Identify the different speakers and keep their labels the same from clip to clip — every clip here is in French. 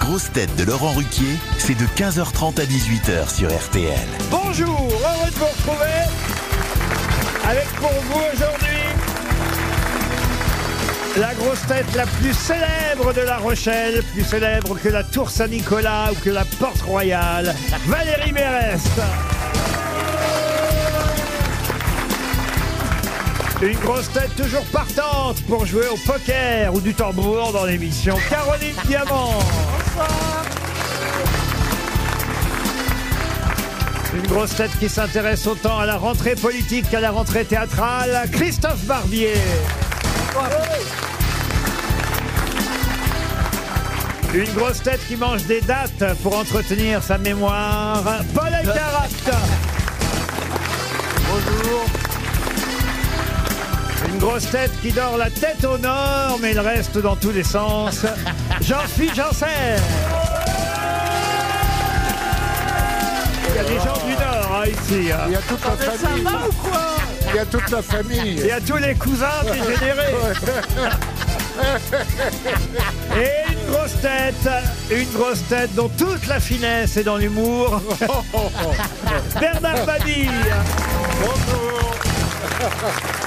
Speaker 1: grosses têtes de Laurent Ruquier, c'est de 15h30 à 18h sur RTL.
Speaker 2: Bonjour, heureux de vous retrouver avec pour vous aujourd'hui la grosse tête la plus célèbre de La Rochelle, plus célèbre que la Tour Saint-Nicolas ou que la Porte Royale, Valérie Mérès. Une grosse tête toujours partante pour jouer au poker ou du tambour dans l'émission Caroline Diamant. Une grosse tête qui s'intéresse autant à la rentrée politique qu'à la rentrée théâtrale, Christophe Barbier. Une grosse tête qui mange des dates pour entretenir sa mémoire, Paul Alcarat. Bonjour. Une grosse tête qui dort la tête au nord, mais le reste dans tous les sens. Jean-Philippe Janssen. Il y a des gens du nord hein, ici. hein.
Speaker 3: Il y a toute la famille. Il y a toute la famille.
Speaker 2: Il y a tous les cousins dégénérés. Et une grosse tête, une grosse tête dont toute la finesse est dans l'humour. Bernard Badille.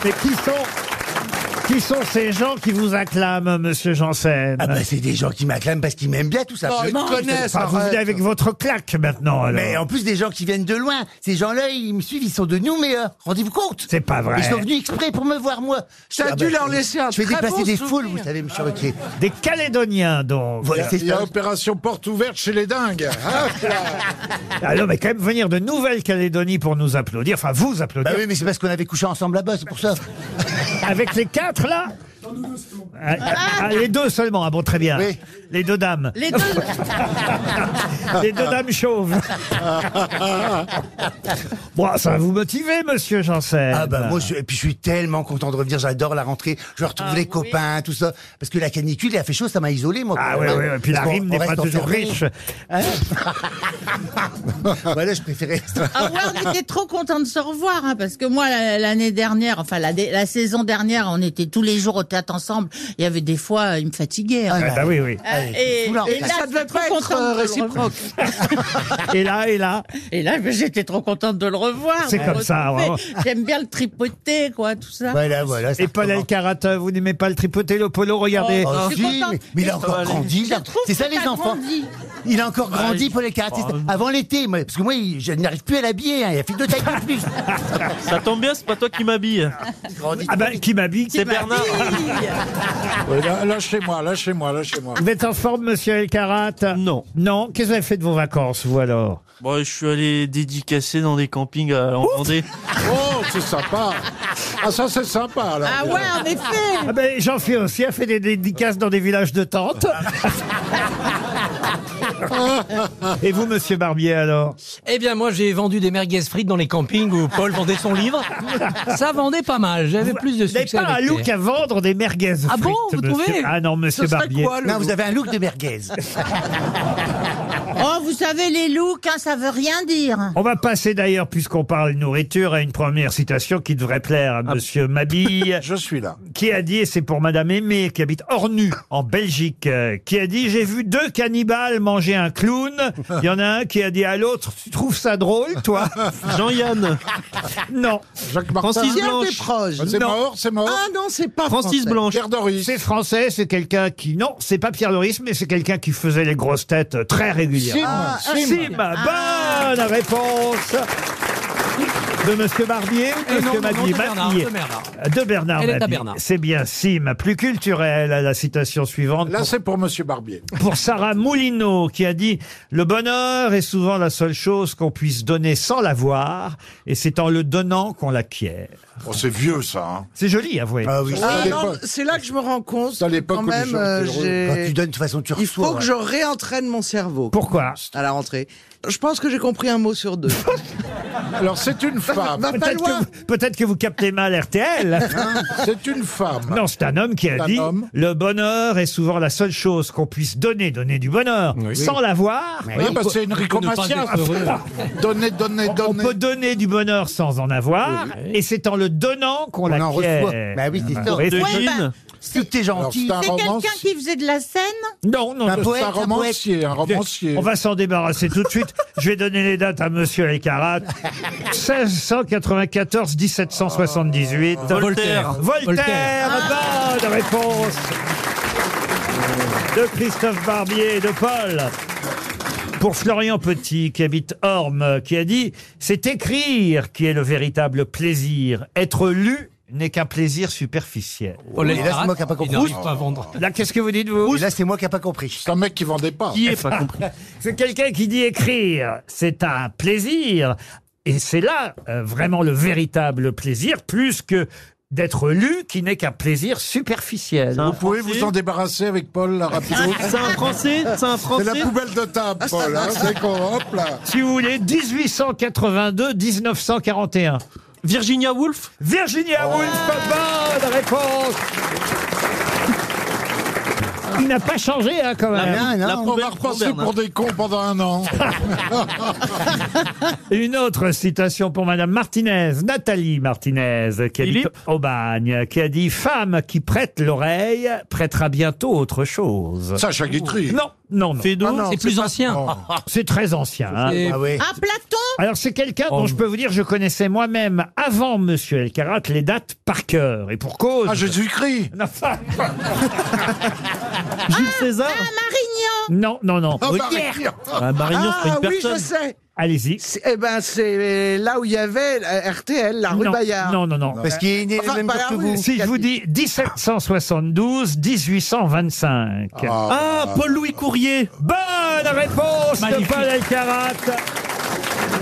Speaker 2: Mais qui sont, qui sont ces gens qui vous acclament, Ah, Monsieur Janssen
Speaker 4: Ah bah c'est des gens qui m'acclament parce qu'ils m'aiment bien tout
Speaker 3: Oh, ils
Speaker 4: simplement.
Speaker 3: te connaissent.
Speaker 2: Enfin, Vous venez
Speaker 3: arrête.
Speaker 2: avec votre claque maintenant. alors.
Speaker 4: Mais euh, en plus des gens qui viennent de loin. Ces gens-là, ils me suivent, ils sont de nous meilleurs. Rendez-vous compte
Speaker 2: C'est pas vrai.
Speaker 4: Ils sont venus exprès pour me voir moi.
Speaker 3: Ça a
Speaker 4: Ah
Speaker 3: dû
Speaker 4: bah,
Speaker 3: leur
Speaker 4: je-
Speaker 3: laisser un
Speaker 4: Je vais
Speaker 3: très
Speaker 4: dépasser
Speaker 3: bon
Speaker 4: des
Speaker 3: souvenir. Ah,
Speaker 4: foules, vous savez, monsieur Ruquier.
Speaker 2: Des Calédoniens, donc.
Speaker 4: Voilà, c'est
Speaker 3: Il y a
Speaker 4: ça.
Speaker 3: opération porte ouverte chez les dingues. hein.
Speaker 2: Alors, Ah, mais quand même, venir de Nouvelle-Calédonie pour nous applaudir, enfin, vous
Speaker 4: Bah
Speaker 2: applaudir,
Speaker 4: oui, mais c'est parce qu'on avait couché ensemble là-bas, c'est pour ça.
Speaker 2: avec les quatre, là Ah, ah, les deux seulement, ah bon très bien.
Speaker 4: Oui.
Speaker 2: Les deux dames.
Speaker 5: Les deux,
Speaker 2: Les deux dames chauves. bon, ah, ça va vous motiver, monsieur Janssen.
Speaker 4: Ah bah moi, je, et puis je suis tellement content de revenir, j'adore la rentrée, je retrouve
Speaker 5: Ah,
Speaker 4: les copains, tout ça. Parce que la canicule, il a fait chaud, ça m'a isolé moi.
Speaker 2: Ah
Speaker 4: quand
Speaker 2: oui,
Speaker 4: même,
Speaker 2: oui,
Speaker 4: hein.
Speaker 2: et puis la
Speaker 4: Parce qu'on-
Speaker 2: rime
Speaker 4: on
Speaker 2: n'est pas
Speaker 4: reste
Speaker 2: toujours
Speaker 4: enfermé.
Speaker 2: riche.
Speaker 4: Hein voilà, je préférais...
Speaker 5: Ah ouais, on était trop contents de se revoir, hein, parce que moi, la- l'année dernière, enfin la, dé- la saison dernière, on était tous les jours au théâtre ensemble. Il y avait des fois, il me fatiguait. hein.
Speaker 2: Ah bah oui, oui.
Speaker 5: Euh, et,
Speaker 4: oula,
Speaker 5: et là,
Speaker 3: ça devait
Speaker 5: j'étais trop
Speaker 3: pas être
Speaker 5: contente de
Speaker 3: euh,
Speaker 5: le revoir.
Speaker 3: réciproque.
Speaker 2: Et là, et là.
Speaker 5: Et là, ben, j'étais trop contente de le revoir.
Speaker 2: C'est
Speaker 5: de
Speaker 2: comme
Speaker 5: le
Speaker 2: ça,
Speaker 5: retrouver.
Speaker 2: vraiment.
Speaker 5: J'aime bien le tripoter, quoi, tout ça.
Speaker 3: Bah,
Speaker 4: Voilà, voilà. ça
Speaker 2: Et Paul
Speaker 4: recommence.
Speaker 2: Elkarat, vous n'aimez pas le tripoter, le polo, regardez.
Speaker 5: Oh,
Speaker 4: Ah
Speaker 5: Je
Speaker 4: si,
Speaker 5: suis contente.
Speaker 4: mais, mais il a
Speaker 5: Mais
Speaker 4: encore
Speaker 5: ça va,
Speaker 4: grandi.
Speaker 5: je
Speaker 4: là.
Speaker 5: trouve
Speaker 4: C'est
Speaker 5: que
Speaker 4: ça les
Speaker 5: t'as
Speaker 4: enfants.
Speaker 5: grandi.
Speaker 4: Il a
Speaker 2: Ah,
Speaker 4: encore grandi pour les caractéristiques.
Speaker 2: Oh.
Speaker 4: Avant l'été, moi, parce que moi, il- je n'arrive plus à l'habiller. hein. Il a fait deux tailles de plus.
Speaker 6: Ça tombe bien, c'est pas toi qui m'habille.
Speaker 4: Il grandit.
Speaker 2: Ah ben, qui m'habille
Speaker 6: C'est Bernard.
Speaker 3: Oui, là- Lâchez-moi, lâchez-moi, lâchez-moi.
Speaker 2: Vous êtes en forme, monsieur Elkarat
Speaker 6: Non.
Speaker 2: Non Qu'est-ce que vous avez fait de vos vacances, vous alors
Speaker 6: Bon, je suis allé dédicacer dans des campings à en Vendée.
Speaker 3: Oh, c'est sympa. Ah, ça, c'est sympa. alors.
Speaker 5: Ah ouais, en effet.
Speaker 2: Ah ben, j'en fais aussi, a fait des dédicaces dans des villages de tentes. Et vous, monsieur Barbier, alors
Speaker 7: Eh bien, moi, j'ai vendu des merguez frites dans les campings où Paul vendait son livre. Ça vendait pas mal. J'avais plus de
Speaker 2: Vous n'avez
Speaker 7: succès.
Speaker 2: pas un
Speaker 7: avec
Speaker 2: look
Speaker 7: les-
Speaker 2: à vendre des merguez
Speaker 7: Ah bon,
Speaker 2: frites,
Speaker 7: vous trouvez
Speaker 2: monsieur. Ah non, monsieur
Speaker 7: Ce serait
Speaker 2: Barbier.
Speaker 7: quoi, le
Speaker 4: Non,
Speaker 7: look
Speaker 4: vous avez un look de merguez.
Speaker 5: Oh, vous savez, les looks, hein, ça veut rien dire.
Speaker 2: On va passer d'ailleurs, puisqu'on parle nourriture, à une première citation qui devrait plaire à monsieur Mabille.
Speaker 3: Je suis là.
Speaker 2: qui a dit, et c'est pour Madame Aimée, qui habite Ornu, en Belgique, euh, qui a dit, j'ai vu deux cannibales manger un clown. Il y en a un qui a dit à l'autre, tu trouves ça drôle, toi
Speaker 6: Jean-Yann,
Speaker 2: Non,
Speaker 3: Jacques Martin.
Speaker 6: Francis Blanche.
Speaker 3: C'est mort, c'est mort.
Speaker 7: Ah non, c'est pas
Speaker 6: Francis
Speaker 7: français.
Speaker 6: Blanche.
Speaker 3: Pierre Doris.
Speaker 2: c'est français, c'est quelqu'un qui... Non, c'est pas Pierre Doris, mais c'est quelqu'un qui faisait les grosses têtes euh, très Ah, régulièrement.
Speaker 3: Sim, Sim.
Speaker 2: Sim, bonne réponse de Monsieur Barbier ou de
Speaker 7: Eh non,
Speaker 2: Monsieur
Speaker 7: non, non,
Speaker 2: Mabille
Speaker 7: de Bernard,
Speaker 2: Mabille.
Speaker 7: de Bernard.
Speaker 2: De Bernard
Speaker 7: Elle est à
Speaker 2: Mabille.
Speaker 7: Bernard.
Speaker 2: C'est bien Sim, plus culturelle, la citation suivante.
Speaker 3: Là, c'est pour Monsieur Barbier.
Speaker 2: pour Sarah Moulineau qui a dit Le bonheur est souvent la seule chose qu'on puisse donner sans l'avoir, et c'est en le donnant qu'on l'acquiert.
Speaker 3: Oh, c'est vieux, ça. hein.
Speaker 2: C'est joli, avouez.
Speaker 4: Ah oui.
Speaker 3: Ah,
Speaker 8: Ah
Speaker 3: des
Speaker 8: non,
Speaker 3: fois-
Speaker 8: c'est là que je me rends compte.
Speaker 3: C'est à l'époque
Speaker 8: quand
Speaker 3: où les
Speaker 8: même,
Speaker 3: gens étaient
Speaker 8: euh,
Speaker 3: heureux.
Speaker 8: j'ai-
Speaker 4: Quand tu donnes, de toute façon, tu
Speaker 8: il
Speaker 4: reçois. hein.
Speaker 8: faut que
Speaker 4: ouais.
Speaker 8: je réentraîne mon cerveau
Speaker 2: Pourquoi
Speaker 8: à la rentrée. Je pense que j'ai compris un mot sur deux.
Speaker 3: Alors, c'est une femme.
Speaker 8: Va pas
Speaker 2: Peut-être
Speaker 8: loin.
Speaker 2: que, vous- peut-être que vous captez mal RTL.
Speaker 3: C'est une femme.
Speaker 2: non, c'est un homme qui
Speaker 3: C'est
Speaker 2: a
Speaker 3: un
Speaker 2: dit
Speaker 3: homme.
Speaker 2: Le bonheur est souvent la seule chose qu'on puisse donner, donner du bonheur, sans l'avoir.
Speaker 3: Oui, bah, c'est Enrico
Speaker 7: ne pas
Speaker 3: Macias.
Speaker 7: être heureux.
Speaker 3: Donnez, donnez,
Speaker 2: On
Speaker 3: donnez.
Speaker 2: peut donner du bonheur sans en avoir, et c'est en le donnant qu'on
Speaker 4: On en reçoit.
Speaker 2: l'acquiert.
Speaker 4: Bah oui, c'est
Speaker 2: Ah,
Speaker 4: ça.
Speaker 2: oui,
Speaker 6: de
Speaker 2: c'est-
Speaker 5: Ouais,
Speaker 6: Gilles.
Speaker 5: bah,
Speaker 4: Tout est gentil.
Speaker 3: Alors,
Speaker 5: C'est
Speaker 3: roman,
Speaker 5: quelqu'un
Speaker 3: c'est-
Speaker 5: qui faisait de la scène
Speaker 2: Non, non,
Speaker 4: Un
Speaker 2: non.
Speaker 4: poète,
Speaker 3: C'est un
Speaker 4: un poète.
Speaker 3: romancier, un romancier.
Speaker 2: On va s'en débarrasser tout de suite. Je vais donner les dates à Monsieur Lécarat. 1694, 1778.
Speaker 7: Voltaire.
Speaker 2: Voltaire.
Speaker 7: Voltaire.
Speaker 2: Bonne réponse de Christophe Barbier et de Paul. Pour Florian Petit, qui habite Orme, qui a dit C'est écrire qui est le véritable plaisir. Être lu n'est qu'un plaisir superficiel.
Speaker 7: Oh,
Speaker 4: Et là, c'est moi qui n'ai pas
Speaker 7: il
Speaker 4: compris.
Speaker 7: n'arrive pas à vendre.
Speaker 2: Là, qu'est-ce que vous dites, vous
Speaker 4: Et là, c'est moi qui n'ai pas compris.
Speaker 3: C'est un mec qui vendait pas.
Speaker 6: Qui est pas compris
Speaker 2: C'est quelqu'un qui dit écrire, c'est un plaisir. Et c'est là euh, vraiment le véritable plaisir, plus que d'être lu, qui n'est qu'un plaisir superficiel.
Speaker 6: un
Speaker 3: Vous pouvez
Speaker 6: Français
Speaker 3: vous en débarrasser avec Paul la rapido.
Speaker 6: C'est un français C'est un
Speaker 3: C'est
Speaker 6: français
Speaker 3: la poubelle de table, Paul. hein, C'est qu'on hop là.
Speaker 2: Si vous voulez, 1882-1941.
Speaker 6: Virginia Woolf
Speaker 3: Oh.
Speaker 2: Virginia Woolf, bonne réponse Il n'a pas changé, hein, quand même.
Speaker 4: Ah, non.
Speaker 6: La
Speaker 3: On
Speaker 6: poubelle
Speaker 3: va repasser
Speaker 6: Bernard.
Speaker 3: pour des cons pendant un an.
Speaker 2: Une autre citation pour Madame Martinez, Nathalie Martinez, qui habite
Speaker 6: Philippe
Speaker 2: Aubagne, qui a dit Femme qui prête l'oreille prêtera bientôt autre chose.
Speaker 3: Sacha Guitry.
Speaker 2: Non, non, non.
Speaker 6: Fédot
Speaker 3: Ah non,
Speaker 7: C'est plus
Speaker 3: pas-
Speaker 7: ancien.
Speaker 3: Non.
Speaker 2: C'est très ancien. hein.
Speaker 7: Et-
Speaker 4: Ah ouais.
Speaker 5: Ah, Platon
Speaker 2: Alors c'est quelqu'un dont je peux vous dire, je connaissais moi-même avant Monsieur Elkarat les dates par cœur et pour cause.
Speaker 3: Ah, Jésus-Christ.
Speaker 2: Non, enfin,
Speaker 6: Jules César
Speaker 5: Ah, Marignan
Speaker 2: non, non, non.
Speaker 3: Ah,
Speaker 6: Molière.
Speaker 3: Marie-
Speaker 6: Ah, Marignan, c'est
Speaker 8: Ah
Speaker 6: pas une
Speaker 8: oui, je
Speaker 6: personne.
Speaker 8: sais.
Speaker 2: Allez-y.
Speaker 8: C'est- Eh ben, c'est là où il y avait euh, RTL, la rue
Speaker 2: non,
Speaker 8: Bayard.
Speaker 2: non, non, non.
Speaker 4: Parce qu'il est né
Speaker 8: Enfin,
Speaker 4: le même
Speaker 8: pas la
Speaker 4: jour que
Speaker 8: rue.
Speaker 4: vous.
Speaker 2: Si je vous dis 1772, 1825.
Speaker 9: bah.
Speaker 6: Ah, Paul-Louis Courrier
Speaker 2: Bonne réponse
Speaker 7: Magnifique.
Speaker 2: de Paul Elkarat.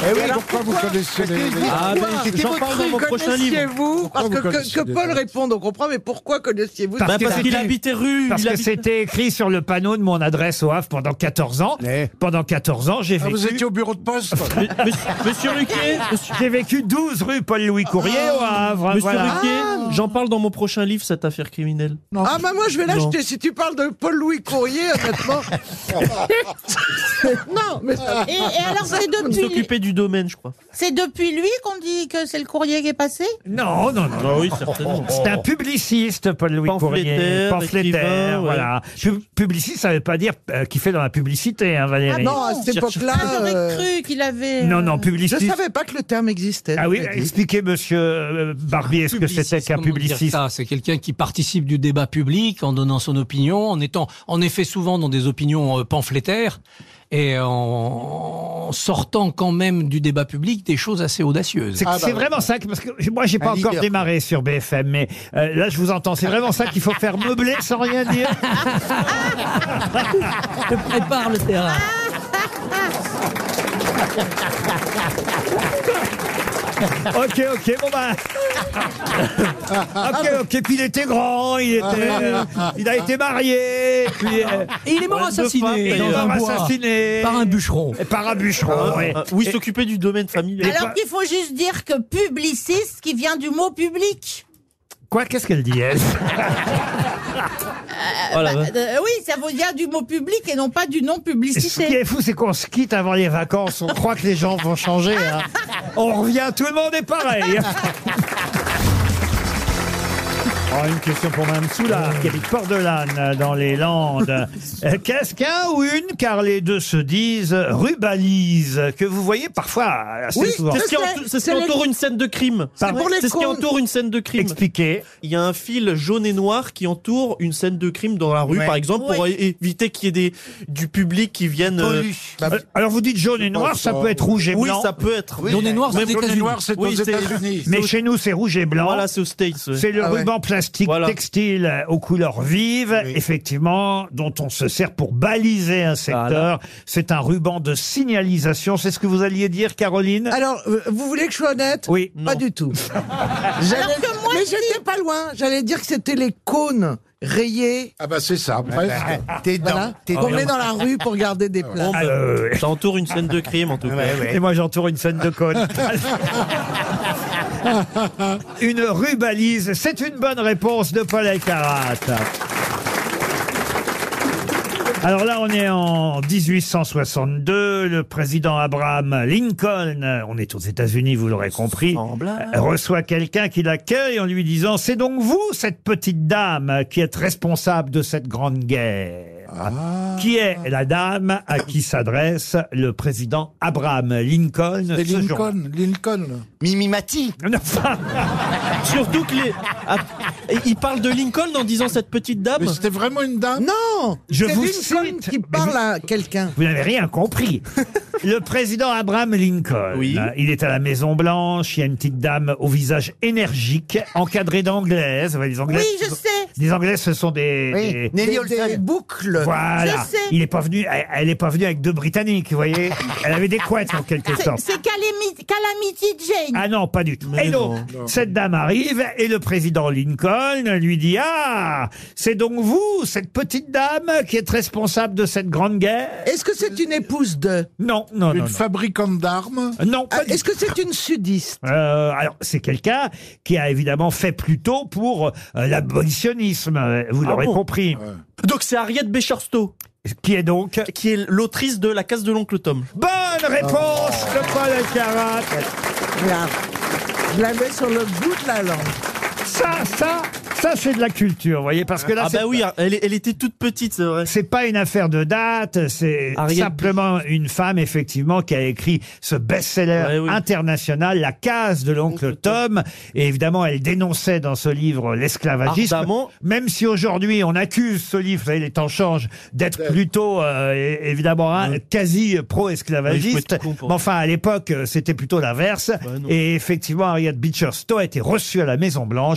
Speaker 3: Eh oui,
Speaker 8: alors
Speaker 3: pourquoi vous
Speaker 8: pourquoi
Speaker 3: connaissez les... les-
Speaker 6: Ah, ben,
Speaker 8: Pourquoi
Speaker 6: j'en parle dans mon prochain livre.
Speaker 8: Connaissiez-vous Parce que,
Speaker 3: vous
Speaker 8: que-
Speaker 3: connaissiez
Speaker 8: que
Speaker 3: des
Speaker 8: Paul
Speaker 3: gens
Speaker 8: réponde, on comprend, mais pourquoi connaissiez-vous
Speaker 2: Parce
Speaker 6: Bah,
Speaker 2: que
Speaker 6: Parce qu'il
Speaker 2: c'était-
Speaker 6: habitait rue.
Speaker 2: Parce
Speaker 6: il
Speaker 2: que
Speaker 6: habitait-
Speaker 2: c'était écrit sur le panneau de mon adresse au Havre pendant 14 ans.
Speaker 4: Ouais.
Speaker 2: Pendant 14 ans, j'ai
Speaker 3: Eh. Ah, vous
Speaker 2: vécu,
Speaker 3: étiez au bureau de poste
Speaker 6: Mais- mais- Monsieur Ruquier, monsieur,
Speaker 2: j'ai vécu 12 rue Paul-Louis Courrier au Havre.
Speaker 6: monsieur
Speaker 2: voilà.
Speaker 6: Ruquier, j'en parle dans mon prochain livre, cette affaire criminelle.
Speaker 3: Non.
Speaker 8: Ah, bah moi, je vais
Speaker 6: Non.
Speaker 8: l'acheter. Si tu parles de Paul-Louis Courrier, honnêtement. non, mais ça-
Speaker 5: Et, et alors, c'est
Speaker 6: Il
Speaker 5: depuis, lui-
Speaker 6: s'occupait du domaine, je crois.
Speaker 5: c'est depuis lui qu'on dit que c'est le courrier qui est passé
Speaker 2: Oh, Non, non, non.
Speaker 6: Ah oui, certainement.
Speaker 2: C'est un publiciste, Paul-Louis Courrier.
Speaker 6: Pamphlétaire, écrivain, ouais.
Speaker 2: voilà. Pu- Publiciste, ça veut pas dire euh, qu'il fait dans la publicité, hein,
Speaker 5: Ah
Speaker 2: Valérie.
Speaker 5: bon
Speaker 8: non, à cette époque-là.
Speaker 5: Ah, j'aurais
Speaker 8: euh,
Speaker 5: cru qu'il avait...
Speaker 2: non,
Speaker 5: euh,
Speaker 2: non,
Speaker 8: Je
Speaker 2: publiciste.
Speaker 8: savais pas que le terme existait.
Speaker 2: Ah oui,
Speaker 8: je l'ai dit.
Speaker 2: expliquez, monsieur euh, Barbier, ce que c'était qu'un
Speaker 7: Comment dire
Speaker 2: publiciste.
Speaker 7: ça C'est quelqu'un qui participe du débat public en donnant son opinion, en étant en effet souvent dans des opinions euh, pamphlétaires et en sortant quand même du débat public des choses assez audacieuses.
Speaker 2: C'est
Speaker 3: Ah, bah
Speaker 2: c'est
Speaker 3: oui.
Speaker 2: vraiment ça, que, parce que moi, j'ai pas
Speaker 4: Un
Speaker 2: encore
Speaker 4: leader.
Speaker 2: démarré sur BFM, mais euh, là, je vous entends. C'est vraiment ça qu'il faut faire meubler sans rien dire.
Speaker 7: Je prépare le terrain.
Speaker 2: Ok, ok, bon bah. ok, ok, puis il était grand, il, était, euh, il a été marié, puis. euh,
Speaker 7: Et il est mort
Speaker 6: Ouais, deux femmes,
Speaker 7: assassiné
Speaker 6: et
Speaker 7: dans
Speaker 6: un
Speaker 7: un
Speaker 2: mort
Speaker 7: bois,
Speaker 2: assassiné.
Speaker 7: par un bûcheron.
Speaker 2: et Par un bûcheron, oui.
Speaker 6: Ah, Oui, il s'occupait du domaine familial.
Speaker 2: pas-
Speaker 5: Alors qu'il faut juste dire que publiciste qui vient du mot public.
Speaker 2: Quoi, qu'est-ce qu'elle dit, elle Ah,
Speaker 6: Voilà.
Speaker 5: Euh, oui, ça veut dire du mot public et non pas du non
Speaker 2: Ce qui
Speaker 5: publicité.
Speaker 2: est fou, c'est qu'on se quitte avant les vacances. On croit que les gens vont changer. hein. On revient, tout le monde est pareil. Oh, une question pour Mme Soulard, qui habite Port-de-Lanne, dans les Landes. Euh, Qu'est-ce qu'un ou une, car les deux se disent, rubalise, que vous voyez parfois assez
Speaker 8: Oui,
Speaker 2: Ah, souvent.
Speaker 6: C'est ce qui,
Speaker 8: Je
Speaker 6: entou- c'est
Speaker 8: sais,
Speaker 6: ce qui
Speaker 8: c'est les-
Speaker 6: entoure une scène de crime.
Speaker 2: Pardon
Speaker 8: pour les
Speaker 6: C'est ce qui
Speaker 8: cons.
Speaker 6: entoure une scène de crime.
Speaker 2: Expliquez.
Speaker 6: Il y a un fil jaune et noir qui entoure une scène de crime dans la rue,
Speaker 4: Ouais.
Speaker 6: par exemple, pour é- éviter qu'il y ait des, du public qui vienne. euh,
Speaker 4: Paulus.
Speaker 2: Euh, Alors vous dites jaune et noir, ça
Speaker 3: ça.
Speaker 2: peut être rouge et
Speaker 6: Oui,
Speaker 2: blanc.
Speaker 6: ça peut être.
Speaker 7: Et on est noir, c'est
Speaker 6: Même
Speaker 7: aux
Speaker 3: Jaune et
Speaker 7: États-Unis.
Speaker 3: noir, c'est aux
Speaker 6: Oui, c'est-
Speaker 3: États-Unis.
Speaker 2: Mais chez nous, c'est rouge et blanc.
Speaker 6: Voilà, c'est aux States. ouais.
Speaker 2: C'est le
Speaker 8: Ah ouais.
Speaker 2: ruban plastique
Speaker 6: Voilà.
Speaker 2: textile euh, aux couleurs vives,
Speaker 3: Oui.
Speaker 2: effectivement, dont on se sert pour baliser un secteur.
Speaker 6: Voilà.
Speaker 2: C'est un ruban de signalisation. C'est ce que vous alliez dire, Caroline
Speaker 8: Alors, euh, vous voulez que je sois honnête
Speaker 2: Oui.
Speaker 8: Pas
Speaker 6: Non.
Speaker 8: du tout. J'allais- mais j'étais pas loin. J'allais dire que c'était les cônes rayés
Speaker 3: Ah bah c'est ça, presque.
Speaker 4: T'es dedans.
Speaker 8: voilà,
Speaker 3: Ah,
Speaker 4: T'es
Speaker 8: qu'on
Speaker 4: dedans.
Speaker 8: met bah, dans la rue pour garder des plats.
Speaker 6: Bon, bah,
Speaker 2: Ah, euh,
Speaker 6: Ça entoure une scène de crime, en tout cas.
Speaker 4: Ouais,
Speaker 2: Et
Speaker 4: ouais.
Speaker 2: moi, j'entoure une scène de conne. une rubalise, c'est une bonne réponse de Paul Alcarat. Alors là, on est en 1862. Le président Abraham Lincoln, euh, on est aux États-Unis, vous l'aurez compris,
Speaker 6: Semblable.
Speaker 2: euh, reçoit quelqu'un qui l'accueille en lui disant C'est donc vous, cette petite dame, qui êtes responsable de cette grande guerre. Qui est la dame à qui s'adresse le président Abraham Lincoln
Speaker 3: C'est
Speaker 2: ce jour-là
Speaker 3: Lincoln, Lincoln.
Speaker 4: Mimimati.
Speaker 2: Non, enfin,
Speaker 6: Surtout que les. Ah, et il parle de Lincoln en disant cette petite dame.
Speaker 3: Mais c'était vraiment une dame
Speaker 8: Non
Speaker 2: Je
Speaker 8: c'est
Speaker 2: vous
Speaker 8: Lincoln
Speaker 2: cite,
Speaker 8: qui
Speaker 2: mais
Speaker 8: parle
Speaker 2: vous-
Speaker 8: à quelqu'un.
Speaker 2: Vous n'avez rien compris. Le président Abraham Lincoln,
Speaker 6: Oui.
Speaker 2: il est à la Maison Blanche, il y a une petite dame au visage énergique, encadrée d'anglaises. Les anglaises,
Speaker 5: Oui, je sais.
Speaker 2: Les anglaises, ce sont des... des-
Speaker 4: Nelly
Speaker 8: Des- des
Speaker 4: Olson.
Speaker 8: boucles.
Speaker 2: Voilà.
Speaker 5: Je sais.
Speaker 2: Il est pas venu, elle- elle est pas venue avec deux Britanniques, vous voyez. Elle avait des couettes en quelque
Speaker 5: Ah, C'est
Speaker 2: sorte.
Speaker 5: c'est Calamity, Calamity Jane.
Speaker 2: Ah non, pas du tout.
Speaker 6: Mais
Speaker 2: et donc, cette dame arrive et le président Lincoln lui dit Ah, c'est donc vous, cette petite dame, qui êtes responsable de cette grande guerre
Speaker 8: Est-ce que c'est une épouse de
Speaker 2: Non, non, non.
Speaker 3: Une fabricante d'armes
Speaker 2: Non, non
Speaker 8: Ah,
Speaker 2: pas du
Speaker 8: Est-ce que c'est une sudiste
Speaker 2: Euh, alors, c'est quelqu'un qui a évidemment fait plutôt pour euh, l'abolitionnisme, euh, vous
Speaker 6: Ah
Speaker 2: l'aurez
Speaker 6: bon
Speaker 2: compris.
Speaker 6: Donc c'est Harriet Becher Stowe
Speaker 2: Qui est donc
Speaker 6: qui est l'autrice de La case de l'oncle Tom.
Speaker 2: Bonne réponse de Paul Alcarat.
Speaker 8: Là. Je l'avais sur le bout de la langue.
Speaker 2: Ça, ça, ça, c'est de la culture, vous voyez, parce que là,
Speaker 6: Ah
Speaker 2: c'est
Speaker 6: bah oui, elle, elle était toute petite, c'est vrai. Ah,
Speaker 2: c'est pas une affaire de date, c'est
Speaker 6: Ariel
Speaker 2: simplement une femme, effectivement, qui a écrit ce best-seller
Speaker 6: Ouais, oui.
Speaker 2: international, La case de l'oncle Tom. Et évidemment, elle dénonçait dans ce livre l'esclavagisme.
Speaker 6: Ardemment.
Speaker 2: Même si aujourd'hui, on accuse ce livre, vous savez, les temps changent, d'être plutôt, euh, é- évidemment, hein, quasi
Speaker 6: Oui, il faut
Speaker 2: pro-esclavagiste.
Speaker 6: être con pour- Bah,
Speaker 2: Mais enfin, à l'époque, euh, c'était plutôt l'inverse.
Speaker 6: non.
Speaker 2: et effectivement, Harriet Beecher Stowe a été reçue à la Maison-Blanche.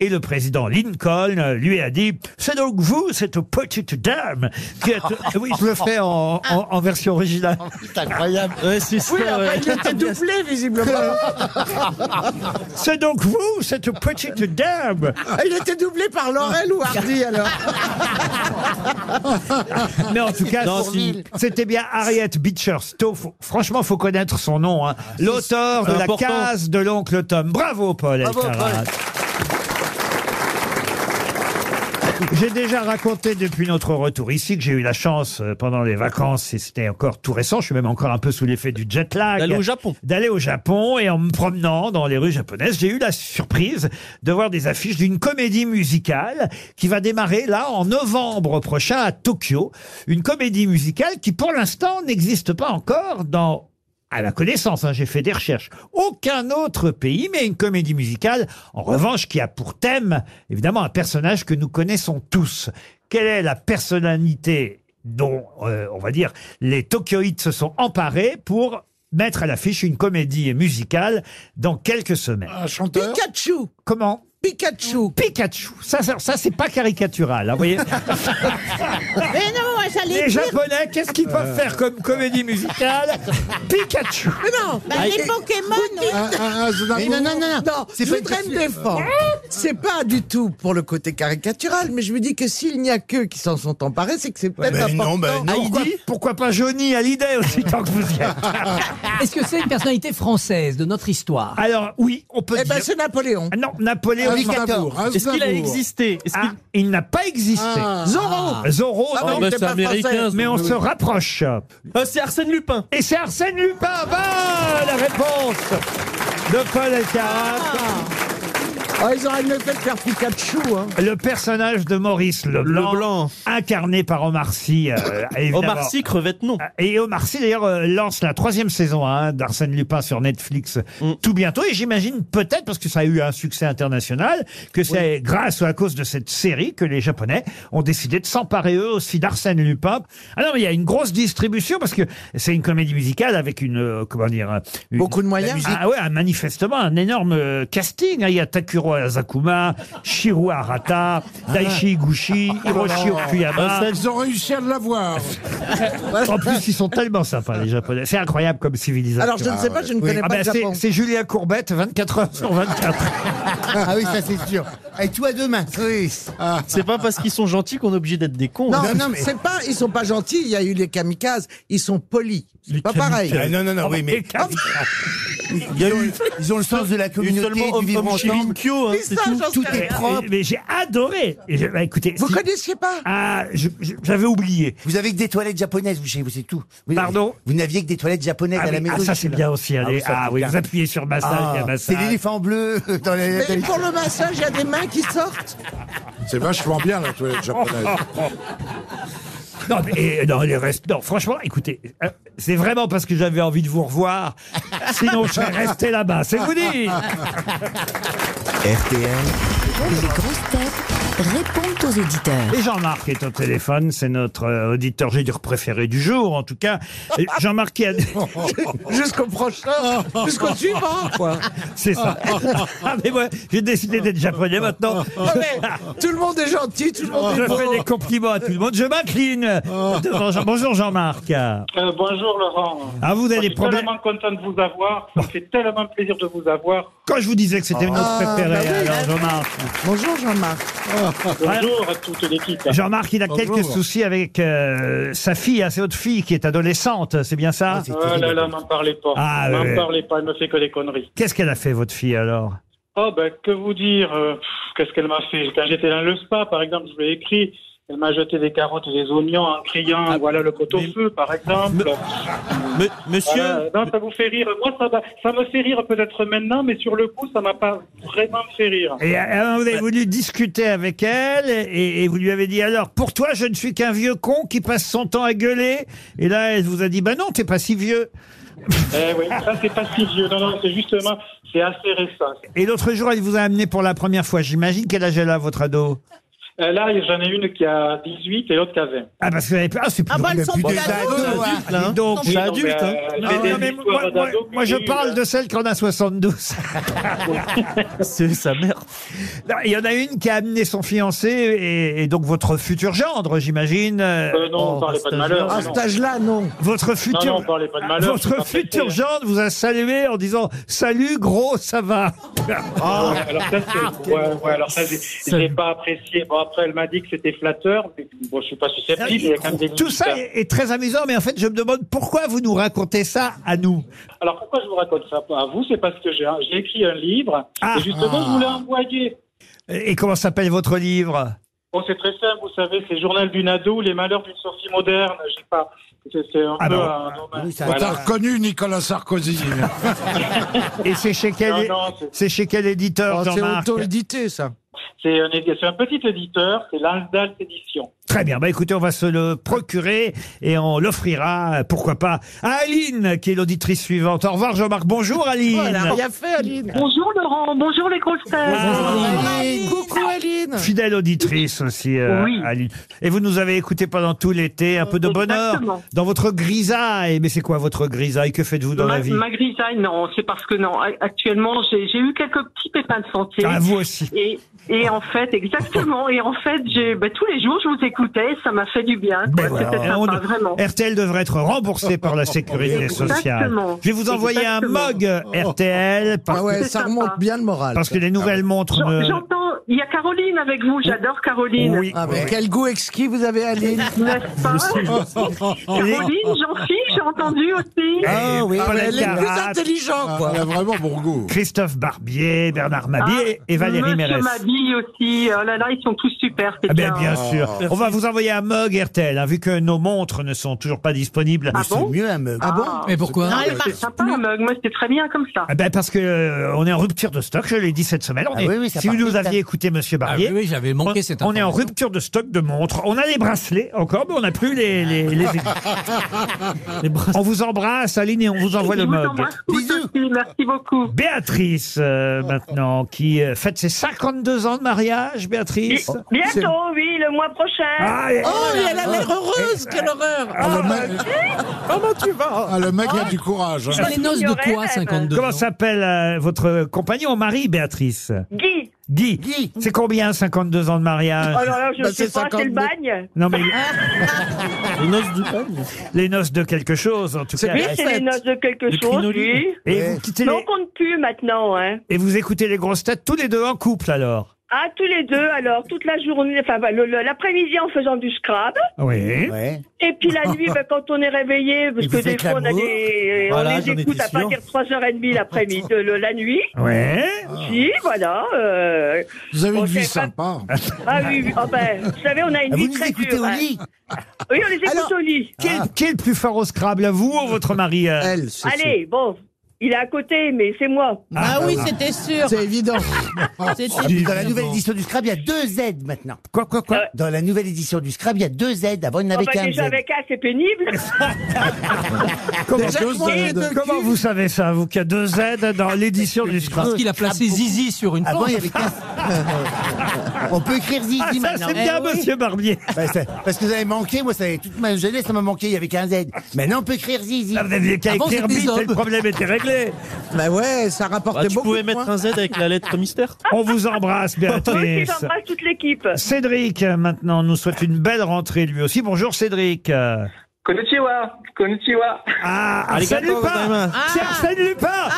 Speaker 2: Et le président Lincoln euh, lui a dit C'est donc vous, cette petite dame qui êtes- Oui, je le fais en, en- en version originale.
Speaker 4: C'est incroyable.
Speaker 6: Ouais, c'est ça,
Speaker 8: Oui,
Speaker 6: ouais.
Speaker 8: après, il était doublé, visiblement.
Speaker 2: C'est donc vous, cette petite dame
Speaker 8: il était doublé par Laurel ou Hardy, alors.
Speaker 2: Mais en tout cas,
Speaker 6: Non,
Speaker 2: c'est-
Speaker 6: si.
Speaker 2: c'était bien Harriet Beecher Stowe. Faut- Franchement, faut connaître son nom. hein. L'auteur de la
Speaker 6: Important.
Speaker 2: case de l'oncle Tom. Bravo, Paul
Speaker 6: Bravo,
Speaker 2: Elkarat. J'ai déjà raconté depuis notre retour ici que j'ai eu la chance euh, pendant les vacances, et c'était encore tout récent, je suis même encore un peu sous l'effet du jet lag.
Speaker 6: D'aller au Japon.
Speaker 2: D'aller au Japon, et en me promenant dans les rues japonaises, j'ai eu la surprise de voir des affiches d'une comédie musicale qui va démarrer là en novembre prochain à Tokyo. Une comédie musicale qui pour l'instant n'existe pas encore dans à la connaissance, hein, j'ai fait des recherches. Aucun autre pays, mais une comédie musicale, en revanche, qui a pour thème, évidemment, un personnage que nous connaissons tous. Quelle est la personnalité dont, euh, on va dire, les Tokyoïtes se sont emparés pour mettre à l'affiche une comédie musicale dans quelques semaines
Speaker 3: Un chanteur
Speaker 8: Pikachu
Speaker 2: Comment
Speaker 8: Pikachu
Speaker 2: Pikachu Ça, ça, ça, c'est pas caricatural, hein, vous voyez
Speaker 5: Mais non, moi, j'allais
Speaker 2: Les
Speaker 5: dire.
Speaker 2: Japonais, qu'est-ce qu'ils peuvent faire comme comédie musicale Pikachu
Speaker 8: Mais non
Speaker 5: bah, les Pokémon, oui.
Speaker 8: ah,
Speaker 3: Un- un- un Aznavour
Speaker 4: Mais non, non, non, non.
Speaker 8: Non,
Speaker 4: C'est
Speaker 8: je
Speaker 4: pas
Speaker 8: voudrais
Speaker 4: une
Speaker 8: me défendre. C'est pas du tout pour le côté caricatural, mais je me dis que s'il n'y a qu'eux qui s'en sont emparés, c'est que c'est peut-être
Speaker 3: Mais
Speaker 8: important.
Speaker 3: non, ben non.
Speaker 2: pourquoi, pourquoi pas Johnny Hallyday aussi tant que vous y êtes
Speaker 7: Est-ce que c'est une personnalité française de notre histoire
Speaker 2: Alors oui, on peut
Speaker 8: Eh
Speaker 2: dire.
Speaker 8: ben, c'est Napoléon.
Speaker 2: Ah Non, Napoléon.
Speaker 4: Louis XIV.
Speaker 3: Aznavour,
Speaker 6: Est-ce qu'il a
Speaker 3: Aznavour.
Speaker 6: existé Est-ce
Speaker 2: Ah, il n'a pas existé.
Speaker 3: Ah.
Speaker 8: Zorro
Speaker 2: Zorro,
Speaker 8: Ah
Speaker 2: non,
Speaker 8: ouais, bah, c'est américain,
Speaker 6: américain.
Speaker 2: mais on se rapproche.
Speaker 6: qu'il- Ah, c'est Arsène Lupin.
Speaker 2: Et c'est Arsène Lupin. Bah, la réponse de Paul Elkarat.
Speaker 8: Ah, ils auraient mieux fait de faire Pikachu, hein.
Speaker 2: Le personnage de Maurice Leblanc,
Speaker 6: Leblanc.
Speaker 2: incarné par Omar Sy. euh, évidemment.
Speaker 6: Omar Sy crevette non.
Speaker 2: Ah, Et Omar Sy, d'ailleurs, euh, lance la troisième saison hein, d'Arsène Lupin sur Netflix
Speaker 6: Mm.
Speaker 2: tout bientôt. Et j'imagine peut-être, parce que ça a eu un succès international, que c'est grâce ou à cause de cette série que les Japonais ont décidé de s'emparer eux aussi d'Arsène Lupin. Alors, il y a une grosse distribution, parce que c'est une comédie musicale avec une, euh, comment dire, euh, une-
Speaker 8: Beaucoup de moyens.
Speaker 2: ah ouais, un- manifestement, un énorme euh, casting. hein. Il y a Takuro Azakuma, Shiru Arata,
Speaker 8: Ah.
Speaker 2: Daichi Iguchi, Hiroshi Okuyama.
Speaker 3: Elles ont réussi à l'avoir.
Speaker 2: En plus, ils sont tellement sympas, les Japonais. C'est incroyable comme civilisation.
Speaker 8: Alors, je ne sais pas, je ne connais
Speaker 2: Ah
Speaker 8: pas
Speaker 2: ben,
Speaker 8: le
Speaker 2: c'est-
Speaker 8: Japon.
Speaker 2: c'est Julien Courbette, 24 heures sur 24.
Speaker 4: Ah oui, ça c'est sûr. Et toi demain. Ah, Oui.
Speaker 6: C'est pas parce qu'ils sont gentils qu'on est obligé d'être des cons. hein.
Speaker 8: Non,
Speaker 4: Non, non, mais-
Speaker 8: c'est pas, ils sont pas
Speaker 2: Ah,
Speaker 4: Ah,
Speaker 8: gentils, il y a eu les kamikazes, ils sont polis. C'est pas pareil. Ah,
Speaker 4: bah,
Speaker 2: bah,
Speaker 3: non, non, non, oui,
Speaker 2: Et Cam-
Speaker 6: Il y a eu
Speaker 4: Ils ont le sens de la communauté,
Speaker 6: seulement
Speaker 4: du vivre
Speaker 6: Om- Om
Speaker 4: ensemble.
Speaker 6: Chirinkyo, hein,
Speaker 8: Mais
Speaker 6: c'est
Speaker 8: ça,
Speaker 6: tout.
Speaker 8: j'en
Speaker 4: Tout
Speaker 8: sais
Speaker 4: est
Speaker 8: rien.
Speaker 4: propre.
Speaker 2: Mais j'ai adoré. Et je- bah, écoutez,
Speaker 8: Vous
Speaker 2: si-
Speaker 8: connaissiez pas
Speaker 2: ah, je- je- j'avais oublié.
Speaker 4: Vous avez que des toilettes japonaises, vous, chez vous, c'est tout. Vous-
Speaker 2: Pardon
Speaker 4: Vous n'aviez que des toilettes japonaises
Speaker 2: Ah,
Speaker 4: à la
Speaker 2: oui,
Speaker 4: maison.
Speaker 2: ah, ça
Speaker 4: chez
Speaker 2: c'est
Speaker 4: vous.
Speaker 2: bien aussi. allez.
Speaker 4: oui, ça,
Speaker 2: Ah,
Speaker 4: c'est
Speaker 2: oui,
Speaker 4: bien.
Speaker 2: vous appuyez sur massage,
Speaker 4: Ah,
Speaker 2: il y a
Speaker 4: c'est
Speaker 2: massage.
Speaker 4: l'éléphant bleu euh, dans les.
Speaker 8: Mais pour le massage, il y a des mains qui sortent.
Speaker 3: C'est vachement bien la toilette japonaise.
Speaker 2: Non, mais et, non, les restes- non, franchement, écoutez, euh, c'est vraiment parce que j'avais envie de vous revoir. Sinon, je serais resté là-bas. C'est vous dire.
Speaker 1: RTL,
Speaker 10: Les grosses têtes répondent aux auditeurs.
Speaker 2: Et Jean-Marc est au téléphone, c'est notre euh, auditeur, j'ai dire préféré du jour, en tout cas. Et Jean-Marc qui a...
Speaker 8: Jusqu'au prochain, jusqu'au suivant. Quoi.
Speaker 2: C'est ça. Ah, mais moi, j'ai décidé d'être japonais maintenant.
Speaker 8: Non, Ah, mais tout le monde est gentil, tout le monde
Speaker 2: Je
Speaker 8: est
Speaker 2: fais
Speaker 8: beau.
Speaker 2: des compliments à tout le monde. Je m'incline devant Jean- Bonjour Jean-Marc. Ah,
Speaker 11: Euh, bonjour Laurent.
Speaker 2: vous
Speaker 11: Je
Speaker 2: avez des
Speaker 11: suis
Speaker 2: problèmes.
Speaker 11: tellement content de vous avoir. Ça me fait tellement plaisir de vous avoir.
Speaker 2: Quand je vous disais que c'était une autre
Speaker 8: Ah,
Speaker 2: préférée,
Speaker 8: bah oui.
Speaker 2: alors Jean-Marc.
Speaker 8: Bonjour Jean-Marc.
Speaker 11: Bonjour à toute l'équipe.
Speaker 2: Jean-Marc, il a
Speaker 3: Bonjour.
Speaker 2: quelques soucis avec euh, sa fille, hein, c'est votre fille qui est adolescente, c'est bien
Speaker 6: Ah,
Speaker 2: ça
Speaker 11: Oh là là, m'en parlez pas.
Speaker 2: Ah,
Speaker 11: m'en
Speaker 2: ouais.
Speaker 11: parlez pas, elle me fait que des conneries.
Speaker 2: Qu'est-ce qu'elle a fait, votre fille, alors
Speaker 11: Oh ben, que vous dire euh, pff, Qu'est-ce qu'elle m'a fait Quand j'étais dans le spa, par exemple, je lui ai écrit. Elle m'a jeté des carottes et des oignons en criant
Speaker 6: Ah,
Speaker 11: Voilà le pot au
Speaker 6: mais-
Speaker 11: feu, par exemple.
Speaker 6: Me- monsieur,
Speaker 11: Voilà. Non, ça vous fait rire. Moi, ça, va- ça me fait rire peut-être maintenant, mais sur le coup, ça m'a pas vraiment fait rire.
Speaker 2: Et euh, vous avez voulu discuter avec elle et, et vous lui avez dit alors pour toi je ne suis qu'un vieux con qui passe son temps à gueuler et là elle vous a dit bah non t'es pas si vieux
Speaker 11: Eh oui, ça, c'est pas si vieux. Non, non, c'est justement, c'est assez récent.
Speaker 2: et l'autre jour elle vous a amené pour la première fois j'imagine quel âge elle a votre ado
Speaker 11: Euh, Là, j'en ai une qui a 18 et l'autre qui a 20.
Speaker 2: ah parce que vous avez ah c'est plus
Speaker 5: Ah bah, elles
Speaker 2: drôle.
Speaker 5: sont plus
Speaker 4: des ados, hein.
Speaker 2: Dis donc
Speaker 6: c'est
Speaker 11: non, mais,
Speaker 6: adulte. hein.
Speaker 11: euh,
Speaker 2: Non,
Speaker 11: c'est des
Speaker 2: non, mais
Speaker 11: histoires
Speaker 2: moi, moi-
Speaker 11: d'ados que
Speaker 2: moi, je
Speaker 11: j'ai eues,
Speaker 2: parle
Speaker 11: hein.
Speaker 2: de celle qui en a 72.
Speaker 6: C'est sa mère.
Speaker 2: Non, Il y en a une qui a amené son fiancé et, et donc votre futur gendre, j'imagine. euh,
Speaker 11: Euh, non,
Speaker 6: Oh,
Speaker 11: on parlait pas de
Speaker 6: un
Speaker 11: malheur.
Speaker 8: À
Speaker 11: non.
Speaker 8: cet âge-là, non.
Speaker 2: votre
Speaker 11: Non,
Speaker 2: futur.
Speaker 11: non, on parlait pas de malheur. c'est
Speaker 2: Votre
Speaker 11: pas
Speaker 2: futur
Speaker 11: pressé, hein.
Speaker 2: gendre vous a salué en disant Salut gros, ça va
Speaker 11: Ah. Ouais, alors ça, c'est- ouais, ouais, alors ça, j'ai- j'ai pas apprécié. Bon, après, elle m'a dit que c'était flatteur, mais bon, je suis pas susceptible. Il y a quand même des
Speaker 2: Ah, Euh, Tout
Speaker 11: limites,
Speaker 2: ça
Speaker 11: hein.
Speaker 2: est est très amusant, mais en fait, je me demande pourquoi vous nous racontez ça à nous.
Speaker 11: Alors pourquoi je vous raconte ça à vous C'est parce que j'ai un- j'ai écrit un livre
Speaker 2: Ah.
Speaker 11: et justement, je vous l'ai envoyé.
Speaker 2: Et et comment s'appelle votre livre
Speaker 11: Bon, c'est très simple, vous savez, c'est Journal d'une ado, les malheurs d'une sortie moderne. J'ai pas. C'est c'est un
Speaker 2: Ah
Speaker 11: peu
Speaker 2: bon.
Speaker 11: un hommage.
Speaker 4: Oui, ça-
Speaker 3: T'as
Speaker 11: Voilà.
Speaker 3: reconnu Nicolas Sarkozy.
Speaker 2: Et c'est chez quel,
Speaker 11: Non, non, c'est-
Speaker 2: c'est chez quel éditeur,
Speaker 8: Oh, c'est
Speaker 2: Jean-Marc
Speaker 8: auto-édité, ça.
Speaker 11: C'est un, édi- c'est un petit éditeur, c'est Lansdale Édition.
Speaker 2: Très bien. Bah écoutez, on va se le procurer et on l'offrira, euh, pourquoi pas, à Aline, qui est l'auditrice suivante. Au revoir, Jean-Marc. Bonjour, Aline.
Speaker 8: Oh, elle a rien fait, Aline.
Speaker 12: Bonjour Laurent, bonjour les grosses têtes.
Speaker 8: Coucou, Aline.
Speaker 2: Fidèle auditrice aussi, euh,
Speaker 12: Oui.
Speaker 2: Aline. Et vous nous avez écouté pendant tout l'été, un peu de bonheur
Speaker 12: Exactement.
Speaker 2: dans votre grisaille. Mais c'est quoi votre grisaille Que faites-vous dans la
Speaker 12: Ma,
Speaker 2: vie
Speaker 12: ma grisaille, non, c'est parce que non. a- Actuellement, j'ai j'ai eu quelques petits pépins de santé.
Speaker 2: À Ah, vous aussi.
Speaker 12: Et, et en fait, exactement. Et en fait, j'ai ben, tous les jours, je vous écoutais, ça m'a fait du bien. quoi.
Speaker 2: Ben voilà.
Speaker 12: C'était
Speaker 2: On-
Speaker 12: sympa, vraiment.
Speaker 2: RTL devrait être remboursé par la sécurité
Speaker 12: Exactement.
Speaker 2: sociale. Je vais vous envoyer un mug RTL parce,
Speaker 8: Ah ouais,
Speaker 12: C'est
Speaker 8: ça
Speaker 12: sympa.
Speaker 8: remonte bien le moral.
Speaker 2: parce que les
Speaker 12: Ah
Speaker 8: Ah
Speaker 2: nouvelles montres.
Speaker 12: J'en-
Speaker 2: ne-
Speaker 12: J'entends, il y a Caroline avec vous, j'adore Caroline.
Speaker 2: Oui.
Speaker 8: Ah, mais quel goût exquis vous avez, Aline.
Speaker 12: N'est-ce pas Caroline, j'en suis, j'ai entendu aussi.
Speaker 2: Ah oui,
Speaker 8: Ah, mais
Speaker 2: Paul
Speaker 8: elle est plus
Speaker 2: Elkarat,
Speaker 8: intelligente, quoi.
Speaker 3: Elle
Speaker 2: Ah,
Speaker 3: a vraiment bon goût.
Speaker 2: Christophe Barbier, Bernard Mabier et Valérie
Speaker 12: Ah, Monsieur
Speaker 2: Mérès.
Speaker 12: Mabille aussi. Oh là là, ils sont tous super. c'est
Speaker 2: Ah ben, bien
Speaker 12: hein.
Speaker 2: sûr. On va vous envoyer un mug RTL, hein, vu que nos montres ne sont toujours pas disponibles.
Speaker 12: Ah
Speaker 4: C'est
Speaker 12: bon
Speaker 4: mieux un meuble.
Speaker 8: Ah bon
Speaker 12: Ah.
Speaker 7: Mais pourquoi
Speaker 5: Non, elle
Speaker 12: C'est
Speaker 5: marche
Speaker 12: sympa le mug, moi c'est très bien comme ça.
Speaker 2: Ah ben parce que euh, on est en rupture de stock, je l'ai dit cette semaine. On
Speaker 4: Ah
Speaker 2: est-
Speaker 4: oui, oui, ça
Speaker 2: si vous
Speaker 4: part
Speaker 2: nous
Speaker 4: vite,
Speaker 2: aviez écouté, Monsieur
Speaker 7: Ah
Speaker 2: Barbier,
Speaker 7: oui, oui, j'avais manqué cette
Speaker 2: on est en
Speaker 7: information.
Speaker 2: rupture de stock de montres. On a les bracelets encore, mais on n'a plus les, les, les aiguilles. Ah, on vous embrasse, Aline, et on vous envoie
Speaker 12: Je
Speaker 2: le
Speaker 12: vous
Speaker 2: mug.
Speaker 12: embrasse tous aussi, merci beaucoup.
Speaker 2: Béatrice, euh, maintenant, qui euh, fête ses 52 ans de mariage, Béatrice.
Speaker 12: Bientôt, oui, le mois prochain.
Speaker 2: Ah, Eh, et-
Speaker 8: Oh, et elle a l'air heureuse, quelle horreur.
Speaker 3: Ah, le mec,
Speaker 8: Comment tu vas
Speaker 3: ah, le mec a du courage. hein.
Speaker 7: C'est les noces de quoi, 52
Speaker 2: Comment
Speaker 7: ans
Speaker 2: s'appelle euh, votre compagnon, mari, Béatrice
Speaker 12: Guy,
Speaker 2: Guy. C'est combien 52 ans de mariage
Speaker 12: oh là là, je
Speaker 8: Bah,
Speaker 12: sais
Speaker 8: c'est
Speaker 12: pas, c'est le
Speaker 8: 52.
Speaker 12: bagne. Ah,
Speaker 2: Non mais
Speaker 6: Les noces du pagne.
Speaker 2: les noces de quelque chose en tout
Speaker 8: C'est
Speaker 2: cas.
Speaker 12: Oui,
Speaker 8: La
Speaker 12: c'est
Speaker 8: fête.
Speaker 12: les noces de quelque
Speaker 6: Du
Speaker 12: chose,
Speaker 6: crinoline.
Speaker 12: oui.
Speaker 2: Et vous quittez
Speaker 12: Mais on
Speaker 2: les...
Speaker 12: compte plus maintenant, hein.
Speaker 2: et vous écoutez les grosses têtes tous les deux en couple alors.
Speaker 12: Ah, tous les deux, alors, toute la journée, enfin, bah, le- le- l'après-midi en faisant du Scrabble.
Speaker 2: Oui.
Speaker 12: Et puis la nuit, bah, quand on est réveillé, parce
Speaker 2: Et
Speaker 12: que
Speaker 2: vous
Speaker 12: des
Speaker 2: faites
Speaker 12: fois, on, a
Speaker 2: l'amour.
Speaker 12: des,
Speaker 2: Voilà,
Speaker 12: on les
Speaker 2: j'en étais
Speaker 12: écoute à
Speaker 2: sûr.
Speaker 12: partir de 3h30 l'après-midi, de- le- la nuit.
Speaker 2: Ouais.
Speaker 12: Aussi, voilà. euh,
Speaker 3: Vous avez une
Speaker 12: on
Speaker 3: vie
Speaker 12: sait pas-
Speaker 3: sympa.
Speaker 12: Ah oui, oui, ah ben, vous savez, on a une
Speaker 2: Ah, vous
Speaker 12: vie
Speaker 2: nous
Speaker 12: très
Speaker 2: écoutez
Speaker 12: dure,
Speaker 2: au
Speaker 12: hein.
Speaker 2: lit.
Speaker 12: Oui, on les écoute au lit.
Speaker 2: Qui est, qui est le plus fort au Scrabble, à vous ou votre mari euh
Speaker 12: Allez, bon, il est à côté, mais c'est moi.
Speaker 2: Ah Ah oui, bah oui.
Speaker 5: c'était sûr.
Speaker 4: C'est évident.
Speaker 12: C'était
Speaker 4: Dans la
Speaker 12: évident.
Speaker 4: nouvelle édition du Scrab, il y a deux Z maintenant. Euh,
Speaker 2: Quoi, quoi, quoi
Speaker 4: Dans la nouvelle édition du Scrab, il y a deux Z. Avant, il n'y en
Speaker 12: Ah
Speaker 4: avait
Speaker 12: bah,
Speaker 4: qu'un
Speaker 12: déjà
Speaker 4: Z.
Speaker 12: avec un, c'est pénible.
Speaker 2: Comment,
Speaker 4: Déjà,
Speaker 2: comment-
Speaker 4: moi, j'ai deux
Speaker 2: comment
Speaker 4: culs.
Speaker 2: vous savez ça, vous, qu'il y a deux Z dans l'édition du Scrabble Ah,
Speaker 13: Parce qu'il a placé Zizi sur une
Speaker 4: Avant,
Speaker 13: porte.
Speaker 4: il y avait qu'un On peut écrire Zizi
Speaker 13: Ah, ça,
Speaker 4: maintenant.
Speaker 13: c'est
Speaker 4: Eh Bah,
Speaker 13: bien, monsieur
Speaker 2: Barbier.
Speaker 4: parce que vous avez manqué, moi, ça, toute ma jeunesse, ça m'a manqué. Il y avait qu'un Z. Maintenant, on peut écrire Zizi.
Speaker 2: Ah, vous n'aviez qu'à écrire bite et le problème était réglé.
Speaker 8: Bah ouais, ça rapportait
Speaker 14: Bah, tu
Speaker 8: beaucoup.
Speaker 14: pouvais
Speaker 8: de
Speaker 14: mettre
Speaker 8: points.
Speaker 14: un Z avec la lettre mystère.
Speaker 2: On vous embrasse,
Speaker 12: Moi aussi,
Speaker 2: Béatrice.
Speaker 12: j'embrasse Ah, toute l'équipe.
Speaker 2: Cédric, euh, maintenant, nous souhaite une belle rentrée lui aussi. Bonjour, Cédric. Euh,
Speaker 15: Konnichiwa, konnichiwa.
Speaker 2: Ah, Arsène Lupin C'est Arsène Lupin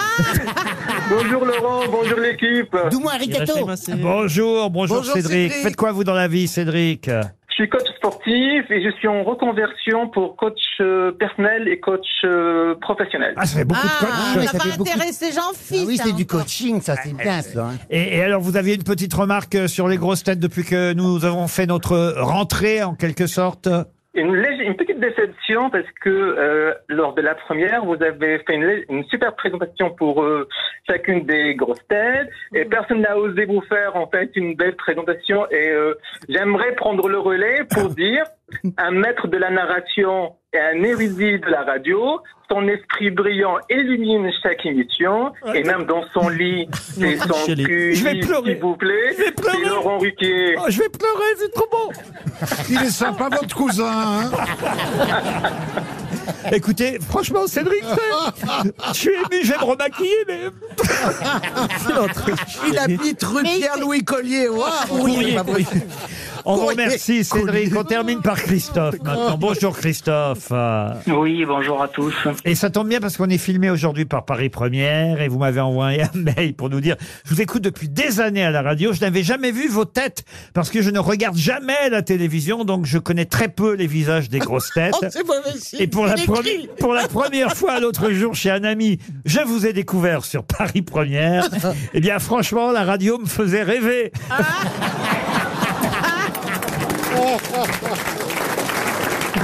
Speaker 15: Bonjour Laurent, bonjour l'équipe.
Speaker 4: Doux-moi arigato.
Speaker 2: Bonjour, bonjour,
Speaker 15: Bonjour,
Speaker 2: Cédric.
Speaker 15: Cédric.
Speaker 2: Faites quoi, vous, dans la vie, Cédric
Speaker 15: Je suis coach sportif et je suis en reconversion pour coach euh, personnel et coach euh, professionnel.
Speaker 2: Ah, ça fait beaucoup de coach.
Speaker 4: ouais, ça fait beaucoup-
Speaker 5: Intéressé Jean-Philippe.
Speaker 4: Ah oui,
Speaker 8: hein,
Speaker 4: c'est du coaching, ça, c'est bien, ça. hein.
Speaker 2: Et, et alors, vous aviez une petite remarque euh, sur les grosses têtes depuis que nous avons fait notre rentrée, en quelque sorte
Speaker 8: Ah
Speaker 15: Une, lég- une petite déception parce que euh, lors de la première, vous avez fait une, lég- une super présentation pour euh, chacune des grosses têtes
Speaker 14: Mm.
Speaker 15: et personne n'a osé vous faire en fait une belle présentation et euh, j'aimerais prendre le relais pour dire un maître de la narration et un érudit de la radio, son esprit brillant illumine chaque émission et même dans son lit et son
Speaker 14: Chialer.
Speaker 15: cul,
Speaker 14: Je vais Oh, pleurer.
Speaker 15: s'il vous plaît, c'est Laurent Ruquier.
Speaker 2: Oh, je vais pleurer, c'est trop bon
Speaker 3: Il est sympa, votre cousin. hein.
Speaker 2: Écoutez, franchement, Cédric, c'est- je suis ému, je vais me remaquiller, mais...
Speaker 8: Il habite rue Pierre-Louis Collier. Waouh, c'est pas possible.
Speaker 2: On vous
Speaker 8: Ah Courrier.
Speaker 2: remercie, Cédric. On termine par Christophe maintenant. Bonjour, Christophe. Euh,
Speaker 16: Oui, bonjour à tous.
Speaker 2: Et ça tombe bien parce qu'on est filmé aujourd'hui par Paris Première et vous m'avez envoyé un mail pour nous dire je vous écoute depuis des années à la radio, je n'avais jamais vu vos têtes parce que je ne regarde jamais la télévision donc je connais très peu les visages des grosses têtes.
Speaker 8: Oh, c'est mauvais signe.
Speaker 2: et pour la,
Speaker 8: Il
Speaker 2: première,
Speaker 8: écrit.
Speaker 2: pour la première fois l'autre jour chez un ami, je vous ai découvert sur Paris Première. Eh bien franchement, la radio me faisait rêver.
Speaker 4: Ah.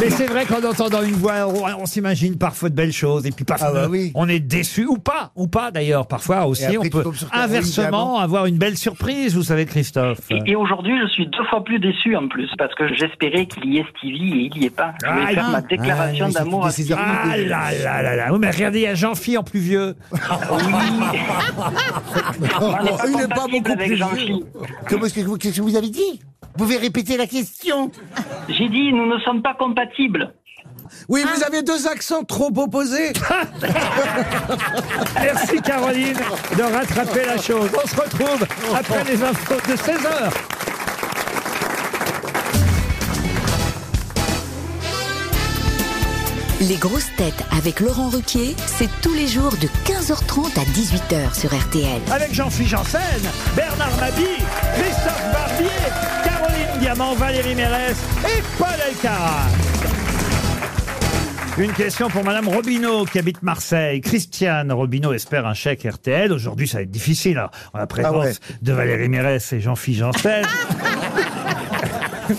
Speaker 2: Mais c'est vrai qu'en entendant une voix, on, on s'imagine parfois de belles choses et puis parfois on est déçu ou pas, ou pas d'ailleurs. Parfois aussi,
Speaker 4: Ah bah Et après,
Speaker 2: on
Speaker 4: tu
Speaker 2: peut
Speaker 4: tombes sur ta-
Speaker 2: inversement
Speaker 4: évidemment.
Speaker 2: avoir une belle surprise, vous savez, Christophe.
Speaker 16: Et, et aujourd'hui, je suis deux fois plus déçu en plus, parce que j'espérais qu'il y ait Stevie et il n'y est pas. Je vais
Speaker 2: Aïe.
Speaker 16: faire ma déclaration
Speaker 2: Ah,
Speaker 16: d'amour à Stevie.
Speaker 2: Ah là là là là. Oui, mais regardez, il y a Jean-Phi en plus vieux.
Speaker 4: Ah
Speaker 16: On n'est pas
Speaker 4: Il est
Speaker 16: compatible
Speaker 4: pas beaucoup
Speaker 16: avec
Speaker 4: plus
Speaker 16: Jean-Phi.
Speaker 4: Comment est-ce que vous- qu'est-ce que vous avez dit Vous pouvez répéter la question
Speaker 16: J'ai dit, nous ne sommes pas compatibles.
Speaker 8: Oui, vous avez deux accents trop opposés.
Speaker 2: Merci Caroline de rattraper la chose. On se retrouve après les infos de 16h.
Speaker 17: Les grosses têtes avec Laurent Ruquier, c'est tous les jours de 15h30 à 18h sur RTL.
Speaker 2: Avec Jean-Philippe Janssen, Bernard Mabie, Christophe Barbier, Caroline Diamant, Valérie Mérès et Paul Elkarat. Une question pour Madame Robineau qui habite Marseille. Christiane Robineau espère un chèque RTL. Aujourd'hui, ça va être difficile. hein, en la présence
Speaker 8: ouais.
Speaker 2: de Valérie Mérès et Jean-Philippe Janssen.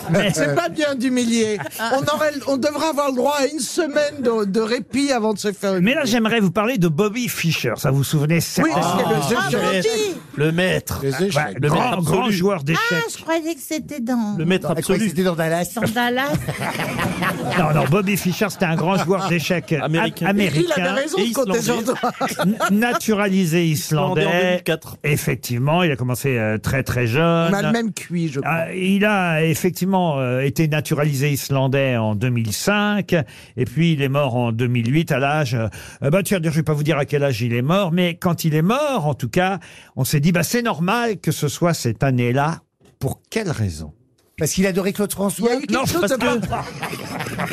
Speaker 2: Mais-
Speaker 8: C'est pas bien d'humilier.
Speaker 2: Ah.
Speaker 8: On, aurait, on devrait avoir le droit à une semaine de, de répit avant de se faire.
Speaker 2: Mais là, j'aimerais vous parler de Bobby Fischer. Ça vous vous souvenez certainement.
Speaker 8: c'est le-
Speaker 2: le,
Speaker 8: Ah,
Speaker 2: maître. le maître. Ouais, le
Speaker 14: maître
Speaker 2: grand, grand
Speaker 14: absolu.
Speaker 2: joueur
Speaker 5: Ah,
Speaker 2: d'échecs.
Speaker 5: je croyais que c'était dans.
Speaker 2: Le maître
Speaker 4: Elle croyait Ah, que
Speaker 2: absolu.
Speaker 4: C'était dans Dallas.
Speaker 5: Dans Dallas.
Speaker 2: Non, non, Bobby Fischer, c'était un grand joueur d'échecs am- américain.
Speaker 8: de compter sur toi.
Speaker 2: N- naturalisé
Speaker 14: Islandais en
Speaker 2: islandais.
Speaker 14: 2004.
Speaker 2: Effectivement, il a commencé euh, très très jeune.
Speaker 8: On a le même QI, je crois.
Speaker 2: Ah, il a effectivement euh, été naturalisé islandais en 2005 et puis il est mort en 2008 à l'âge. euh, bah tiens, je vais pas vous dire à quel âge il est mort, mais quand il est mort, en tout cas, on s'est dit bah c'est normal que ce soit cette année-là. Pour quelle raison
Speaker 4: Parce qu'il adorait Claude François.
Speaker 7: Non, parce que-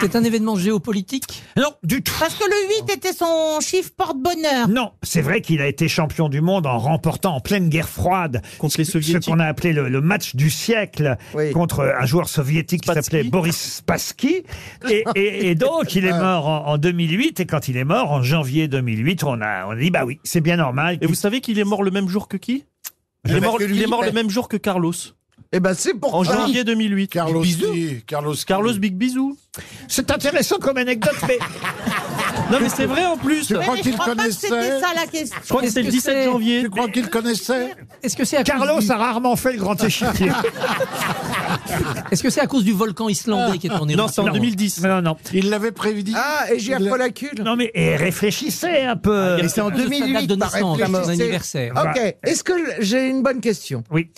Speaker 7: C'est un événement géopolitique
Speaker 2: Non, du tout.
Speaker 5: Parce que le 8 était son chiffre porte-bonheur.
Speaker 2: Non. C'est vrai qu'il a été champion du monde en remportant en pleine guerre froide ce- ce qu'on a appelé le, le match du siècle contre un joueur soviétique qui s'appelait Boris Spassky. Et, et- et donc, il est mort en, en 2008. Et quand il est mort, en janvier 2008, on a, on a dit, bah oui, c'est bien normal. Et vous savez qu'il est mort le même jour que qui
Speaker 6: Il est mort, il est mort le même jour que Carlos.
Speaker 8: Eh ben c'est pour
Speaker 6: En janvier 2008.
Speaker 3: Carlos, Di- Carlos, Carlos
Speaker 6: Big Bisou.
Speaker 2: C'est intéressant comme anecdote, mais.
Speaker 6: non, mais c'est vrai en plus.
Speaker 3: Je crois
Speaker 5: Mais
Speaker 3: qu'il
Speaker 5: je crois pas que
Speaker 3: connaissait.
Speaker 5: c'était ça la question.
Speaker 6: Je crois que c'est le 17 janvier.
Speaker 3: Tu crois qu'il connaissait
Speaker 7: Est-ce que c'est à
Speaker 2: Carlos a rarement fait le grand échiquier.
Speaker 7: Est-ce que c'est à cause du volcan islandais qui est tourné
Speaker 6: Non, c'est en 2010.
Speaker 2: Non, non.
Speaker 3: Il l'avait prédit.
Speaker 8: Ah, et j'ai
Speaker 3: Il-
Speaker 8: la cul.
Speaker 2: Non, mais et réfléchissez un
Speaker 8: Euh,
Speaker 2: peu.
Speaker 7: Et c'est en 2008, date de par naissance, exemple, son
Speaker 8: C'est-
Speaker 7: anniversaire.
Speaker 8: Ok. Est-ce que je- j'ai une bonne question
Speaker 2: Oui.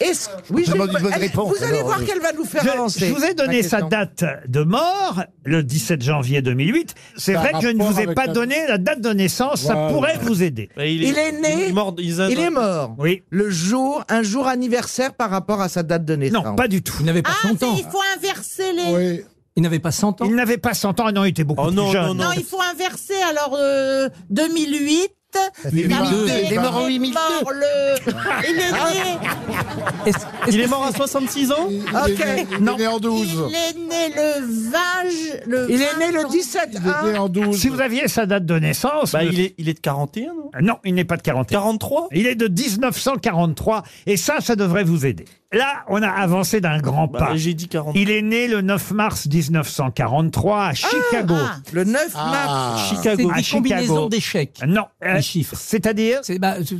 Speaker 8: Est-ce oui, j'ai
Speaker 4: demande
Speaker 8: une
Speaker 4: une bonne
Speaker 8: Allez,
Speaker 4: réponse,
Speaker 8: Vous allez
Speaker 4: alors, euh,
Speaker 8: voir
Speaker 2: euh,
Speaker 4: oui.
Speaker 8: qu'elle va nous faire
Speaker 2: Je,
Speaker 8: avancer.
Speaker 2: je vous ai donné
Speaker 8: la
Speaker 2: sa
Speaker 8: question.
Speaker 2: date de mort, le 17 janvier 2008. C'est
Speaker 3: Ça a
Speaker 2: vrai que je ne
Speaker 3: rapport
Speaker 2: vous ai
Speaker 3: avec
Speaker 2: pas
Speaker 3: la-
Speaker 2: donné la date de naissance,
Speaker 3: Voilà.
Speaker 2: Oh, ça pourrait vous aider.
Speaker 6: Et
Speaker 8: Il est né.
Speaker 6: Bah, Il est mort. ils a-
Speaker 8: Il est mort.
Speaker 2: Oui.
Speaker 8: Le jour, un jour anniversaire par rapport à sa date de naissance.
Speaker 2: Non, pas du tout.
Speaker 7: Il n'avait pas
Speaker 5: Ah,
Speaker 7: 100
Speaker 5: mais
Speaker 7: ans.
Speaker 5: il faut inverser les.
Speaker 3: Oui.
Speaker 7: Il n'avait pas 100 ans.
Speaker 2: Il n'avait pas 100 ans, ah non, il était beaucoup
Speaker 6: Oh
Speaker 2: plus
Speaker 6: non,
Speaker 2: jeune.
Speaker 6: non, non.
Speaker 5: Non, il faut inverser. Alors, euh, 2008.
Speaker 4: fait
Speaker 5: il
Speaker 4: vingt-deux,
Speaker 5: est
Speaker 4: il est mort en
Speaker 5: mort
Speaker 4: 2002.
Speaker 5: le- Il est né.
Speaker 7: Est-ce- est-ce
Speaker 6: Il est
Speaker 7: que-
Speaker 6: mort à 66 ans
Speaker 3: Il,
Speaker 8: Ok.
Speaker 3: il est né, il
Speaker 2: Non.
Speaker 3: est né en 12.
Speaker 5: Il est né le 20. Le
Speaker 8: Il est né le hein.
Speaker 5: 10.
Speaker 8: 17.
Speaker 3: Il est né en 12.
Speaker 2: Si vous aviez sa date de naissance.
Speaker 6: Bah,
Speaker 2: le- Ah,
Speaker 6: il est, il est de 41, non
Speaker 2: Non, il n'est pas de 41.
Speaker 6: 43
Speaker 2: Il est de 1943 et ça, ça devrait vous aider. Là, on a avancé d'un grand
Speaker 6: Bah,
Speaker 2: pas.
Speaker 6: J'ai dit 43.
Speaker 2: Il est né le 9 mars 1943 à Chicago.
Speaker 5: ah.
Speaker 8: Le 9 mars.
Speaker 3: Ah.
Speaker 7: C'est
Speaker 6: Chicago.
Speaker 2: à
Speaker 7: des combinaisons
Speaker 2: Chicago.
Speaker 7: d'échecs.
Speaker 2: Non, euh,
Speaker 7: Les chiffres.
Speaker 2: C'est-à-dire,
Speaker 7: C'est- bah, c'est-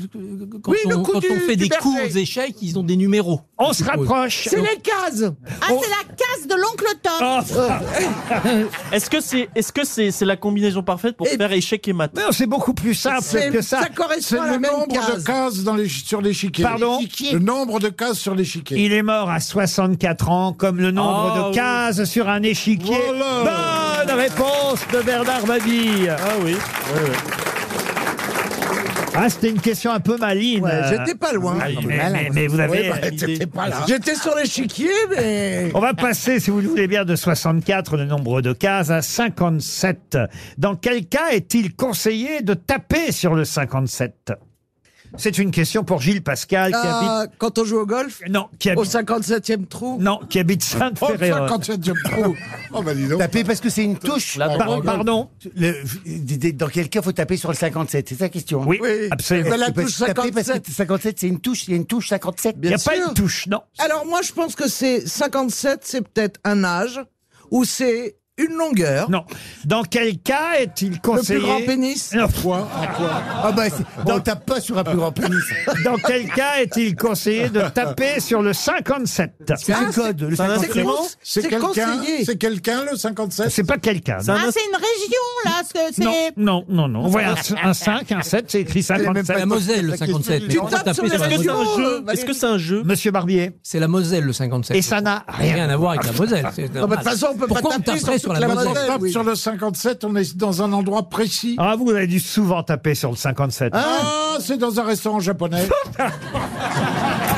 Speaker 7: quand
Speaker 8: Oui, le
Speaker 7: on,
Speaker 8: coup
Speaker 7: quand
Speaker 8: du-
Speaker 7: on fait
Speaker 8: du
Speaker 7: des
Speaker 8: berger.
Speaker 7: cours aux échecs, ils ont des numéros. je
Speaker 2: on se
Speaker 7: suppose.
Speaker 2: rapproche.
Speaker 8: C'est les cases.
Speaker 5: Ah, c'est la case de l'oncle Tom.
Speaker 6: Ah.
Speaker 5: Ah,
Speaker 2: Oh,
Speaker 6: Est-ce que c'est est -ce que c'est c'est la combinaison parfaite pour
Speaker 8: Et-
Speaker 6: faire échec et mat
Speaker 2: non, c'est beaucoup plus simple
Speaker 8: C'est-
Speaker 2: que ça.
Speaker 3: C'est
Speaker 8: correspond à
Speaker 3: le
Speaker 8: la même
Speaker 3: nombre
Speaker 8: case.
Speaker 3: de cases dans les, sur l'échiquier.
Speaker 2: Pardon
Speaker 3: Le nombre de cases sur l'échiquier.
Speaker 2: Il est mort à 64 ans, comme le nombre
Speaker 6: Ah,
Speaker 2: de
Speaker 6: oui.
Speaker 2: cases sur un échiquier.
Speaker 3: Voilà.
Speaker 2: Bonne réponse de Bernard Mabille.
Speaker 6: Ah oui.
Speaker 2: Ah, c'était une question un peu maline.
Speaker 8: Ouais,
Speaker 2: Euh,
Speaker 8: j'étais pas loin.
Speaker 2: mais, mais- mais vous avez.
Speaker 3: Ouais, bah, t'étais pas là.
Speaker 8: J'étais sur l'échiquier, mais.
Speaker 2: On va passer, si vous le voulez bien, de 64, le nombre de cases, à 57. Dans quel cas est-il conseillé de taper sur le 57 C'est une question pour Gilles Pascal qui
Speaker 8: Ah, quand on joue au golf,
Speaker 2: habite. Non, qui
Speaker 8: au
Speaker 2: habite.
Speaker 8: 57e trou.
Speaker 2: Non, qui habite
Speaker 3: Oh,
Speaker 2: Sainte-Ferréol.
Speaker 3: 57e trou. Oh, bah dis donc.
Speaker 4: Taper parce que c'est une touche.
Speaker 2: Par- pardon
Speaker 4: Le- dans quel cas faut taper sur le 57 C'est ça la question. hein
Speaker 2: Oui,
Speaker 8: Oui.
Speaker 2: absolument.
Speaker 8: Mais la
Speaker 4: C'est parce-
Speaker 8: touche
Speaker 4: taper parce
Speaker 8: 57.
Speaker 4: que 57, c'est une touche, il y a une touche 57.
Speaker 2: Il n'y a
Speaker 8: Bien
Speaker 2: pas
Speaker 8: sûr.
Speaker 2: une touche, non.
Speaker 8: Alors moi, je pense que c'est 57, c'est peut-être un âge ou c'est une longueur.
Speaker 2: Non. Dans quel cas est-il
Speaker 8: Le
Speaker 2: conseillé
Speaker 8: plus grand pénis.
Speaker 2: Non.
Speaker 3: Point, un point.
Speaker 4: Ah bah, c'est- non, on tape pas sur un plus grand pénis.
Speaker 2: Dans quel cas est-il conseillé de taper sur le 57
Speaker 4: C'est
Speaker 8: Ah,
Speaker 4: un code. Le
Speaker 6: c'est un
Speaker 4: 57.
Speaker 8: C'est
Speaker 6: Instrument,
Speaker 8: cons-
Speaker 3: C'est
Speaker 8: c'est
Speaker 3: quelqu'un,
Speaker 8: conseillé.
Speaker 3: c'est quelqu'un le 57
Speaker 2: C'est pas quelqu'un.
Speaker 6: C'est un
Speaker 5: Ah,
Speaker 6: ins-
Speaker 5: c'est une région, là. ce que
Speaker 2: Non,
Speaker 5: C'est.
Speaker 2: non, non, non. On voit un, un 5, un 7, c'est écrit
Speaker 7: La
Speaker 2: 57.
Speaker 7: Moselle, le 57. mais
Speaker 8: Tu
Speaker 7: on va
Speaker 8: tapes
Speaker 7: taper
Speaker 8: sur les
Speaker 7: sur la
Speaker 6: Est-ce que c'est
Speaker 7: Moselle.
Speaker 6: un
Speaker 8: Bonjour,
Speaker 6: jeu
Speaker 8: Valérie.
Speaker 6: Est-ce que c'est un jeu
Speaker 2: Monsieur Barbier.
Speaker 7: C'est la Moselle, le 57.
Speaker 2: Et ça n'a rien.
Speaker 7: rien à voir avec la Moselle. c'est
Speaker 8: mais
Speaker 7: normal.
Speaker 8: de toute façon, on peut pas
Speaker 7: Pourquoi on
Speaker 8: taper
Speaker 7: taperait sur
Speaker 8: sur
Speaker 7: la
Speaker 8: toute la
Speaker 7: Moselle
Speaker 3: On
Speaker 8: Moselle.
Speaker 3: tape
Speaker 8: oui.
Speaker 3: sur le 57, on est dans un endroit précis.
Speaker 2: Ah, vous avez dû souvent taper sur le 57.
Speaker 3: Ah, c'est dans un restaurant japonais.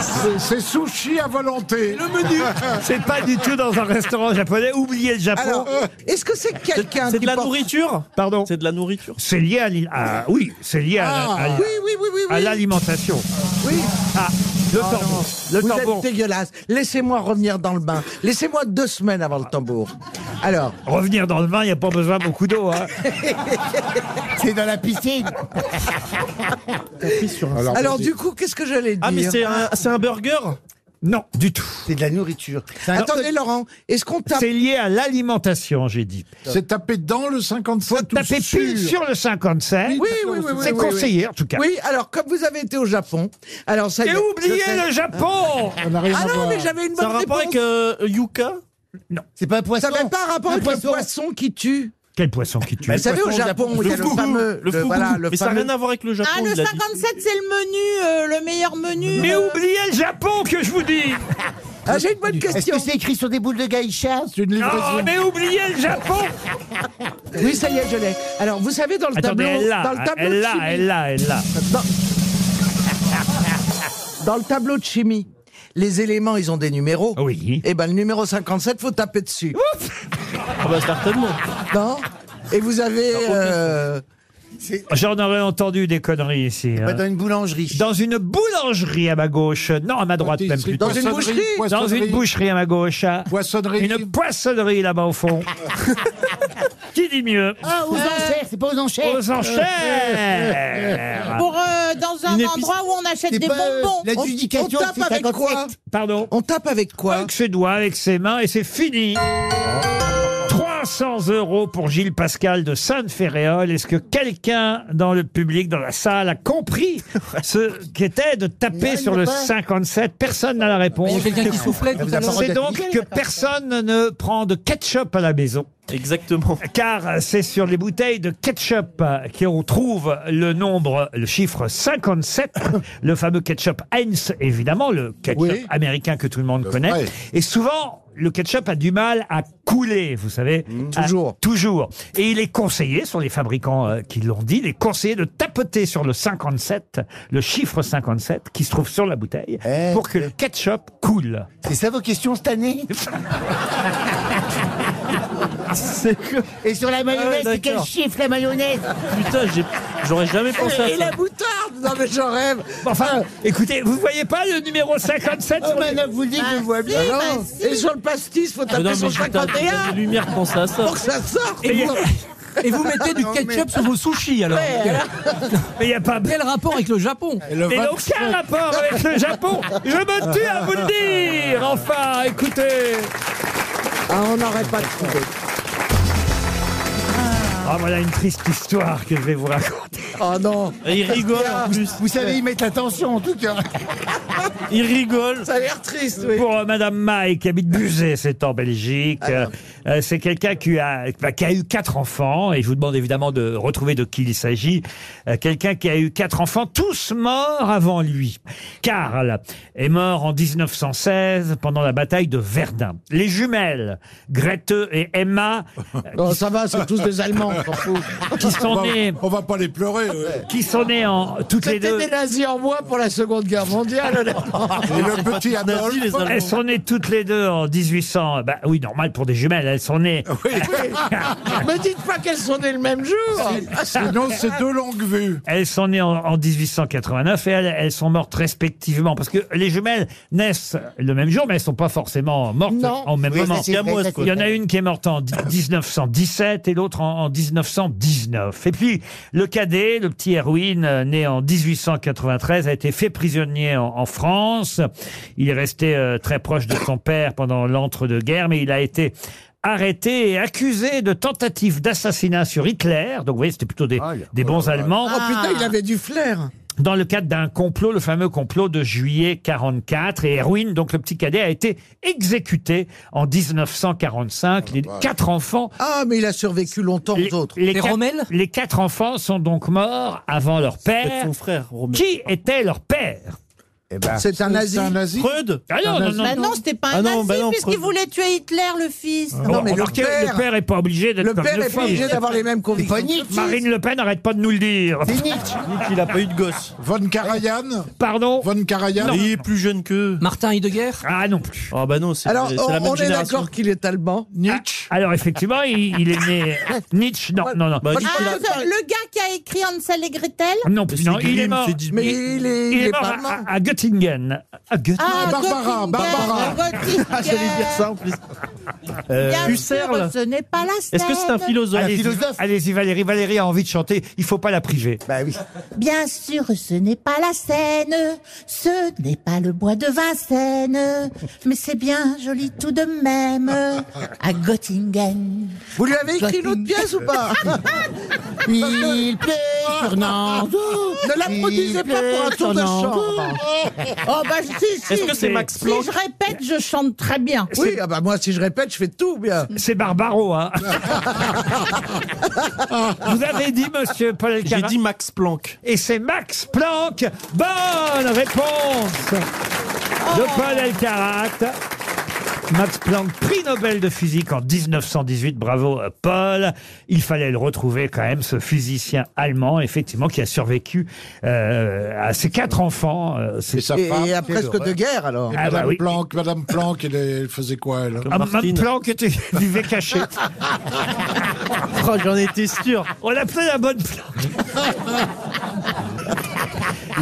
Speaker 3: C'est- c'est sushi à volonté.
Speaker 8: Le menu.
Speaker 2: C'est pas du tout dans un restaurant japonais. Oubliez le Japon.
Speaker 8: Alors,
Speaker 3: euh,
Speaker 8: est-ce que c'est quelqu'un
Speaker 6: C'est
Speaker 8: qui
Speaker 6: de la
Speaker 8: porte-
Speaker 6: nourriture
Speaker 2: Pardon.
Speaker 6: C'est de la nourriture.
Speaker 2: C'est lié à l'il- à- oui, c'est lié à,
Speaker 3: Ah.
Speaker 2: à- à-
Speaker 8: Oui, oui, oui, oui,
Speaker 2: à
Speaker 8: oui.
Speaker 2: l'alimentation.
Speaker 8: Oui.
Speaker 2: Ah, le tambour. Le
Speaker 8: Vous
Speaker 2: tambour.
Speaker 8: êtes dégueulasse. Laissez-moi revenir dans le bain. Laissez-moi deux semaines avant le tambour. Alors,
Speaker 2: Revenir dans le bain, il n'y a pas besoin de beaucoup d'eau. hein.
Speaker 4: C'est dans la piscine.
Speaker 3: Alors,
Speaker 8: alors
Speaker 3: vas-y.
Speaker 8: du coup, qu'est-ce que j'allais dire
Speaker 6: Ah, mais c'est un, c'est un burger
Speaker 2: Non, du tout.
Speaker 4: C'est de la nourriture. C'est un-
Speaker 8: Attendez, Laurent, est-ce qu'on tape
Speaker 2: C'est lié à l'alimentation, j'ai dit.
Speaker 3: c'est tapé dans le 57 ou
Speaker 2: Tapez
Speaker 3: sur
Speaker 2: pile sur le 57.
Speaker 8: Oui, oui, oui, oui,
Speaker 2: C'est
Speaker 8: oui,
Speaker 2: conseillé, en tout cas.
Speaker 8: Oui, alors comme vous avez été au Japon, alors ça. y
Speaker 2: Et
Speaker 8: est,
Speaker 2: oubliez
Speaker 8: je sais-
Speaker 2: le Japon
Speaker 3: On n'a rien
Speaker 8: Ah
Speaker 3: à
Speaker 8: non,
Speaker 3: voir.
Speaker 8: mais j'avais une
Speaker 6: C'est un
Speaker 8: bonne
Speaker 6: rapport
Speaker 8: réponse.
Speaker 6: avec euh, Yuka
Speaker 4: C'est pas un poisson.
Speaker 8: Ça n'avait pas un rapport avec le poisson qui tue.
Speaker 2: Quel poisson qui tue
Speaker 8: vous savez au Japon, il y a le
Speaker 6: fugu,
Speaker 8: fameux,
Speaker 6: le fugu.
Speaker 8: voilà, le
Speaker 6: mais ça n'a
Speaker 8: fameux-
Speaker 6: rien à voir avec le Japon.
Speaker 5: Ah, le
Speaker 6: il a dit.
Speaker 5: 57, c'est le menu, euh, le meilleur menu.
Speaker 2: Mais
Speaker 5: euh,
Speaker 2: oubliez le Japon que je vous dis
Speaker 8: Ah, j'ai une bonne
Speaker 4: Est-ce
Speaker 8: question.
Speaker 4: que c'est écrit sur des boules de gaïcha
Speaker 3: C'est une livraison.
Speaker 2: Oh, mais oubliez le Japon
Speaker 8: Oui, ça y est, je l'ai. Alors, vous savez dans le
Speaker 2: Attendez,
Speaker 8: tableau,
Speaker 2: elle
Speaker 8: dans
Speaker 2: l'a,
Speaker 8: le tableau
Speaker 2: elle
Speaker 8: de
Speaker 2: l'a,
Speaker 8: chimie,
Speaker 2: elle l'a, elle l'a.
Speaker 8: dans le tableau de chimie, les éléments, ils ont des numéros.
Speaker 2: Oui.
Speaker 8: Et ben le numéro 57, faut taper dessus. Ouf
Speaker 6: Ah bah certainement.
Speaker 8: Non Et vous
Speaker 2: Ah,
Speaker 8: avez... euh,
Speaker 2: J'en aurais entendu des conneries ici. hein.
Speaker 4: dans une boulangerie.
Speaker 2: Dans une boulangerie à ma gauche. Non, à ma droite même
Speaker 4: Pâtisserie,
Speaker 2: plutôt.
Speaker 4: Dans une poissonnerie, boucherie
Speaker 2: Dans
Speaker 4: poissonnerie.
Speaker 2: une boucherie à ma gauche. Poissonnerie. Une poissonnerie là-bas au fond. Qui dit mieux
Speaker 18: Ah,
Speaker 5: euh,
Speaker 18: aux enchères, c'est pas aux enchères.
Speaker 2: Aux
Speaker 8: Euh,
Speaker 2: Euh, enchères
Speaker 5: Pour euh, dans un endroit où on achète des
Speaker 2: euh,
Speaker 8: euh,
Speaker 5: bonbons.
Speaker 8: on tape avec quoi
Speaker 2: Pardon
Speaker 8: On tape avec quoi
Speaker 2: Avec ses doigts, avec ses mains, et c'est fini 300 euros pour Gilles Pascal de Sainte-Féréole. Est-ce que quelqu'un dans le public, dans la salle, a compris ce qu'était de taper
Speaker 18: Non,
Speaker 2: sur
Speaker 18: il
Speaker 2: le
Speaker 18: veut pas.
Speaker 2: 57 Personne n'a la réponse.
Speaker 7: Mais il y a quelqu'un qui soufflait tout à l'heure.
Speaker 2: C'est donc que personne ne prend de ketchup à la maison.
Speaker 6: Exactement.
Speaker 2: Car c'est sur les bouteilles de ketchup qu'on trouve le nombre, le chiffre 57, le fameux ketchup Heinz, évidemment, le ketchup
Speaker 18: Oui.
Speaker 2: américain que tout le monde connaît.
Speaker 18: vrai.
Speaker 2: Et souvent, le ketchup a du mal à couler, vous savez.
Speaker 8: Mm.
Speaker 2: Toujours. toujours. Et il est conseillé, sur les fabricants euh, qui l'ont dit, il est conseillé de tapoter sur le 57, le chiffre 57, qui se trouve sur la bouteille,
Speaker 8: Eh,
Speaker 2: pour que le ketchup coule.
Speaker 4: C'est ça vos questions cette année Ah,
Speaker 18: Et sur la mayonnaise,
Speaker 6: Ah ouais,
Speaker 18: c'est quel
Speaker 6: d'accord.
Speaker 18: chiffre la mayonnaise
Speaker 6: Putain, j'ai- j'aurais jamais pensé à ça.
Speaker 18: Et la
Speaker 8: moutarde Non mais j'en rêve
Speaker 2: Enfin, écoutez, vous voyez pas le numéro 57 sur les-
Speaker 8: vous dites,
Speaker 4: Ah,
Speaker 8: je vois bien.
Speaker 4: bah
Speaker 8: Ah, Oh, Et sur le pastis,
Speaker 2: Ah,
Speaker 8: faut
Speaker 6: Mais
Speaker 8: taper
Speaker 6: non,
Speaker 8: sur
Speaker 6: mais
Speaker 8: le
Speaker 6: j'ai t'as- t'as
Speaker 8: 51
Speaker 6: des lumières quand ça sort.
Speaker 8: pour que ça sorte.
Speaker 7: Et vous, et vous mettez du
Speaker 8: Non, mais- euh,
Speaker 7: ketchup sur vos sushis alors.
Speaker 8: Ouais, alors.
Speaker 2: Mais il n'y a pas.
Speaker 7: Quel rapport avec le Japon
Speaker 2: Mais il n'a aucun rapport avec le Japon. Je me tue à vous le dire. Enfin, écoutez.
Speaker 8: Ah, on n'aurait pas trouvé.
Speaker 2: Ah, voilà une triste histoire que je vais vous raconter.
Speaker 8: Oh non
Speaker 6: Et il rigole en plus.
Speaker 4: Vous savez, ils mettent l'attention en tout cas.
Speaker 6: Il rigole.
Speaker 8: Ça a l'air triste, oui. Ah
Speaker 2: Pour euh, Madame May, qui habite Buzet, c'est en Belgique. Euh, euh, c'est quelqu'un qui a, bah, qui a eu quatre enfants, et je vous demande évidemment de retrouver de qui il s'agit. Euh, quelqu'un qui a eu quatre enfants, tous morts avant lui. Karl est mort en 1916 pendant la bataille de Verdun. Les jumelles, Grete et Emma, euh,
Speaker 8: Non, Oh, ça va, c'est tous des Allemands, on s'en fout.
Speaker 2: qui sont nées,
Speaker 3: On va pas les pleurer.
Speaker 2: qui sont nées en toutes les
Speaker 8: C'était
Speaker 2: deux.
Speaker 8: des nazis en moi pour la Seconde Guerre mondiale, honnêtement.
Speaker 3: Et le petit Adolphe.
Speaker 2: Elles sont nées toutes les deux en 1800. Bah oui, normal pour des jumelles, elles sont nées.
Speaker 4: Ah
Speaker 8: Me dites pas qu'elles sont nées le même jour
Speaker 2: Ah,
Speaker 3: Sinon, c'est deux longues vues.
Speaker 2: Elles sont nées en, en 1889 et elles, elles sont mortes respectivement. Parce que les jumelles naissent le même jour, mais elles sont pas forcément mortes
Speaker 8: Non.
Speaker 2: en même
Speaker 4: Oui, ça,
Speaker 2: moment.
Speaker 4: c'est vrai, ça, c'est
Speaker 2: Il y en a
Speaker 4: vrai.
Speaker 2: une qui est morte en 1917 et l'autre en, en 1919. Et puis, le cadet, le petit Erwin, euh, né en 1893, a été fait prisonnier en, en France. Il est resté euh, très proche de son père pendant l'entre-deux-guerres, mais il a été arrêté et accusé de tentative d'assassinat sur Hitler. Donc, vous voyez, c'était plutôt des, des bons Allemands
Speaker 8: Oh putain, il avait du flair
Speaker 2: dans le cadre d'un complot, le fameux complot de juillet 44. Et Erwin, donc le petit cadet, a été exécuté en 1945. Les quatre enfants.
Speaker 8: Ah, mais bah. il a survécu longtemps aux autres.
Speaker 2: les,
Speaker 7: Les
Speaker 2: quatre,
Speaker 7: Rommel
Speaker 2: les quatre enfants sont donc morts avant leur père.
Speaker 6: Peut-être son frère, Romain.
Speaker 2: Qui était leur père
Speaker 8: C'est un nazi.
Speaker 3: nazi.
Speaker 6: Freud
Speaker 2: Ah non, non, non,
Speaker 5: Bah
Speaker 2: non.
Speaker 5: non, c'était pas un
Speaker 6: Ah non,
Speaker 5: nazi
Speaker 6: bah non,
Speaker 5: puisqu'il
Speaker 6: pre-
Speaker 5: voulait tuer Hitler, le fils.
Speaker 2: Bon,
Speaker 8: Non, mais le
Speaker 2: remarquez, Ah le
Speaker 8: père,
Speaker 2: père est pas obligé d'être
Speaker 8: le
Speaker 2: comme
Speaker 8: père
Speaker 2: le
Speaker 8: est pas obligé
Speaker 2: fils.
Speaker 8: d'avoir les mêmes convictions.
Speaker 2: Marine Le Pen n'arrête pas de nous le dire.
Speaker 6: Il a pas eu de gosse.
Speaker 3: Von Karajan.
Speaker 2: Pardon
Speaker 3: Von Karajan.
Speaker 6: Mais il est plus jeune qu'eux.
Speaker 7: Martin Heidegger
Speaker 2: Ah non plus.
Speaker 6: Ah bah non, c'est
Speaker 8: Alors,
Speaker 6: c'est la
Speaker 8: on,
Speaker 6: même
Speaker 8: on est
Speaker 6: génération.
Speaker 8: d'accord qu'il est allemand.
Speaker 3: Nietzsche.
Speaker 2: Ah, Alors effectivement, il, il est né Nietzsche. Non, non, non.
Speaker 6: Bah,
Speaker 8: Moi,
Speaker 6: dites
Speaker 8: je-
Speaker 6: qu'il a-
Speaker 5: Ah, le- le gars qui a écrit Hansel et Gretel
Speaker 2: Ah Non, plus, non,
Speaker 6: c'est
Speaker 2: il est
Speaker 6: Grimm,
Speaker 2: mort.
Speaker 6: c'est Disney.
Speaker 8: Mais il est,
Speaker 2: Il est mort
Speaker 8: pas
Speaker 2: à,
Speaker 8: allemand.
Speaker 2: à- à Göttingen. À Göttingen.
Speaker 5: Ah,
Speaker 3: Barbara, Barbara.
Speaker 6: Ah, j'allais dire ça en plus. Euh, Husserl.
Speaker 5: Ce n'est pas la
Speaker 6: Est-ce que c'est un philosophe
Speaker 2: Allez-y, allez-y, Valérie. Valérie a envie de chanter. Il faut pas la priver.
Speaker 4: Bah oui.
Speaker 5: Bien sûr, ce n'est pas la Seine, ce n'est pas le bois de Vincennes, mais c'est bien joli tout de même à Göttingen.
Speaker 8: Vous lui avez écrit une autre pièce ou pas
Speaker 18: Il pleut sur Nantes.
Speaker 8: Ne la produisez pas pour un tour de chant. en revanche.
Speaker 5: Oh bah si, si,
Speaker 6: Est-ce que c'est Max
Speaker 5: si
Speaker 6: Planck
Speaker 5: je répète, je chante très bien.
Speaker 8: Oui, ah bah moi, si je répète, je fais tout bien.
Speaker 2: C'est Barbaro, hein. Vous avez dit, monsieur Paul
Speaker 6: J'ai
Speaker 2: Carat.
Speaker 6: dit Max Planck.
Speaker 2: Et c'est Max Planck. Bonne réponse de Paul Elkarat. Max Planck, prix Nobel de physique en 1918. Bravo, euh, Paul. Il fallait le retrouver quand même, ce physicien allemand, effectivement, qui a survécu euh, à ses quatre enfants. euh, c'est-
Speaker 3: Et
Speaker 2: Ah,
Speaker 3: Madame,
Speaker 2: bah oui.
Speaker 3: Planck, Madame Planck, elle, elle faisait quoi elle
Speaker 2: Ah, Madame Planck était, vivait cachée. J'en étais sûr. On l'appelait la bonne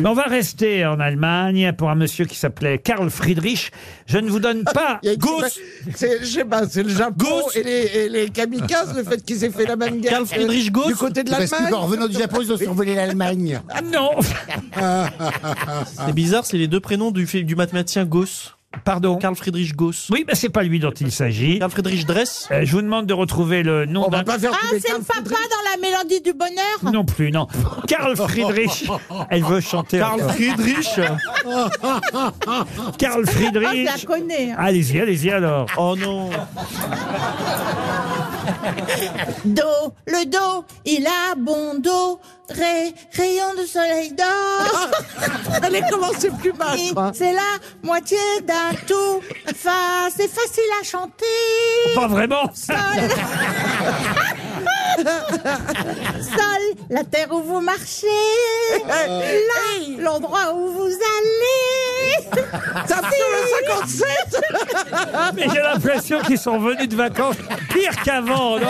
Speaker 2: Mais on va rester en Allemagne pour un monsieur qui s'appelait Karl Friedrich. Je ne vous donne pas Gauss.
Speaker 8: C'est, je sais pas, c'est le Japon
Speaker 2: Gauss.
Speaker 8: et les, et les kamikazes, le fait qu'ils aient fait la même guerre.
Speaker 4: Karl Friedrich Gauss.
Speaker 8: euh, Du côté de
Speaker 4: Parce
Speaker 8: l'Allemagne.
Speaker 4: qu'en revenant du Japon, ils ont survolé
Speaker 8: l'Allemagne.
Speaker 2: Ah non
Speaker 6: C'est bizarre, c'est les deux prénoms du, fi- du mathématicien Gauss.
Speaker 2: Pardon
Speaker 6: Karl Friedrich Gauss.
Speaker 2: Oui, mais c'est pas lui dont il s'agit.
Speaker 6: Karl Friedrich Dress.
Speaker 2: Euh, je vous demande de retrouver le nom d'un.
Speaker 5: Ah, c'est le papa dans la mélodie du bonheur
Speaker 2: Non plus, non. Karl Friedrich. Elle veut chanter.
Speaker 5: Karl
Speaker 2: encore.
Speaker 5: Friedrich.
Speaker 2: Karl Friedrich.
Speaker 5: Ah, je la connais.
Speaker 2: Allez-y, allez-y alors.
Speaker 6: Oh non.
Speaker 5: Do, le do, il a bon do, ré, rayon de soleil d'or. Allez, commencez plus bas. C'est la moitié d'un tout. Fa, c'est facile à chanter.
Speaker 2: Pas vraiment.
Speaker 5: Sol, la terre où vous marchez. Là, l'endroit où vous allez.
Speaker 8: Ça
Speaker 5: fait le 57
Speaker 2: Ah, Mais j'ai l'impression qu'ils sont venus de vacances pire qu'avant, non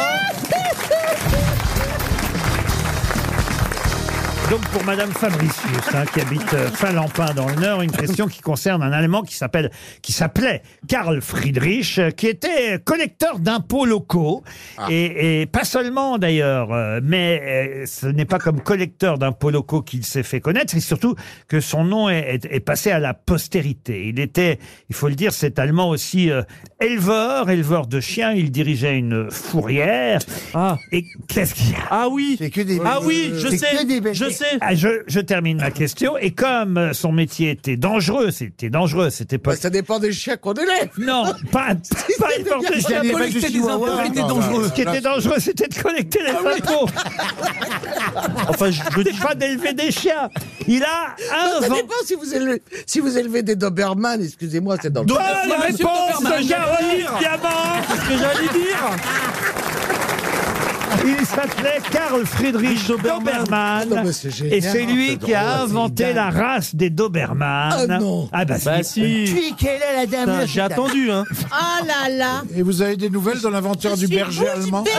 Speaker 2: Donc pour Madame Fabricius, hein, qui habite euh, Falampin dans le Nord, une question qui concerne un Allemand qui s'appelle, qui s'appelait Karl Friedrich, euh, qui était collecteur d'impôts locaux et, et pas seulement d'ailleurs, euh, mais euh, ce n'est pas comme collecteur d'impôts locaux qu'il s'est fait connaître, c'est surtout que son nom est, est- est passé à la postérité. Il était, il faut le dire, cet Allemand aussi euh, éleveur, éleveur de chiens. Il dirigeait une fourrière. Ah. Et qu'est-ce qu'il y a
Speaker 6: Ah oui. Ah oui, je sais. Je sais.
Speaker 2: ah, je, je termine ma question. Et comme euh, son métier était dangereux, c'était dangereux, c'était pas.
Speaker 8: Bah, Ça dépend des chiens qu'on élève.
Speaker 2: Non, pas, pas
Speaker 8: c'est
Speaker 2: éleveur
Speaker 8: bien
Speaker 2: de
Speaker 8: ça,
Speaker 2: chiens.
Speaker 8: les mecs du Chihuahua. Ah, ouais.
Speaker 2: Ce qui était dangereux, c'était de collecter les
Speaker 8: Ah oui.
Speaker 2: impôts. enfin, je ne dis pas d'élever des chiens. Il a un
Speaker 8: Ça
Speaker 2: vent.
Speaker 8: dépend si vous élevez, si vous élevez des Doberman, excusez-moi, c'est dans le Ah,
Speaker 2: Bonne
Speaker 8: Doberman,
Speaker 2: réponse
Speaker 8: monsieur Doberman, Ah,
Speaker 2: de Caroline
Speaker 6: Ah,
Speaker 2: Diamant C'est ce que j'allais dire Il s'appelait Karl Friedrich Dobermann.
Speaker 8: Non, mais c'est génial.
Speaker 2: et c'est lui qui a
Speaker 8: Oh, c'est
Speaker 2: inventé
Speaker 8: dingue.
Speaker 2: la race des Dobermann.
Speaker 8: Ah non.
Speaker 2: Ah bah,
Speaker 6: Bah si.
Speaker 18: Puis quelle est la dame
Speaker 6: Putain, J'ai attendu, hein.
Speaker 5: Oh là là
Speaker 3: Et vous avez des nouvelles de l'inventeur du berger allemand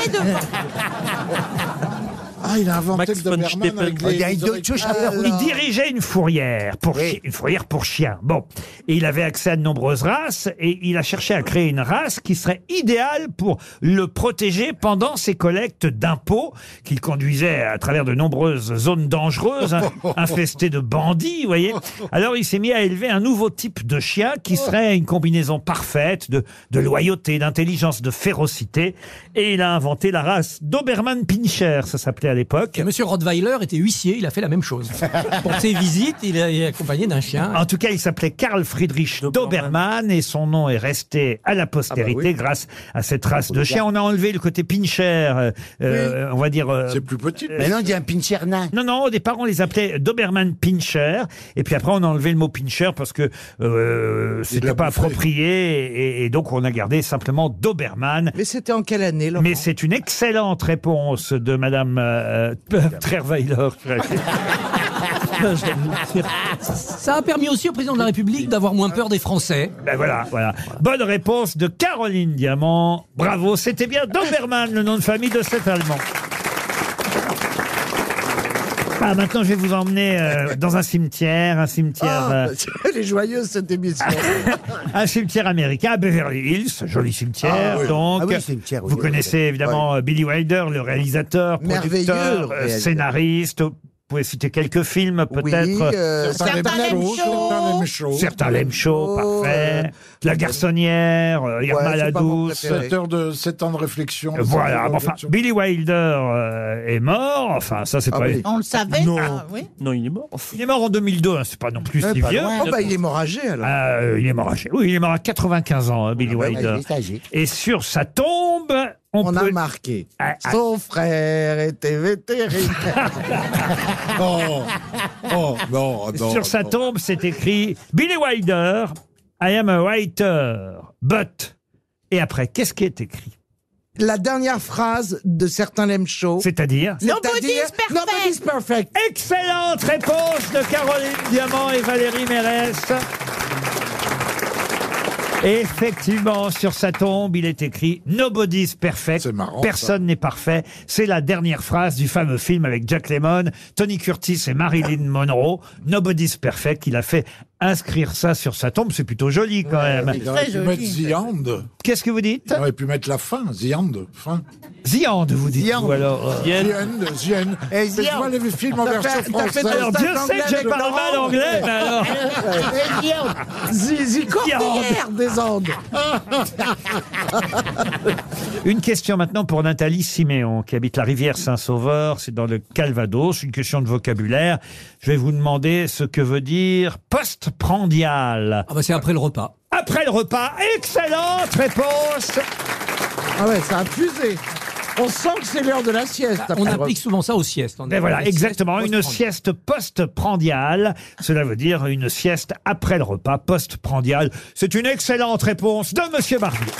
Speaker 3: Ah, il a inventé le Doberman avec les... les oreilles- Ah,
Speaker 2: Il dirigeait une fourrière pour chi- une fourrière pour chiens. Bon, et il avait accès à de nombreuses races et il a cherché à créer une race qui serait idéale pour le protéger pendant ses collectes d'impôts qu'il conduisait à travers de nombreuses zones dangereuses hein, infestées de bandits, vous voyez. Alors il s'est mis à élever un nouveau type de chien qui serait une combinaison parfaite de, de loyauté, d'intelligence, de férocité et il a inventé la race Doberman Pinscher, ça s'appelait à l'époque.
Speaker 7: Monsieur Rottweiler était huissier, il a fait la même chose. Pour ses visites, il est accompagné d'un chien.
Speaker 2: En tout cas, il s'appelait Karl Friedrich Dobermann et son nom est resté à la postérité grâce à cette race de chien. On a enlevé le côté pincher, euh, euh, on va dire. C'est
Speaker 3: plus petit.
Speaker 4: Mais non, il y a un pincher nain.
Speaker 2: Non, non, au départ, on les appelait Doberman Pinscher. Et puis après, on a enlevé le mot Pinscher parce que euh, c'était pas approprié. Et, et donc, on a gardé simplement Doberman.
Speaker 8: Mais c'était en quelle année,
Speaker 2: Mais c'est une excellente réponse de Madame euh, euh, Trierweiler.
Speaker 7: Ça a permis aussi au président de la République d'avoir moins peur des Français.
Speaker 2: Ben voilà, voilà. Bonne réponse de Caroline Diamant. Bravo, c'était bien Doberman, le nom de famille de cet Allemand. Ah, maintenant, je vais vous emmener euh, dans un cimetière, un cimetière,
Speaker 8: Ah,
Speaker 2: euh,
Speaker 8: elle est joyeuse cette émission.
Speaker 2: un cimetière américain, à Beverly Hills, joli cimetière.
Speaker 4: Ah oui.
Speaker 2: Donc,
Speaker 4: Ah oui, cimetière, oui,
Speaker 2: vous
Speaker 4: oui,
Speaker 2: connaissez
Speaker 4: oui.
Speaker 2: évidemment euh, Billy Wilder, le réalisateur,
Speaker 8: Merveilleux
Speaker 2: producteur, euh,
Speaker 8: réalisateur.
Speaker 2: scénariste. Vous pouvez citer quelques films, peut-être.
Speaker 8: euh, Certains Certains l'aiment l'aiment chaud, chaud. certains l'aiment chaud.
Speaker 2: Certains l'aiment chaud,
Speaker 8: Oh,
Speaker 2: parfait. La garçonnière, euh, Irma la douce.
Speaker 3: 7 heures de 7 ans de réflexion.
Speaker 2: Voilà, mais enfin, Billy Wilder euh, est mort. Enfin, ça, c'est
Speaker 3: Ah
Speaker 2: pas.
Speaker 3: oui.
Speaker 5: On le savait,
Speaker 2: Non.
Speaker 5: ça, oui.
Speaker 6: Non, il est mort.
Speaker 2: Il est mort en 2002, hein, c'est pas non plus
Speaker 8: Ouais,
Speaker 2: si
Speaker 8: pas
Speaker 2: vieux.
Speaker 8: loin. Oh, bah, il est mort âgé, alors.
Speaker 2: Ah, euh, il est mort âgé. Oui, il est mort à 95 ans, hein, Billy
Speaker 8: Ah, ouais,
Speaker 2: Wilder.
Speaker 8: il est âgé.
Speaker 2: Et sur sa tombe, on,
Speaker 8: On a
Speaker 2: peut...
Speaker 8: marqué.
Speaker 2: Ah, ah.
Speaker 8: Son frère était vétérinaire.
Speaker 3: Oh, oh, non, non.
Speaker 2: Sur sa
Speaker 3: non.
Speaker 2: tombe, c'est écrit Billy Wilder. I am a writer, but. Et après, qu'est-ce qui est écrit
Speaker 8: La dernière phrase de certains Lem Show.
Speaker 2: C'est-à-dire
Speaker 8: C'est-à-dire- Nobody's perfect.
Speaker 2: Excellente réponse de Caroline Diamant et Valérie Mérès. Et Effectivement, sur sa tombe, il est écrit Nobody's perfect. Personne n'est parfait. C'est la dernière phrase du fameux film avec Jack Lemmon, Tony Curtis et Marilyn Monroe. Nobody's perfect. Il a fait inscrire ça sur sa tombe. C'est plutôt joli quand même.
Speaker 3: Il aurait pu mettre The Hand.
Speaker 2: Qu'est-ce que vous dites
Speaker 3: Il aurait pu mettre la fin, The Hand, fin.
Speaker 2: The Hand, vous dites ou alors euh,
Speaker 3: The Hand, The Hand.
Speaker 18: Eh, The
Speaker 3: Mais je vois
Speaker 18: Hand.
Speaker 3: les films en
Speaker 18: T'as
Speaker 3: version
Speaker 18: fait- t'as fait
Speaker 3: française.
Speaker 18: ton Alors, Dieu stage sait que anglais j'ai avec pas le mal Laurent. anglais, mais alors- Eh, The Hand.
Speaker 8: Zizi Cordelière
Speaker 18: Hand.
Speaker 8: des Andes.
Speaker 2: Une question maintenant pour Nathalie Siméon, qui habite la rivière Saint-Sauveur, c'est dans le Calvados, une question de vocabulaire. Je vais vous demander ce que veut dire postprandial.
Speaker 7: Ah bah c'est après le repas.
Speaker 2: Après le repas, excellente réponse
Speaker 8: Ah ouais, ça a fusé. On sent que c'est l'heure de la sieste.
Speaker 7: On applique souvent ça aux siestes. en
Speaker 2: Ben
Speaker 7: effet.
Speaker 2: voilà,
Speaker 7: Les
Speaker 2: exactement,
Speaker 7: siestes
Speaker 2: une
Speaker 7: post-prandiales.
Speaker 2: sieste postprandiale. Cela veut dire une sieste après le repas postprandiale. C'est une excellente réponse de Monsieur Barbier.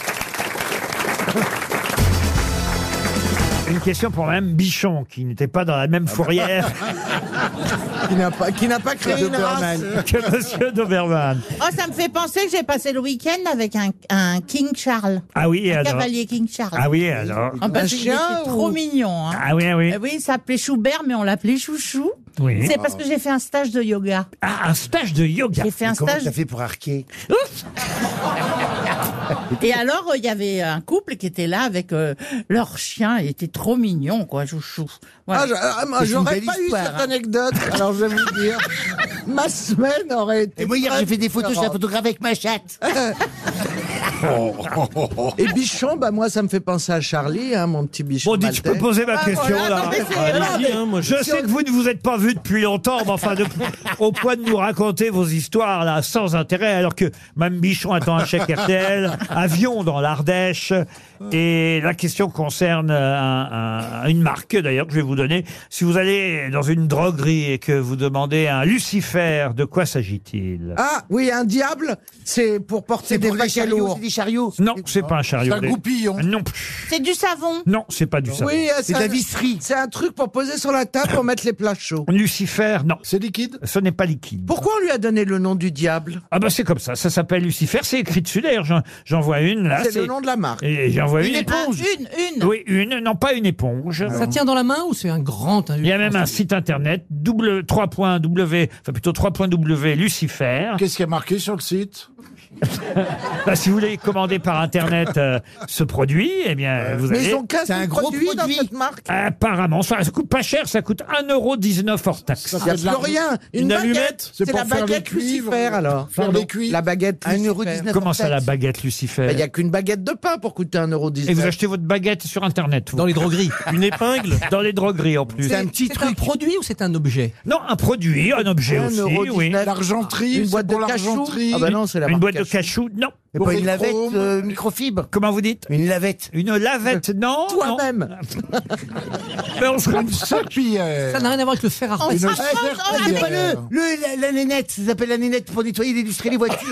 Speaker 2: Une question pour Mme Bichon, qui n'était pas dans la même fourrière
Speaker 8: Ah bah. qui n'a pas, qui n'a pas créé une race.
Speaker 2: que Monsieur Doberman.
Speaker 5: Oh, ça me fait penser que j'ai passé le week-end avec un, un King Charles.
Speaker 2: Ah oui, et
Speaker 5: Un
Speaker 2: alors
Speaker 5: cavalier King Charles.
Speaker 2: Ah oui, et alors
Speaker 5: Ah,
Speaker 8: bah,
Speaker 5: parce qu'il était trop mignon. hein.
Speaker 2: Ah oui, ah oui.
Speaker 5: Eh il s'appelait Schubert, mais on l'appelait Chouchou.
Speaker 2: Oui.
Speaker 5: C'est parce que j'ai fait un stage de yoga.
Speaker 2: Ah, un stage de yoga.
Speaker 5: J'ai fait un
Speaker 4: Mais Comment
Speaker 5: stage.
Speaker 4: t'as fait pour arquer
Speaker 5: Et alors, euh, il y avait un couple qui était là avec euh, leur chien. Il était trop mignon, quoi, Chouchou. Voilà.
Speaker 8: Ah, je- ah, moi, j'aurais pas eu
Speaker 5: hein.
Speaker 8: cette anecdote, alors je vais vous dire. Ma semaine aurait été.
Speaker 18: Et moi, hier,
Speaker 8: très
Speaker 18: j'ai fait des photos, je suis un
Speaker 8: différente.
Speaker 18: photographe avec ma chatte.
Speaker 8: Et Bichon, bah moi, ça me fait penser à Charlie, hein, mon petit Bichon.
Speaker 2: Bon, dites, je peux
Speaker 8: maltais.
Speaker 2: poser ma question là.
Speaker 8: Allez-y, hein, moi,
Speaker 2: je sais que vous ne vous êtes pas vus depuis longtemps, mais enfin, de- au point de nous raconter vos histoires là, sans intérêt, alors que Mme Bichon attend un chèque RTL, avion dans l'Ardèche. Et la question concerne euh, un- un- une marque d'ailleurs que je vais vous donner. Si vous allez dans une droguerie et que vous demandez un Lucifer, de quoi s'agit-il
Speaker 8: Ah oui, un diable, c'est pour porter des paquets lourds.
Speaker 4: des chariots.
Speaker 2: Non, c'est pas un chariot.
Speaker 8: C'est un
Speaker 2: goupillon. Non, plus.
Speaker 5: C'est du savon.
Speaker 2: non, c'est pas du savon.
Speaker 8: Oui,
Speaker 4: C'est de
Speaker 8: un-
Speaker 4: la visserie.
Speaker 8: C'est un truc pour poser sur la table pour mettre les plats chauds.
Speaker 2: Lucifer, non.
Speaker 3: C'est liquide
Speaker 2: Ce n'est pas liquide.
Speaker 8: Pourquoi on lui a donné le nom du diable
Speaker 2: Ah bah c'est comme ça, ça s'appelle Lucifer, c'est écrit dessus d'ailleurs, j'en- j'en vois une là.
Speaker 8: C'est le nom de la marque.
Speaker 2: Et j'en vois une. Ah,
Speaker 5: une, une.
Speaker 2: Oui, une, non pas une éponge.
Speaker 7: Ça tient dans la main ou c'est un grand hein,
Speaker 2: Il y a même un site internet, double- 3.w, enfin plutôt 3.w Lucifer.
Speaker 3: Qu'est-ce qui est marqué sur le site
Speaker 2: Bah, si vous voulez commander par internet euh, ce produit, eh bien vous
Speaker 8: Mais
Speaker 2: allez...
Speaker 8: ils ont casse un gros produit, dans cette marque.
Speaker 2: Apparemment, ça, ça coûte pas cher, ça coûte 1,19€ hors taxe.
Speaker 8: Il n'y a plus rien. Une, baguette. C'est la baguette Lucifer alors.
Speaker 3: Faire les cuivres.
Speaker 8: La baguette Lucifer.
Speaker 2: Comment ça, la baguette Lucifer
Speaker 8: Il n'y Bah, a qu'une baguette de pain pour coûter 1,19€.
Speaker 2: Et vous achetez votre baguette sur internet vous.
Speaker 7: Dans les drogueries.
Speaker 6: Une épingle
Speaker 2: Dans les drogueries en plus.
Speaker 7: C'est un petit truc. produit ou c'est un objet
Speaker 2: Non, un produit, un objet
Speaker 8: Un
Speaker 2: aussi,
Speaker 8: euro
Speaker 2: oui.
Speaker 8: dix-neuf.
Speaker 3: L'argenterie,
Speaker 8: Une
Speaker 3: c'est
Speaker 8: boîte de
Speaker 3: pour
Speaker 8: cachou.
Speaker 3: l'argenterie.
Speaker 8: Ah bah non, c'est la
Speaker 2: Une
Speaker 8: marque
Speaker 2: boîte de cachou, non.
Speaker 4: Et pas une
Speaker 3: Pour les
Speaker 4: lavette
Speaker 3: chromes.
Speaker 4: euh, microfibre.
Speaker 2: Comment vous dites
Speaker 4: Une lavette.
Speaker 2: Une lavette, non
Speaker 8: Toi-même.
Speaker 2: non. Mais on se
Speaker 3: Une serpillière.
Speaker 7: Ça n'a rien à voir avec le fer à
Speaker 5: On
Speaker 3: Une
Speaker 5: se
Speaker 3: serpillière.
Speaker 5: rapproche, on
Speaker 4: C'est pas le, le la, la nénette, ça s'appelle la nénette pour nettoyer, illustrer les voitures.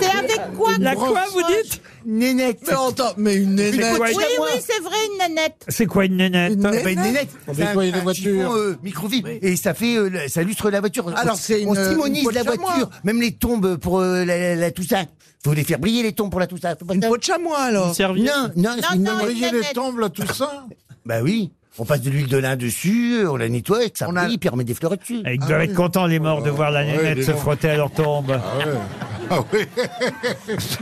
Speaker 5: C'est avec quoi
Speaker 2: La
Speaker 5: qu'on
Speaker 2: quoi,
Speaker 5: se
Speaker 2: vous
Speaker 5: rapproche
Speaker 2: dites
Speaker 4: nénette.
Speaker 8: Mais attends, mais une nénette.
Speaker 2: quoi,
Speaker 5: Oui,
Speaker 2: Chez
Speaker 5: oui, c'est vrai, une nanette.
Speaker 2: C'est quoi une nénette
Speaker 8: Une
Speaker 4: C'est pas une nénette.
Speaker 3: Pour
Speaker 4: c'est un-
Speaker 3: nettoyer les
Speaker 4: un
Speaker 3: voitures.
Speaker 4: chiffon, euh, microfibre. Et ça fait, euh, le- ça lustre la voiture.
Speaker 8: Alors,
Speaker 4: On-
Speaker 8: c'est une- euh,
Speaker 4: on
Speaker 8: une
Speaker 4: simonise
Speaker 8: peau de
Speaker 4: la
Speaker 8: chamois.
Speaker 4: voiture, même les tombes pour euh, la, la, la Toussaint. Faut les faire briller les tombes pour la Toussaint. Faut pas
Speaker 8: Une
Speaker 4: ça.
Speaker 8: peau de chamois alors.
Speaker 6: serviette
Speaker 4: Non, non, c'est une
Speaker 5: non,
Speaker 4: memory.
Speaker 3: Briller les
Speaker 5: Nanette.
Speaker 3: tombes, là, tout ça
Speaker 4: Bah oui. On passe de l'huile de lin dessus, euh, on la nettoie, et que ça
Speaker 8: On a- Ah
Speaker 4: brille, puis on remet des fleurs dessus.
Speaker 2: Et Ils doivent Ah, être contents, les morts, de voir la
Speaker 3: ouais,
Speaker 2: nénette
Speaker 3: les
Speaker 2: se
Speaker 3: gens.
Speaker 2: frotter à leur tombe.
Speaker 3: Ah ouais. Ah oui.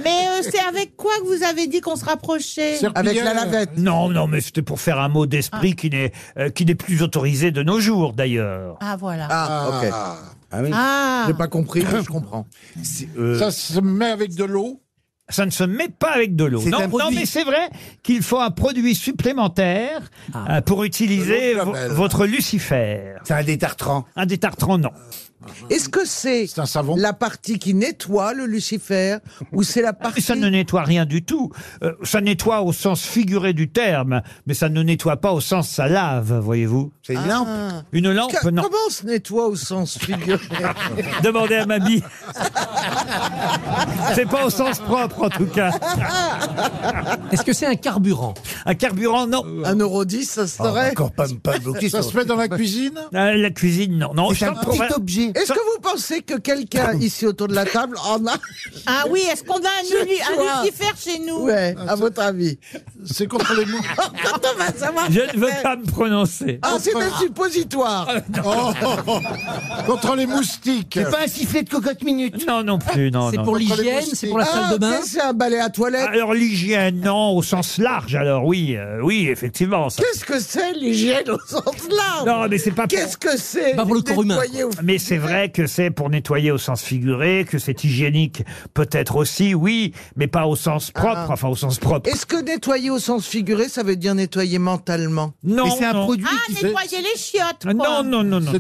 Speaker 5: Mais euh, c'est avec quoi que vous avez dit qu'on se rapprochait
Speaker 8: Avec
Speaker 3: Serpillière.
Speaker 8: la lavette. Ah.
Speaker 2: Non, non, mais c'était pour faire un mot d'esprit qui n'est euh, qui n'est plus autorisé de nos jours, d'ailleurs.
Speaker 5: Ah, voilà.
Speaker 8: Ah, ok.
Speaker 4: Ah oui.
Speaker 5: Ah,
Speaker 8: J'ai pas compris, mais je comprends.
Speaker 4: C'est, euh,
Speaker 3: Ça se met avec de l'eau.
Speaker 2: Ça ne se met pas avec de l'eau.
Speaker 4: C'est
Speaker 2: Non,
Speaker 4: un
Speaker 2: non,
Speaker 4: produit.
Speaker 2: mais c'est vrai qu'il faut un produit supplémentaire
Speaker 8: Ah.
Speaker 2: euh, pour utiliser
Speaker 3: De l'eau de
Speaker 2: vo-
Speaker 3: Flamel.
Speaker 2: votre Lucifer.
Speaker 4: c'est un détartrant.
Speaker 2: Un détartrant, non.
Speaker 8: Euh, Est-ce que c'est la partie qui nettoie le Lucifer ou c'est la partie...
Speaker 2: Ah, Ça ne nettoie rien du tout. Euh, ça nettoie au sens figuré du terme, mais ça ne nettoie pas au sens ça lave, voyez-vous. C'est
Speaker 8: Ah.
Speaker 2: Une lampe,
Speaker 8: Que-
Speaker 2: non.
Speaker 8: Comment on se nettoie au sens figuré
Speaker 2: Demandez à Mabi. C'est pas au sens propre, en tout cas.
Speaker 7: Est-ce que c'est un carburant
Speaker 2: Un carburant, non.
Speaker 8: Un euro 10, ça
Speaker 4: Ah,
Speaker 8: serait.
Speaker 3: Ça se met dans la cuisine
Speaker 2: Euh, La cuisine, non. non
Speaker 8: C'est
Speaker 2: je
Speaker 8: un
Speaker 2: sens
Speaker 8: petit
Speaker 2: qu'on va-
Speaker 8: objet. Est-ce que vous pensez que quelqu'un ici autour de la table en a
Speaker 5: Ah oui, est-ce qu'on a un,
Speaker 8: Ce
Speaker 5: uni- un
Speaker 8: soir.
Speaker 5: Lucifer chez nous
Speaker 8: Ouais, à votre avis. Oh,
Speaker 3: C'est contre les mots.
Speaker 8: Quand on va savoir.
Speaker 2: Je ne veux pas me prononcer.
Speaker 8: Ah, c'est un suppositoire.
Speaker 2: Ah,
Speaker 8: Oh,
Speaker 3: Contre les moustiques.
Speaker 4: C'est pas un sifflet de cocotte minute.
Speaker 2: Non, non plus, non.
Speaker 4: C'est
Speaker 2: non.
Speaker 4: pour l'hygiène, c'est pour la salle de bain.
Speaker 8: Ah, C'est un balai à toilette.
Speaker 2: Alors l'hygiène, non, au sens large. Alors oui, euh, oui, effectivement. ça-
Speaker 8: Qu'est-ce que c'est l'hygiène au sens large
Speaker 2: Non, mais c'est pas.
Speaker 8: Qu'est-ce que c'est nettoyer au-
Speaker 2: Mais c'est vrai que c'est pour nettoyer au sens figuré, que c'est hygiénique peut-être aussi, oui, mais pas au sens
Speaker 8: Ah.
Speaker 2: propre, enfin au sens propre.
Speaker 8: Est-ce que nettoyer au sens figuré, ça veut dire nettoyer mentalement
Speaker 2: Non, Mais c'est un non. produit Ah,
Speaker 5: Ah, nettoyer les chiottes. quoi.
Speaker 3: Ah.
Speaker 2: Non, Oh, non, non, non.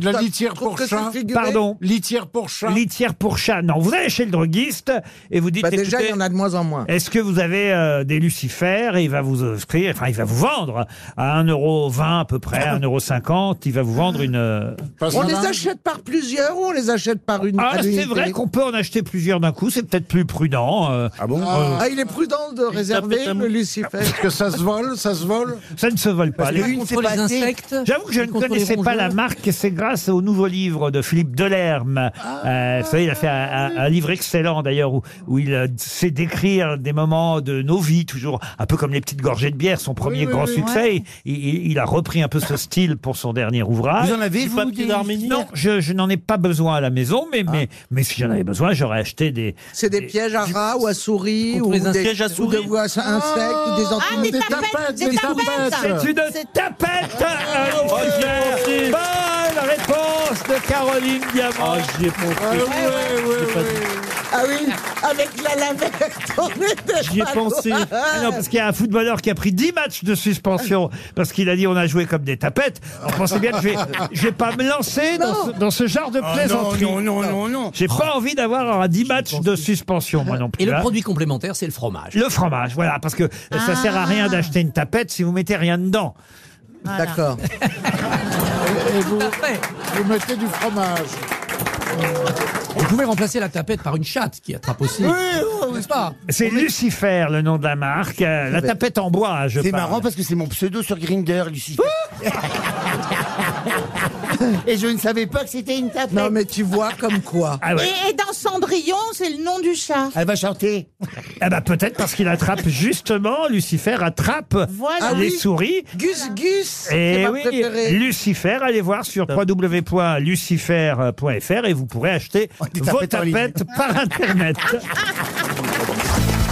Speaker 2: Pardon.
Speaker 3: Litière pour chat.
Speaker 2: Litière pour chat. Non, vous allez chez le droguiste et vous dites.
Speaker 8: Bah, déjà,
Speaker 2: écoutez,
Speaker 8: il y en a de moins en moins.
Speaker 2: Est-ce que vous avez euh, des lucifères et il va vous offrir, enfin il va vous vendre à 1,20€ à peu près, 1,50€, il va vous vendre une... euh,
Speaker 8: On les achète par plusieurs ou on les achète par une
Speaker 2: Ah
Speaker 8: à
Speaker 2: c'est
Speaker 8: l'unité
Speaker 2: vrai qu'on peut en acheter plusieurs d'un coup, c'est peut-être plus prudent. ah bon
Speaker 8: Ah, il est prudent de réserver le Lucifer.
Speaker 3: que ça se vole, ça se vole
Speaker 2: Ça ne se vole pas.
Speaker 8: Parce que une, c'est Contre les pâté. insectes,
Speaker 2: J'avoue que je ne
Speaker 8: contre les
Speaker 2: connaissais pas
Speaker 8: rongeurs.
Speaker 2: la marque et c'est grâce au nouveau livre de Philippe Delerme. Euh, vous savez, il a fait un, un- un livre excellent d'ailleurs où, où il euh, sait décrire des moments de nos vies, toujours un peu comme les petites gorgées de bière, son premier
Speaker 4: oui,
Speaker 2: grand
Speaker 4: oui.
Speaker 2: succès. Il, il- il a repris un peu ce style pour son dernier ouvrage.
Speaker 4: Vous en avez, vous, des-
Speaker 2: Non, je, je n'en ai pas besoin à la maison, mais, mais, mais si j'en avais besoin, j'aurais acheté des...
Speaker 8: C'est des pièges à rats ou à souris ou des
Speaker 2: insectes à
Speaker 8: ou des-
Speaker 2: souris.
Speaker 8: ou à insectes ou des antilopes.
Speaker 5: des tapettes, des tapettes.
Speaker 2: C'est une tapette à l'origine. Bonne réponse de Caroline Diamant. j'y ai pensé.
Speaker 8: Ah, Ah oui, avec la lavette, on était
Speaker 2: J'y ai
Speaker 8: pas
Speaker 2: pensé.
Speaker 8: loin.
Speaker 2: Ah non, parce qu'il y a un footballeur qui a pris 10 matchs de suspension parce qu'il a dit on a joué comme des tapettes. On pensait bien que je vais, je vais pas me lancer dans ce, dans ce genre de
Speaker 4: Ah non,
Speaker 2: plaisanterie.
Speaker 4: non, non, non, non.
Speaker 2: J'ai pas envie d'avoir un 10 matchs de suspension, moi non plus.
Speaker 7: Et le
Speaker 2: hein.
Speaker 7: produit complémentaire, c'est le fromage.
Speaker 2: Le fromage, voilà, parce que ça
Speaker 7: Ah.
Speaker 2: sert à rien d'acheter une tapette si vous mettez rien dedans.
Speaker 8: D'accord. Eh,
Speaker 3: Et vous, vous mettez du fromage.
Speaker 7: Vous pouvez remplacer la tapette par une chatte qui attrape aussi. n'est-ce pas
Speaker 2: C'est Lucifer, le nom de la marque. Euh, La tapette en bois, je
Speaker 4: C'est
Speaker 2: parle.
Speaker 4: marrant parce que c'est mon pseudo sur Grinder, Lucifer. Et je ne savais pas que c'était une tapette.
Speaker 8: Non, mais tu vois comme quoi.
Speaker 4: Ah,
Speaker 2: Ah
Speaker 5: et, et dans Cendrillon, c'est le nom du chat.
Speaker 4: Elle va chanter.
Speaker 2: Ah bah peut-être parce qu'il attrape justement, Lucifer attrape
Speaker 5: Voilà.
Speaker 2: les
Speaker 5: Ah oui.
Speaker 2: souris.
Speaker 8: Gus Gus,
Speaker 2: Et
Speaker 8: c'est ma
Speaker 2: oui,
Speaker 8: préférée.
Speaker 2: Lucifer, allez voir sur www.lucifer.fr et vous pourrez acheter vos
Speaker 4: Oh, tapettes en ligne.
Speaker 2: tapettes par Internet.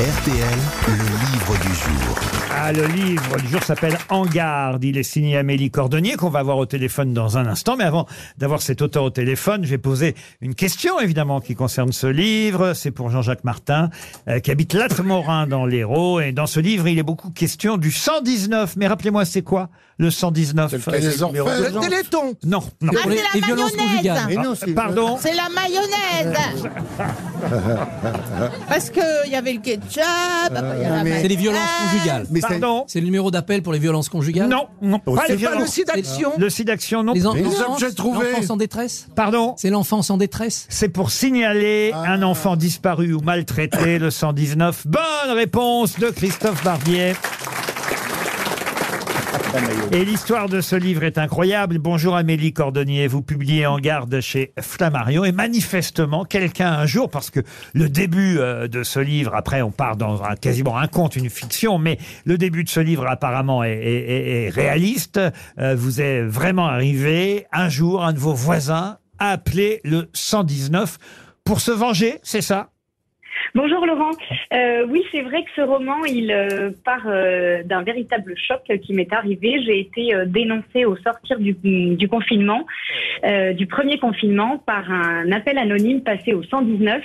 Speaker 1: RTL, le livre du jour.
Speaker 2: Ah, le livre du jour s'appelle En garde. Il est signé Amélie Cordonnier, qu'on va avoir au téléphone dans un instant. Mais avant d'avoir cet auteur au téléphone, j'ai posé une question, évidemment, qui concerne ce livre. C'est pour Jean-Jacques Martin, euh, qui habite Latte-Morin dans l'Hérault. Et dans ce livre, il est beaucoup question du 119. Mais rappelez-moi, c'est quoi le 119
Speaker 3: C'est le des orphanes.
Speaker 8: Le téléthon.
Speaker 2: Non, non.
Speaker 5: Ah, c'est la mayonnaise.
Speaker 2: Ah, Pardon
Speaker 5: C'est la mayonnaise. Parce qu'il y avait le ketchup.
Speaker 7: Ah,
Speaker 5: après, Ah, il y a la Ah.
Speaker 7: C'est les violences conjugales.
Speaker 4: Mais
Speaker 2: Pardon
Speaker 7: C'est le numéro d'appel pour les violences conjugales
Speaker 2: Non, non,
Speaker 5: Oh,
Speaker 2: pas
Speaker 7: c'est
Speaker 2: les
Speaker 7: pas
Speaker 2: violences.
Speaker 7: le site d'action.
Speaker 2: Le site d'action, non.
Speaker 7: Les, en-
Speaker 2: Les
Speaker 7: l'enfance-
Speaker 2: objets trouvés.
Speaker 7: L'enfance en détresse
Speaker 2: Pardon
Speaker 7: C'est l'enfance en détresse
Speaker 2: C'est pour signaler un enfant disparu ou maltraité, le 119. Bonne réponse de Christophe Barbier. Et l'histoire de ce livre est incroyable. Bonjour Amélie Cordonnier, vous publiez En garde chez Flammarion et manifestement quelqu'un un jour, parce que le début euh, de ce livre, après on part dans un- quasiment un conte, une fiction, mais le début de ce livre apparemment est, est- est- est réaliste, Euh, vous est vraiment arrivé un jour, un de vos voisins a appelé le 119 pour se venger, c'est ça
Speaker 17: Bonjour Laurent. Euh, oui, c'est vrai que ce roman, il euh, part euh, d'un véritable choc qui m'est arrivé. J'ai été euh, dénoncée au sortir du, du confinement, euh, du premier confinement, par un appel anonyme passé au 119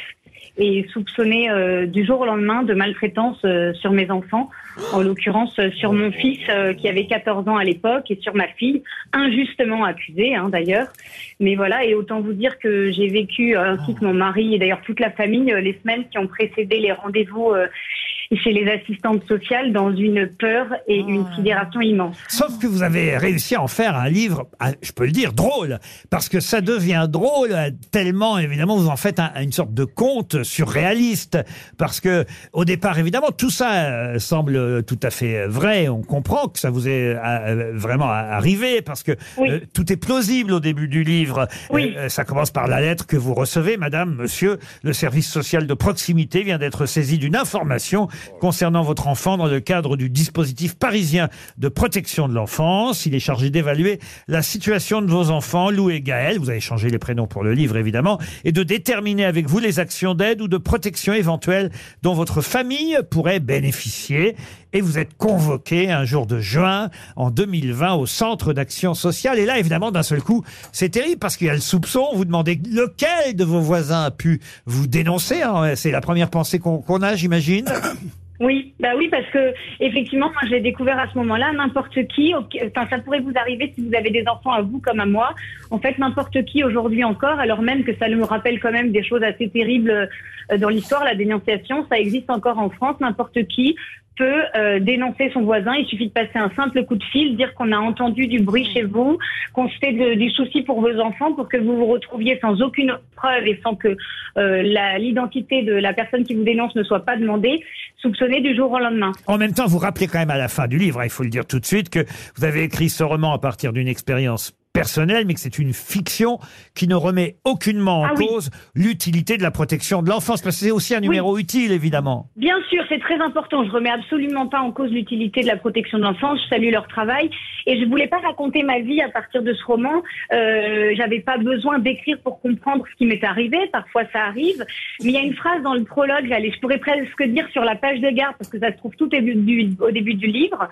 Speaker 17: et soupçonné euh, du jour au lendemain de maltraitance euh, sur mes enfants, en l'occurrence euh, sur mon fils euh, qui avait 14 ans à l'époque et sur ma fille, injustement accusée hein, d'ailleurs. Mais voilà, et autant vous dire que j'ai vécu, euh, ainsi que mon mari et d'ailleurs toute la famille, euh, les semaines qui ont précédé les rendez-vous euh, chez les assistantes sociales dans une peur et une sidération immense.
Speaker 2: Sauf que vous avez réussi à en faire un livre, ah, je peux le dire, drôle. Parce que ça devient drôle euh, tellement, évidemment, vous en faites un- une sorte de conte surréaliste. Parce que, au départ, évidemment, tout ça euh, semble tout à fait vrai. On comprend que ça vous est euh, euh, vraiment arrivé. Parce que euh, tout est plausible au début du livre. Euh, ça commence par la lettre que vous recevez, madame, monsieur. Le service social de proximité vient d'être saisi d'une information concernant votre enfant dans le cadre du dispositif parisien de protection de l'enfance. Il est chargé d'évaluer la situation de vos enfants, Lou et Gaël. Vous avez changé les prénoms pour le livre, évidemment, et de déterminer avec vous les actions d'aide ou de protection éventuelles dont votre famille pourrait bénéficier. Et vous êtes convoqué un jour de juin en 2020 au Centre d'action sociale. Et là, évidemment, d'un seul coup, c'est terrible parce qu'il y a le soupçon. Vous demandez lequel de vos voisins a pu vous dénoncer. hein. C'est la première pensée qu'on qu'on a, j'imagine.
Speaker 17: Oui, bah oui, parce que effectivement, moi, je l'ai découvert à ce moment-là. N'importe qui, ok, enfin, ça pourrait vous arriver si vous avez des enfants à vous comme à moi. En fait, n'importe qui aujourd'hui encore, alors même que ça nous rappelle quand même des choses assez terribles euh, dans l'histoire, la dénonciation, ça existe encore en France. N'importe qui peut euh, dénoncer son voisin. Il suffit de passer un simple coup de fil, dire qu'on a entendu du bruit chez vous, qu'on se fait de- du souci pour vos enfants, pour que vous vous retrouviez sans aucune preuve et sans que euh, la- l'identité de la personne qui vous dénonce ne soit pas demandée, soupçonnée du jour au lendemain.
Speaker 2: En même temps, vous rappelez quand même à la fin du livre, hein, il faut le dire tout de suite, que vous avez écrit ce roman à partir d'une expérience personnelle, mais que c'est une fiction qui ne remet aucunement en cause l'utilité de la protection de l'enfance, parce que c'est aussi un numéro utile, évidemment.
Speaker 17: Bien sûr, c'est très important. Je remets absolument pas en cause l'utilité de la protection de l'enfance. Je salue leur travail et je voulais pas raconter ma vie à partir de ce roman. Euh, J'avais pas besoin d'écrire pour comprendre ce qui m'est arrivé. Parfois, ça arrive. Mais il y a une phrase dans le prologue, j'allais, je pourrais presque dire sur la page de garde parce que ça se trouve tout au début du, au début du livre,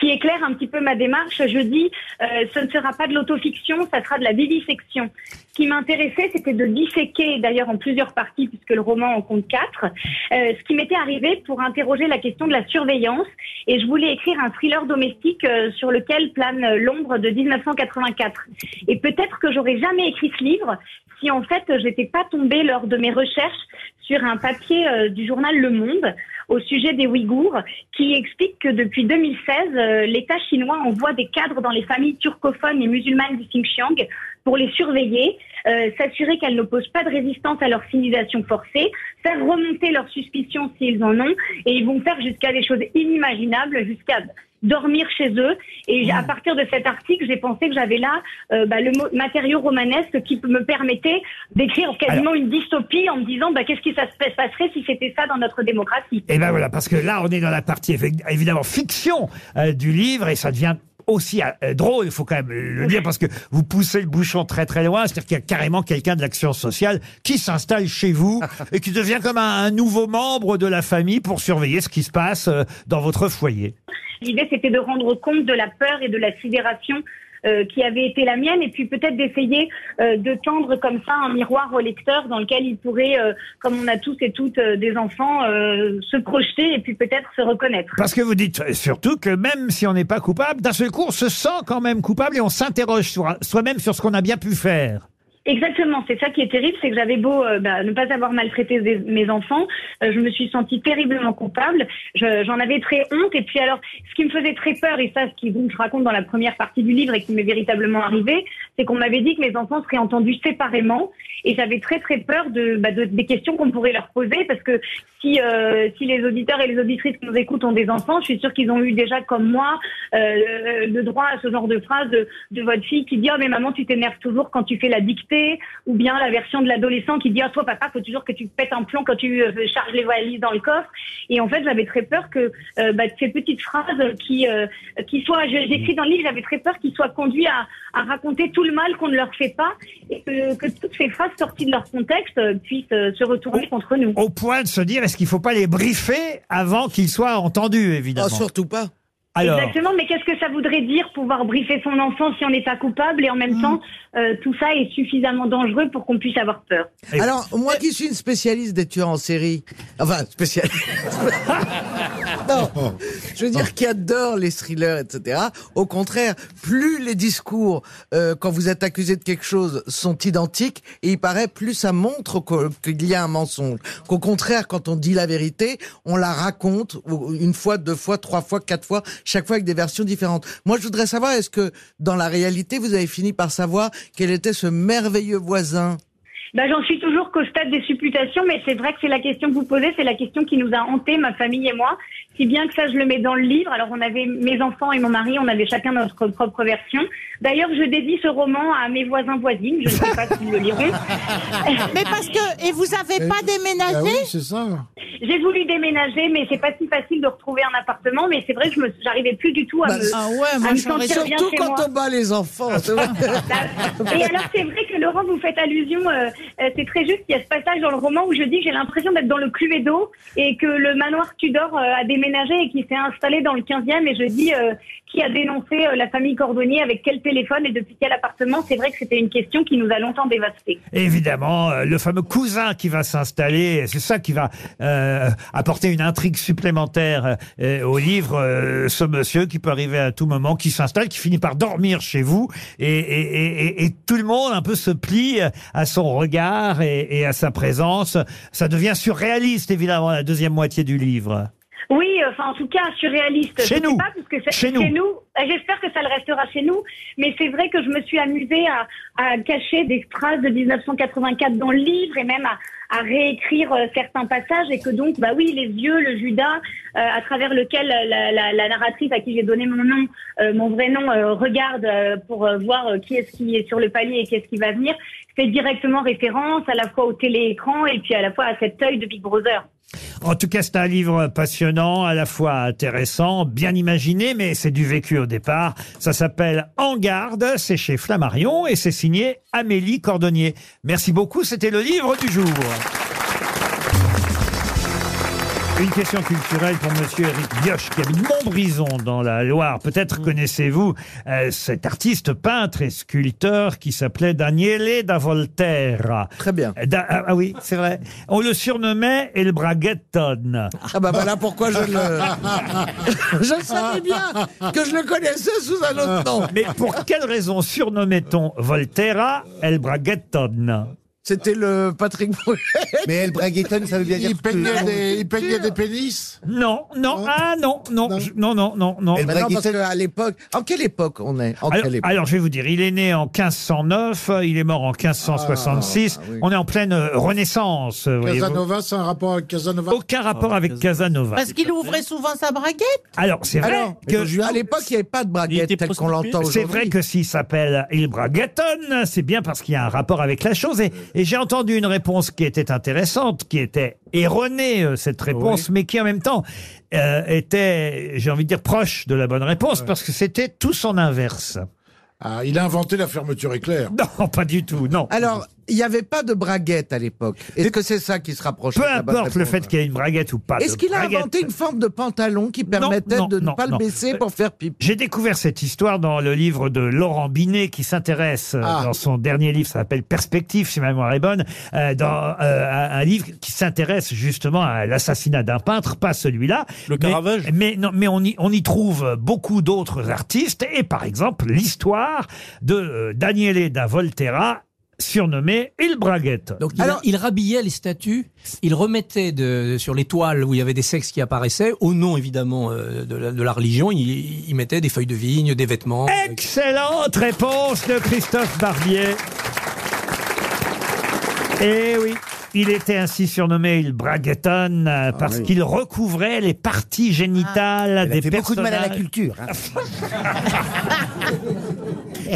Speaker 17: qui éclaire un petit peu ma démarche. Je dis, euh, ce ne sera pas de l'autofiction, ça sera de la vivisection. Ce qui m'intéressait, c'était de disséquer, d'ailleurs en plusieurs parties, puisque le roman en compte quatre, euh, ce qui m'était arrivé pour interroger la question de la surveillance. Et je voulais écrire un thriller domestique euh, sur lequel plane euh, l'ombre de 1984. Et peut-être que j'aurais jamais écrit ce livre si en fait j'étais pas tombée lors de mes recherches sur un papier euh, du journal Le Monde au sujet des Ouïghours qui explique que depuis 2016, euh, l'État chinois envoie des cadres dans les familles turcophones et musulmanes du Xinjiang pour les surveiller, euh, s'assurer qu'elles n'opposent pas de résistance à leur civilisation forcée, faire remonter leurs suspicions s'ils en ont, et ils vont faire jusqu'à des choses inimaginables, jusqu'à dormir chez eux. Et
Speaker 2: Mmh.
Speaker 17: à partir de cet article, j'ai pensé que j'avais là euh, bah, le mo- matériau romanesque qui me permettait d'écrire quasiment une dystopie en me disant bah, qu'est-ce qui ça se passerait si c'était ça dans notre démocratie.
Speaker 2: Et ben voilà, parce que là, on est dans la partie évi- évidemment fiction euh, du livre et ça devient aussi euh, drôle, il faut quand même le dire, parce que vous poussez le bouchon très très loin, c'est-à-dire qu'il y a carrément quelqu'un de l'action sociale qui s'installe chez vous et qui devient comme un, un nouveau membre de la famille pour surveiller ce qui se passe euh, dans votre foyer.
Speaker 17: L'idée, c'était de rendre compte de la peur et de la sidération euh, qui avait été la mienne, et puis peut-être d'essayer euh, de tendre comme ça un miroir au lecteur dans lequel il pourrait, euh, comme on a tous et toutes euh, des enfants, euh, se projeter et puis peut-être se reconnaître.
Speaker 2: Parce que vous dites euh, surtout que même si on n'est pas coupable, d'un seul coup, on se sent quand même coupable et on s'interroge sur- soi-même sur ce qu'on a bien pu faire.
Speaker 17: Exactement, c'est ça qui est terrible, c'est que j'avais beau euh, bah, ne pas avoir maltraité des- mes enfants, euh, je me suis sentie terriblement coupable, Je- j'en avais très honte, et puis alors, ce qui me faisait très peur, et ça, ce qui donc, je raconte dans la première partie du livre et qui m'est véritablement arrivé, c'est qu'on m'avait dit que mes enfants seraient entendus séparément, et j'avais très très peur de, bah, de- des questions qu'on pourrait leur poser, parce que si, euh, si les auditeurs et les auditrices qui nous écoutent ont des enfants, je suis sûre qu'ils ont eu déjà, comme moi, euh, le droit à ce genre de phrase de, de votre fille qui dit oh mais maman tu t'énerves toujours quand tu fais la dictée ou bien la version de l'adolescent qui dit oh toi papa faut toujours que tu pètes un plomb quand tu euh, charges les valises dans le coffre et en fait j'avais très peur que euh, bah, ces petites phrases qui euh, qui soient je- j'écris dans le livre j'avais très peur qu'ils soient conduits à, à raconter tout le mal qu'on ne leur fait pas et que, que toutes ces phrases sorties de leur contexte euh, puissent euh, se retourner contre nous
Speaker 2: Au point de se dire, est-ce qu'il ne faut pas les briefer avant qu'ils soient entendus, évidemment
Speaker 8: Ah, surtout pas.
Speaker 2: Alors.
Speaker 17: Exactement, mais qu'est-ce que ça voudrait dire pouvoir briefer son enfant si on n'est pas coupable et en même temps euh, tout ça est suffisamment dangereux pour qu'on puisse avoir peur
Speaker 8: Alors, moi qui suis une spécialiste des tueurs en série, enfin, spécialiste. non, je veux dire, qui adore les thrillers, etc. Au contraire, plus les discours, euh, quand vous êtes accusé de quelque chose, sont identiques, et il paraît, plus ça montre qu'au- qu'il y a un mensonge. Qu'au contraire, quand on dit la vérité, on la raconte ou- une fois, deux fois, trois fois, quatre fois, chaque fois avec des versions différentes. Moi, je voudrais savoir, est-ce que dans la réalité, vous avez fini par savoir quel était ce merveilleux voisin
Speaker 17: Bah, J'en suis toujours qu'au stade des supputations, mais c'est vrai que c'est la question que vous posez, c'est la question qui nous a hantés, ma famille et moi. Si bien que ça, je le mets dans le livre. Alors, on avait mes enfants et mon mari, on avait chacun notre propre version. D'ailleurs, je dédie ce roman à mes voisins voisines. Je ne sais pas s'ils le liront.
Speaker 5: Mais parce que, et vous avez pas déménagé
Speaker 3: Eh, bah c'est ça.
Speaker 17: J'ai voulu déménager, mais c'est pas si facile de retrouver un appartement. Mais c'est vrai que je me- j'arrivais plus du tout à
Speaker 8: Bah,
Speaker 17: me,
Speaker 5: ah
Speaker 2: Ah
Speaker 17: à me sentir bien
Speaker 8: Surtout
Speaker 17: chez
Speaker 8: quand
Speaker 17: moi. Bah,
Speaker 8: on bat les enfants. c'est vrai.
Speaker 17: Et alors, c'est vrai que Laurent, vous faites allusion, euh, euh, c'est très juste, il y a ce passage dans le roman où je dis que j'ai l'impression d'être dans le Cluedo et que le manoir Tudor euh, a déménagé et qui s'est installé dans le 15e et je dis euh, qui a dénoncé euh, la famille Cordonnier avec quel téléphone et depuis quel appartement. C'est vrai que c'était une question qui nous a longtemps dévastés.
Speaker 2: Évidemment, euh, le fameux cousin qui va s'installer, c'est ça qui va euh, apporter une intrigue supplémentaire euh, au livre. euh, ce monsieur qui peut arriver à tout moment, qui s'installe, qui finit par dormir chez vous, et, et- et- et- et tout le monde un peu se plie à son regard et, et à sa présence. Ça devient surréaliste, évidemment, la deuxième moitié du livre.
Speaker 17: Oui, euh, enfin en tout cas surréaliste.
Speaker 2: Chez
Speaker 17: Je sais
Speaker 2: nous.
Speaker 17: pas, parce que c'est-
Speaker 2: Chez nous.
Speaker 17: Euh, J'espère que ça le restera chez nous. Mais c'est vrai que je me suis amusée à, à cacher des phrases de 1984 dans le livre et même à, à réécrire euh, certains passages et que donc bah oui les yeux, le Judas, euh, à travers lequel la, la- la narratrice à qui j'ai donné mon nom, euh, mon vrai nom, euh, regarde euh, pour euh, voir euh, qui est-ce qui est sur le palier et qui est-ce qui va venir, fait directement référence à la fois au téléécran et puis à la fois à cet œil de Big Brother.
Speaker 2: En tout cas, c'est un livre passionnant, à la fois intéressant, bien imaginé, mais c'est du vécu au départ. Ça s'appelle En garde, c'est chez Flammarion et c'est signé Amélie Cordonnier. Merci beaucoup, c'était le livre du jour. Une question culturelle pour Monsieur Eric Bioche, qui habite Montbrison dans la Loire. Peut-être connaissez-vous euh, cet artiste peintre et sculpteur qui s'appelait Daniele da Volterra.
Speaker 8: Très bien.
Speaker 2: ah, ah oui, c'est vrai. On le surnommait El Braghetton.
Speaker 8: Ah bah voilà pourquoi je le... je le savais bien que je le connaissais sous un autre nom.
Speaker 2: Mais pour quelle raison surnommait-on Volterra El Braghetton
Speaker 8: C'était le Patrick Bruel.
Speaker 4: Mais El Bragueton, ça veut bien dire.
Speaker 2: Il peignait des- il peignait des
Speaker 4: pénis
Speaker 2: Non, non, ah non, non, je- non, non, non, non.
Speaker 8: Mais non, parce qu'à l'époque, en quelle époque on est En
Speaker 2: Alors,
Speaker 8: quelle époque
Speaker 2: alors, je vais vous dire, il est né en 1509, il est mort en 1566. On est en pleine euh, Renaissance, euh, voyez-vous.
Speaker 3: Casanova, c'est un rapport avec Casanova
Speaker 2: Aucun rapport avec Casanova.
Speaker 5: Parce qu'il ouvrait souvent sa braguette.
Speaker 2: Alors, c'est vrai
Speaker 5: Alors,
Speaker 2: que...
Speaker 8: à l'époque, il n'y avait pas de braguette telle qu'on l'entend aujourd'hui.
Speaker 2: C'est vrai que s'il s'appelle Il Bragaton, c'est bien parce qu'il y a un rapport avec la chose. Et, et j'ai entendu une réponse qui était intéressante, qui était erronée, euh, cette réponse, mais qui en même temps euh, était, j'ai envie de dire, proche de la bonne réponse, parce que c'était tout son inverse.
Speaker 3: Ah, il a inventé la fermeture éclair.
Speaker 2: Non, pas du tout, non.
Speaker 8: Alors, il n'y avait pas de braguette à l'époque. Est-ce que c'est ça qui se rapproche
Speaker 2: Peu
Speaker 8: de la bonne
Speaker 2: importe le
Speaker 8: réponse
Speaker 2: fait qu'il y ait une braguette ou pas.
Speaker 8: Est-ce
Speaker 2: de
Speaker 8: qu'il a
Speaker 2: braguette.
Speaker 8: inventé une forme de pantalon qui permettait
Speaker 2: non,
Speaker 8: de ne
Speaker 2: non,
Speaker 8: pas
Speaker 2: non.
Speaker 8: le baisser pour faire pipi
Speaker 2: J'ai découvert cette histoire dans le livre de Laurent Binet qui s'intéresse euh,
Speaker 8: Ah.
Speaker 2: dans son dernier livre, ça s'appelle Perspective si ma mémoire est bonne, euh, dans euh, un un livre qui s'intéresse justement à l'assassinat d'un peintre, pas celui-là. Le Caravage. Mais, non, mais on y on y trouve beaucoup d'autres artistes et par exemple l'histoire de euh, Daniele da Volterra surnommé Il Braguette.
Speaker 7: Donc il, il rhabillait les statues, il remettait de- sur les toiles où il y avait des sexes qui apparaissaient, au nom évidemment euh, de, la, de la religion, il, il mettait des feuilles de vigne, des vêtements.
Speaker 2: Eh, Excellente réponse de Christophe Barbier. Eh oui. Il était ainsi surnommé il Bragueton euh,
Speaker 4: Ah
Speaker 2: parce
Speaker 4: oui. Ah.
Speaker 2: qu'il recouvrait les parties génitales
Speaker 4: Elle a
Speaker 2: des
Speaker 4: fait beaucoup de mal à la
Speaker 2: personnages.
Speaker 4: culture. hein.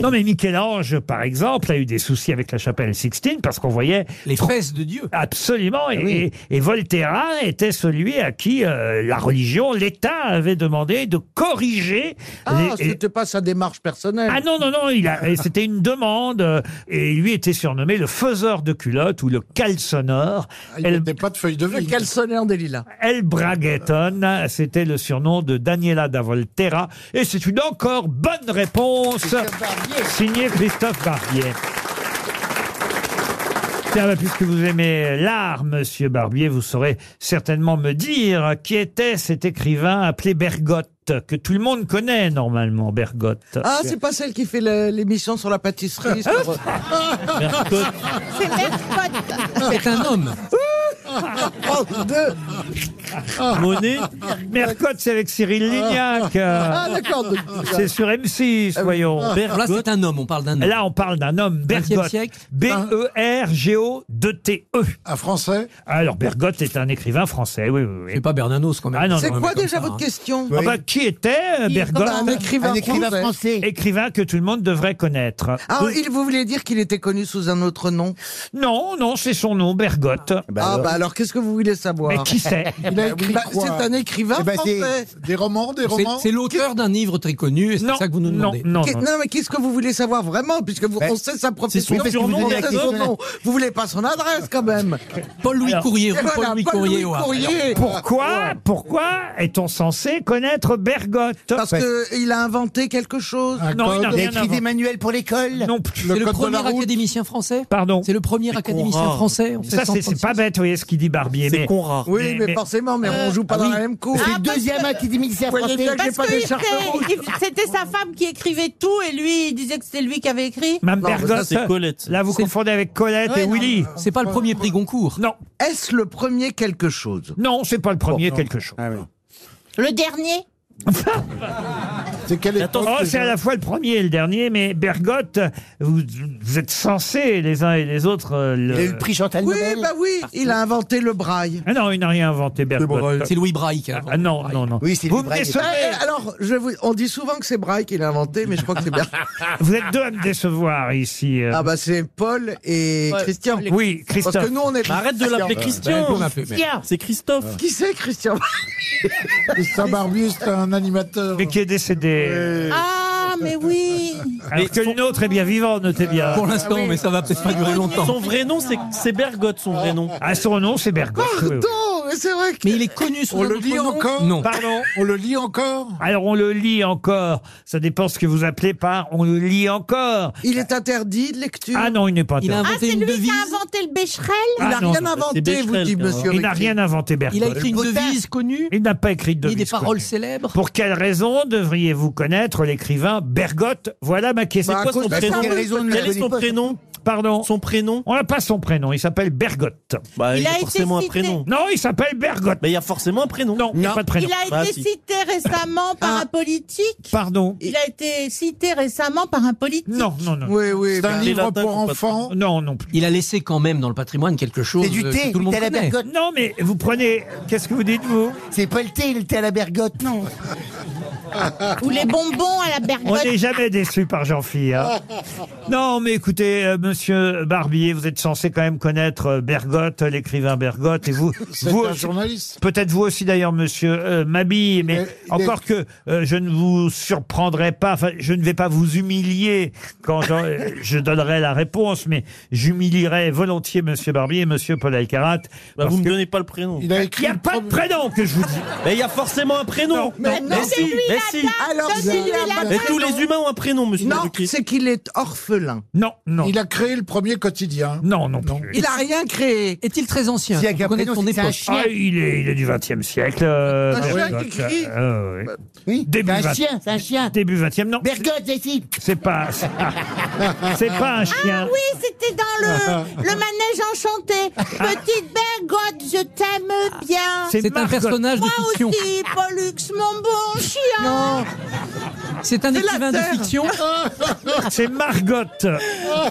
Speaker 2: Non mais Michel-Ange, par exemple, a eu des soucis avec la chapelle Sixtine parce qu'on voyait...
Speaker 7: Les fesses de Dieu.
Speaker 4: Ah
Speaker 2: Absolument. Et, et- et Volterra était celui à qui euh, la religion, l'État avait demandé de corriger...
Speaker 8: Ah,
Speaker 2: les-
Speaker 8: c'était pas sa démarche personnelle.
Speaker 2: Ah non, non, non, il a- et c'était une demande. euh, Et lui était surnommé le faiseur de culottes ou le Nord.
Speaker 8: Ah,
Speaker 2: Elle n'était
Speaker 3: pas de feuille de
Speaker 8: Le calçonnet des lilas.
Speaker 2: El Braghetton, c'était le surnom de Daniela da Volterra. Et c'est une encore bonne réponse signée Christophe Barbier. Tiens, bah, puisque vous aimez l'art, monsieur Barbier, vous saurez certainement me dire qui était cet écrivain appelé Bergotte, que tout le monde connaît normalement, Bergotte.
Speaker 8: Ah, c'est pas celle qui fait le- l'émission sur la pâtisserie. sur-
Speaker 5: C'est Mercotte.
Speaker 7: C'est un homme.
Speaker 2: Monet. Mercotte, c'est avec Cyril Lignac. Euh,
Speaker 7: Ah, d'accord, donc-
Speaker 2: C'est sur M6, voyons.
Speaker 7: Ah, Bergotte. Là, c'est un homme, on parle d'un homme.
Speaker 2: Là, on parle d'un homme, Bergotte.
Speaker 7: siècle.
Speaker 2: B-E-R-G-O-D-T-E.
Speaker 3: Un français
Speaker 2: Alors, Bergotte est un écrivain français, oui, oui. C'est
Speaker 7: pas Bernanos, quand même.
Speaker 2: Ah, non,
Speaker 8: C'est
Speaker 2: non,
Speaker 8: quoi
Speaker 2: mais comme
Speaker 8: déjà
Speaker 2: ça,
Speaker 8: votre
Speaker 2: hein.
Speaker 8: question
Speaker 2: Ah bah, qui était euh,
Speaker 8: Qui-
Speaker 2: Bergotte
Speaker 8: Un écrivain Un écrivain français. français.
Speaker 2: Écrivain que tout le monde devrait connaître.
Speaker 8: Ah,
Speaker 2: Vous-
Speaker 8: il, vous voulez dire qu'il était connu sous un autre nom
Speaker 2: Non, non, c'est son nom, Bergotte.
Speaker 8: ah, bah alors qu'est-ce que vous voulez savoir
Speaker 2: Mais qui c'est
Speaker 8: Il a écrit Bah, quoi c'est un écrivain Eh ben, c'est- français.
Speaker 3: Des romans, des
Speaker 7: C'est-
Speaker 3: romans
Speaker 7: C'est l'auteur d'un livre très connu, et c'est ça que vous nous demandez.
Speaker 8: Qu'est- mais qu'est-ce que vous voulez savoir vraiment Puisque vous,
Speaker 7: Ben,
Speaker 8: on sait sa
Speaker 7: c'est
Speaker 8: profession,
Speaker 7: son surnom,
Speaker 8: on sait
Speaker 7: Bergotte.
Speaker 8: son nom. Vous voulez pas son adresse quand même
Speaker 7: Paul-Louis
Speaker 8: Alors,
Speaker 7: Courrier,
Speaker 8: et
Speaker 7: rue
Speaker 8: voilà,
Speaker 7: Paul-Louis
Speaker 8: Paul-Louis
Speaker 7: Courrier. au Havre.
Speaker 8: Courrier.
Speaker 2: Pourquoi, pourquoi est-on censé connaître Bergotte
Speaker 8: Parce qu'il a inventé quelque chose.
Speaker 2: Non, il n'a rien inventé.
Speaker 8: manuels pour l'école
Speaker 2: Non plus.
Speaker 7: C'est le, premier académicien français
Speaker 2: Pardon.
Speaker 7: C'est le premier académicien
Speaker 2: Conrad.
Speaker 7: français. on fait
Speaker 2: Ça, c'est-
Speaker 7: 136.
Speaker 2: c'est pas bête, vous voyez ce qu'il dit Barbier.
Speaker 7: C'est
Speaker 2: mais-
Speaker 7: Conrad.
Speaker 8: Oui, mais,
Speaker 2: mais-
Speaker 8: forcément, mais
Speaker 2: Euh,
Speaker 8: on joue pas
Speaker 2: ah
Speaker 8: dans
Speaker 2: oui.
Speaker 8: la même cour.
Speaker 5: Ah, parce que-
Speaker 8: Voyez bien que j'ai
Speaker 5: Parce
Speaker 8: pas
Speaker 5: que
Speaker 8: d'écharpe
Speaker 5: il
Speaker 8: rouge.
Speaker 5: était- il- C'était sa femme qui écrivait tout et lui, il disait que c'était lui qui avait écrit.
Speaker 2: Mme
Speaker 7: mais ça,
Speaker 2: Bergotte,
Speaker 7: c'est Colette.
Speaker 2: là vous confondez avec Colette
Speaker 5: Ouais,
Speaker 2: et
Speaker 5: non.
Speaker 2: Willy.
Speaker 7: C'est pas le premier prix Goncourt.
Speaker 2: Non,
Speaker 8: Est-ce le premier quelque chose Ah
Speaker 2: non, c'est pas le premier quelque chose.
Speaker 5: Le dernier
Speaker 3: C'est quelle époque
Speaker 2: Oh, c'est à la fois le premier et le dernier, mais Bergotte, vous, vous êtes censés les uns et les autres. euh, Le...
Speaker 4: Il a eu le prix Chantal
Speaker 8: Oui,
Speaker 4: Nobel.
Speaker 8: bah oui, il a inventé le braille.
Speaker 2: Ah non, il n'a rien inventé, Bergotte.
Speaker 7: C'est Louis Braille qui a
Speaker 2: Ah non, non, non.
Speaker 4: Oui, c'est
Speaker 2: vous,
Speaker 4: Louis
Speaker 2: me
Speaker 4: Braille.
Speaker 2: décevez.
Speaker 8: Ah, eh, alors, je vous- on dit souvent que c'est Braille qui l'a inventé, mais je crois que c'est bien.
Speaker 2: vous êtes deux à me décevoir ici. euh.
Speaker 8: Ah bah c'est Paul et
Speaker 2: Ouais,
Speaker 8: Christian.
Speaker 2: Oui, Christophe.
Speaker 8: Parce que nous on est.
Speaker 6: Mais arrête de l'appeler Christian.
Speaker 7: Ben, on l'appelait, mais-
Speaker 6: C'est Christophe.
Speaker 8: Qui c'est Christian
Speaker 3: Christian Barbier, c'est un animateur.
Speaker 2: Mais qui est décédé.
Speaker 5: Ah, mais oui
Speaker 2: Alors Ah, que le nôtre est bien vivant, notez bien.
Speaker 7: Pour l'instant, mais ça va peut-être pas durer longtemps.
Speaker 6: Ah Son vrai nom, c'est- c'est Bergotte, son vrai nom.
Speaker 2: Ah, son nom, c'est Bergotte. oui, oui.
Speaker 8: Non, Oh, mais c'est vrai que.
Speaker 7: Mais il est connu sous
Speaker 3: On
Speaker 7: un
Speaker 3: le
Speaker 7: autre
Speaker 3: lit
Speaker 7: nom
Speaker 3: encore
Speaker 7: Non.
Speaker 2: Pardon
Speaker 3: On le lit encore
Speaker 2: Alors, on le lit encore. Ça dépend ce que vous appelez par on le lit encore.
Speaker 8: Il est interdit de lecture.
Speaker 2: Ah non, il n'est pas
Speaker 7: Il a
Speaker 2: interdit.
Speaker 5: Ah,
Speaker 7: inventé
Speaker 5: c'est
Speaker 7: une
Speaker 5: lui qui
Speaker 7: devise.
Speaker 5: a inventé le Becherel
Speaker 8: Il n'a
Speaker 2: Ah non,
Speaker 8: rien
Speaker 2: c'est
Speaker 8: inventé, vous
Speaker 6: Becquerel,
Speaker 8: dit
Speaker 6: quand même.
Speaker 8: monsieur.
Speaker 2: Il n'a
Speaker 8: Riquet.
Speaker 2: rien inventé, Bergotte.
Speaker 7: Il a écrit une devise connue.
Speaker 2: Il n'a pas écrit de
Speaker 7: Il y a des
Speaker 2: devise, quoi.
Speaker 7: paroles célèbres.
Speaker 2: Pour quelle raison devriez-vous connaître l'écrivain Bergotte Voilà ma question.
Speaker 8: Bah,
Speaker 6: Quoi, son
Speaker 8: cause de
Speaker 6: prénom
Speaker 8: ça,
Speaker 4: quelle raison ne
Speaker 6: Quel est
Speaker 4: la
Speaker 6: son
Speaker 4: connaît
Speaker 6: prénom
Speaker 2: Pardon
Speaker 6: Son prénom
Speaker 2: On n'a pas son prénom, il s'appelle Bergotte.
Speaker 6: Bah,
Speaker 5: Il
Speaker 6: il,
Speaker 5: a
Speaker 6: a
Speaker 5: été
Speaker 6: forcément un
Speaker 5: cité.
Speaker 6: prénom.
Speaker 2: Non, il s'appelle Bergotte.
Speaker 6: Mais il y a forcément un prénom.
Speaker 2: Non, il n'y a pas de prénom.
Speaker 5: Il a été
Speaker 6: Bah, si.
Speaker 5: cité récemment par un politique
Speaker 2: Pardon.
Speaker 5: Il a été cité récemment par un politique
Speaker 2: Non, non, non.
Speaker 8: Oui, oui.
Speaker 3: C'est un
Speaker 8: bah,
Speaker 3: livre
Speaker 6: Latin,
Speaker 3: pour
Speaker 6: compas-
Speaker 3: enfants
Speaker 2: Non, non plus.
Speaker 7: Il a laissé quand même dans le patrimoine quelque chose
Speaker 4: C'est du
Speaker 7: euh,
Speaker 4: thé,
Speaker 7: que tout le
Speaker 4: il
Speaker 7: monde
Speaker 4: était à la
Speaker 7: connaît.
Speaker 4: bergotte.
Speaker 2: Non, mais vous prenez. Qu'est-ce que vous dites, vous
Speaker 4: C'est pas le thé, il était à la bergotte. Non.
Speaker 5: Ou les bonbons à la
Speaker 2: On
Speaker 5: bergotte
Speaker 2: n'est jamais déçu par Jean-Phil. hein. Non, mais écoutez, euh, monsieur Barbier, vous êtes censé quand même connaître euh, Bergotte, l'écrivain Bergotte, et vous.
Speaker 3: C'est
Speaker 2: vous
Speaker 3: un journaliste.
Speaker 2: Peut-être vous aussi d'ailleurs, monsieur euh, Mabille, mais
Speaker 3: Euh, il est-
Speaker 2: encore que euh, je ne vous surprendrai pas, enfin, je ne vais pas vous humilier quand je, euh, je donnerai la réponse, mais j'humilierai volontiers monsieur Barbier et monsieur Paul Alcarat.
Speaker 6: Bah,
Speaker 2: parce
Speaker 6: vous me
Speaker 2: que-
Speaker 6: donnez pas le prénom.
Speaker 3: Il a
Speaker 2: Il
Speaker 3: écrit.
Speaker 2: n'y a pas de prénom que je vous dis.
Speaker 6: Mais il y a forcément un prénom.
Speaker 2: Non, mais
Speaker 6: mais si, mais si.
Speaker 8: Alors,
Speaker 5: Donnez-lui
Speaker 8: s'il a
Speaker 5: la
Speaker 8: pas-
Speaker 6: Mais tous les humains ont un prénom, monsieur
Speaker 8: Non,
Speaker 6: Ducry.
Speaker 8: c'est qu'il est orphelin.
Speaker 2: Non, non.
Speaker 3: Il a créé le premier quotidien.
Speaker 2: Non, non. plus.
Speaker 8: Il a rien créé.
Speaker 7: Est-il très ancien
Speaker 4: S'il y a
Speaker 7: Vous
Speaker 4: qu'un
Speaker 7: connaissez
Speaker 4: prénom,
Speaker 7: son
Speaker 4: c'est un
Speaker 7: époque.
Speaker 4: chien.
Speaker 2: Ah, il est, il est du XXe siècle. euh,
Speaker 8: Un chien
Speaker 2: Bergotte.
Speaker 8: qui crie.
Speaker 2: Euh, oui.
Speaker 4: Oui, c'est
Speaker 2: Début
Speaker 4: un
Speaker 2: vingt-
Speaker 4: chien, c'est un chien.
Speaker 2: Début 20e, non.
Speaker 4: Bergotte, c'est ici.
Speaker 2: C'est pas. c'est- C'est pas un
Speaker 5: Ah
Speaker 2: chien.
Speaker 5: oui, c'était dans le, le manège enchanté Petite bergotte, je t'aime bien
Speaker 7: C'est un
Speaker 2: Margot.
Speaker 7: personnage de
Speaker 5: Moi
Speaker 7: fiction.
Speaker 5: aussi, Pollux, mon bon chien
Speaker 7: C'est un écrivain de
Speaker 8: terre.
Speaker 7: fiction.
Speaker 2: C'est Margotte.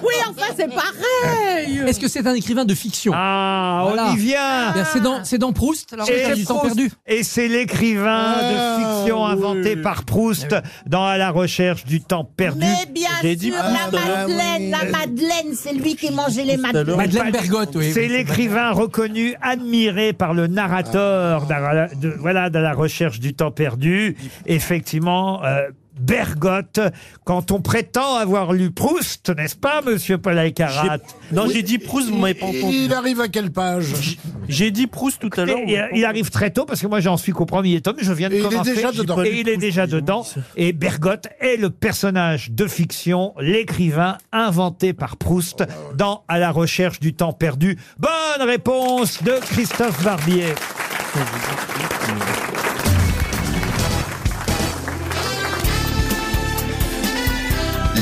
Speaker 5: Oui, enfin, c'est pareil
Speaker 7: Est-ce que c'est un écrivain de fiction
Speaker 2: Ah,
Speaker 7: Voilà. Eh
Speaker 2: on y vient.
Speaker 7: Bien, C'est dans, c'est dans Proust, la recherche du temps
Speaker 2: Proust-
Speaker 7: perdu.
Speaker 2: et c'est l'écrivain de fiction inventé par Proust dans À la recherche du temps perdu.
Speaker 5: Mais bien
Speaker 6: J'ai
Speaker 5: sûr,
Speaker 6: dit
Speaker 5: la
Speaker 6: Proust, hein.
Speaker 5: Madeleine,
Speaker 2: Ah
Speaker 5: la Madeleine, c'est lui qui mangeait les
Speaker 6: l'heure.
Speaker 5: madeleines.
Speaker 7: Madeleine Bergotte, oui.
Speaker 2: C'est
Speaker 7: oui.
Speaker 2: l'écrivain reconnu, admiré par le
Speaker 7: Ah.
Speaker 2: narrateur d'A- de- voilà, de la recherche du temps perdu. Effectivement, euh, bergotte quand on prétend avoir lu Proust, n'est-ce pas, monsieur Palaykarat
Speaker 6: Non, j'ai dit Proust, vous m'avez pas entendu.
Speaker 2: Il arrive à quelle page Ah, J'ai dit Proust tout à
Speaker 6: l'heure.
Speaker 2: Il, il arrive très tôt parce que moi j'en suis qu'au premier tome, je viens de
Speaker 6: Et il est
Speaker 2: commencer.
Speaker 6: déjà dedans.
Speaker 2: Et il est déjà dedans. Et Bergotte est le personnage de fiction, l'écrivain inventé par Proust dans À la recherche du temps perdu. Bonne réponse de Christophe Barbier.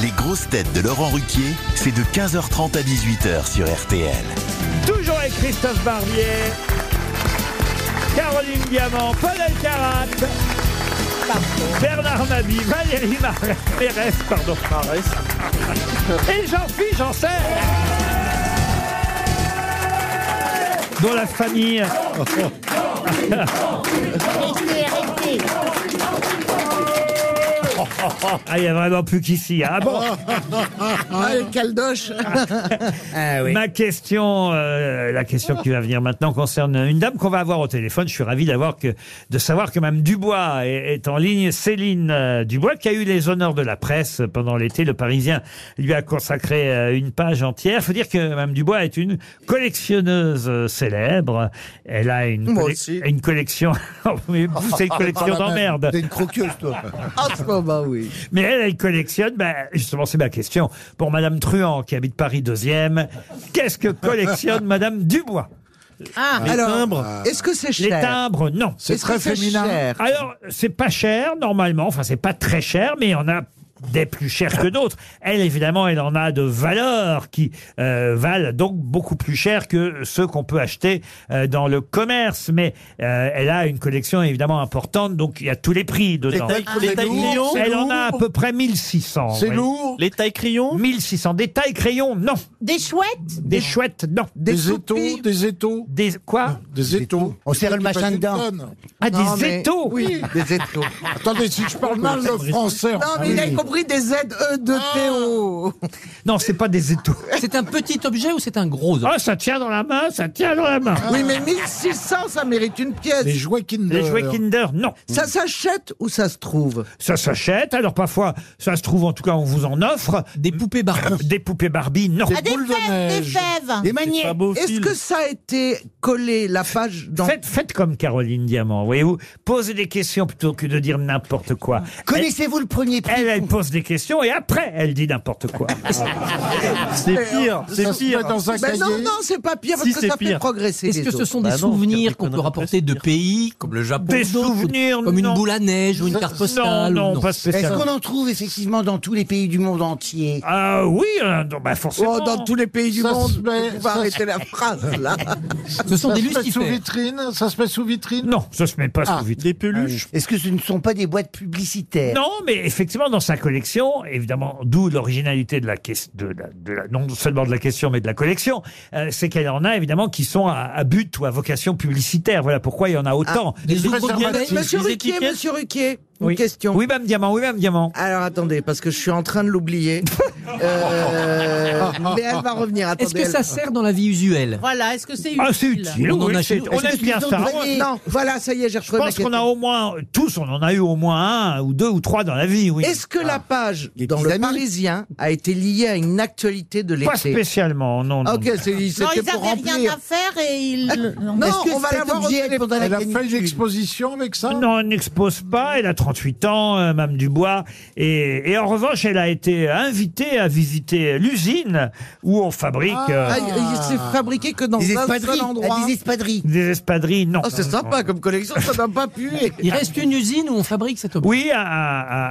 Speaker 1: Les grosses têtes de Laurent Ruquier, c'est de 15h30 à 18h sur RTL.
Speaker 2: Toujours avec Christophe Barbier, Caroline Diamant, Paul Alcarat, Bernard Mabi, Valérie Mar- Mérès, pardon. Et jean philippe Janssen Dont la famille. Ah, il n'y a vraiment plus qu'ici. Ah bon
Speaker 8: Ah, le caldoche
Speaker 2: Ma question, euh, la question qui va venir maintenant concerne une dame qu'on va avoir au téléphone. Je suis ravi d'avoir que, de savoir que Mme Dubois est, est en ligne. Céline euh, Dubois, qui a eu les honneurs de la presse pendant l'été. Le Parisien lui a consacré euh, une page entière. faut dire que Mme Dubois est une collectionneuse euh, célèbre. Elle a une,
Speaker 8: Moi
Speaker 2: collec- une collection. Oh, Mais vous, c'est une collection
Speaker 8: Pas la même.
Speaker 2: d'emmerde.
Speaker 8: T'es une
Speaker 2: croqueuse, toi.
Speaker 8: En ce moment, oui.
Speaker 2: Mais elle, elle collectionne, ben, justement, c'est ma question, pour Madame Truand, qui habite Paris 2e, qu'est-ce que collectionne Madame Dubois
Speaker 8: Ah, Les alors, timbres. est-ce que c'est
Speaker 2: Les
Speaker 8: cher
Speaker 2: timbres, non.
Speaker 8: C'est Est-ce très que c'est féminin. cher
Speaker 2: Alors, c'est pas cher, normalement, enfin, c'est pas très cher, mais on a des plus chers que d'autres. Elle, évidemment, elle en a de valeur qui euh, valent donc beaucoup plus cher que ceux qu'on peut acheter euh, dans le commerce. Mais euh, elle a une collection évidemment importante, donc il y a tous les prix dedans.
Speaker 6: tailles- les tailles crayons
Speaker 2: Elle en a à peu près
Speaker 4: Oh,
Speaker 2: 1600.
Speaker 6: C'est
Speaker 2: lourd Les tailles crayons 1600. Des tailles crayons, non. Des chouettes Des chouettes, non. Des, étaux Des étaux Des
Speaker 8: Ah,
Speaker 2: quoi Des étaux.
Speaker 4: On serre le machin dedans.
Speaker 2: Ah, des
Speaker 8: Non, mais-
Speaker 2: étaux
Speaker 8: Oui.
Speaker 4: Des étaux.
Speaker 3: Attendez, si je parle mal le français.
Speaker 8: Non, mais il a compris des
Speaker 4: Ah,
Speaker 8: ZE2TO.
Speaker 2: Non, c'est pas des étaux.
Speaker 7: C'est un petit objet ou c'est un gros objet
Speaker 2: Ah, ça tient dans la main, ça tient dans la main.
Speaker 8: Ah, Oui, mais 1600, ça mérite une pièce.
Speaker 2: Les
Speaker 8: jouets Kinder.
Speaker 2: Les jouets Kinder, non.
Speaker 8: Ça s'achète ou ça se trouve
Speaker 2: Ça s'achète. Alors parfois, ça se trouve, en tout cas, on vous en offre.
Speaker 7: Des poupées Barbie.
Speaker 2: Des poupées Barbie, non.
Speaker 8: Ah, des boules de fèves,
Speaker 7: euh,
Speaker 8: neige. des fèves.
Speaker 2: Des manières.
Speaker 8: Est-ce que ça a été collé la page dans...
Speaker 2: Faites, faites comme Caroline Diamant, voyez-vous. Posez des questions plutôt que de dire n'importe quoi.
Speaker 4: Connaissez-vous le premier prix
Speaker 2: Elle, elle pose des questions et après, elle dit n'importe quoi.
Speaker 8: C'est pire, c'est Ça se pire. met dans un Ben non, cahier. non, c'est pas pire, parce Si, que c'est ça fait pire. progresser
Speaker 7: Est-ce
Speaker 8: les
Speaker 7: que ce
Speaker 8: autres.
Speaker 7: sont des
Speaker 8: Bah non,
Speaker 7: souvenirs qu'on peut rapporter de pays comme le Japon
Speaker 2: Des
Speaker 7: ou d'autres,
Speaker 2: souvenirs,
Speaker 7: comme une
Speaker 2: non.
Speaker 7: boule à neige ou une
Speaker 2: Non,
Speaker 7: carte postale
Speaker 2: non,
Speaker 7: ou
Speaker 2: pas
Speaker 4: Est-ce
Speaker 2: spécialement.
Speaker 4: qu'on en trouve effectivement dans tous les pays du monde entier
Speaker 2: Ah oui, euh, non, bah forcément.
Speaker 8: Oh, dans tous les pays du
Speaker 3: Ça se
Speaker 8: monde,
Speaker 3: met-
Speaker 8: on va
Speaker 3: ça
Speaker 8: arrêter
Speaker 3: se-
Speaker 8: la phrase là.
Speaker 3: ça se met sous vitrine Ça se met sous vitrine
Speaker 2: Non, ça se met pas
Speaker 3: Ah,
Speaker 2: sous vitrine. Des peluches.
Speaker 4: Est-ce que ce ne sont pas des boîtes publicitaires
Speaker 2: Non, mais effectivement, dans sa collection, évidemment, d'où l'originalité de la, ques- de la- de la- non seulement de la question, mais de la collection, euh, c'est qu'elle en a évidemment qui sont à, à but ou à vocation publicitaire. Voilà pourquoi il y en a autant.
Speaker 8: Ah, des ouvres- Monsieur Ruquier, Monsieur Ruquier, une
Speaker 2: Oui.
Speaker 8: question.
Speaker 2: Oui, Mme Diamant, oui, Mme Diamant.
Speaker 8: Alors attendez, parce que je suis en train de l'oublier. Euh, mais elle va revenir. Attendez,
Speaker 7: Est-ce que
Speaker 8: elle
Speaker 7: ça
Speaker 8: va-
Speaker 7: sert dans la vie usuelle
Speaker 5: Voilà, est-ce que c'est utile
Speaker 2: Ah, c'est utile.
Speaker 7: On en
Speaker 2: oui,
Speaker 7: a
Speaker 2: c'est-
Speaker 7: chez-
Speaker 2: on
Speaker 7: Est-ce
Speaker 2: aime
Speaker 7: qu'ils
Speaker 2: bien
Speaker 7: ont
Speaker 2: ça.
Speaker 7: dragué
Speaker 8: Non, voilà, ça y est,
Speaker 2: Je
Speaker 8: j'ai retrouvé ma
Speaker 2: pense qu'on a au moins, tous, on en a eu au moins un ou deux ou trois dans la vie, oui.
Speaker 8: Est-ce que la page dans
Speaker 2: Ah. petits
Speaker 8: le
Speaker 2: amis.
Speaker 8: Parisien a été liée à une actualité de l'été
Speaker 2: Pas spécialement, non. non.
Speaker 8: Ok, c'est-
Speaker 5: Non,
Speaker 8: c'était
Speaker 5: ils
Speaker 8: pour
Speaker 5: n'avaient rien
Speaker 8: remplir.
Speaker 5: à faire et ils.
Speaker 8: Non, on va l'avoir au téléphone.
Speaker 3: Elle a fait une exposition avec ça
Speaker 2: Non, elle n'expose pas. Elle a 38 ans, euh, Mme Dubois. Et, et en revanche, elle a été invitée à visiter l'usine où on fabrique euh,
Speaker 8: Ah, il s'est fabriqué que dans
Speaker 4: Des
Speaker 8: un
Speaker 4: espadrilles,
Speaker 8: seul endroit.
Speaker 4: des espadrilles.
Speaker 2: des espadrilles. Non.
Speaker 8: Oh, c'est sympa comme collection, ça n'a pas pu.
Speaker 7: Il reste une usine où on fabrique cet objet.
Speaker 2: Oui, à,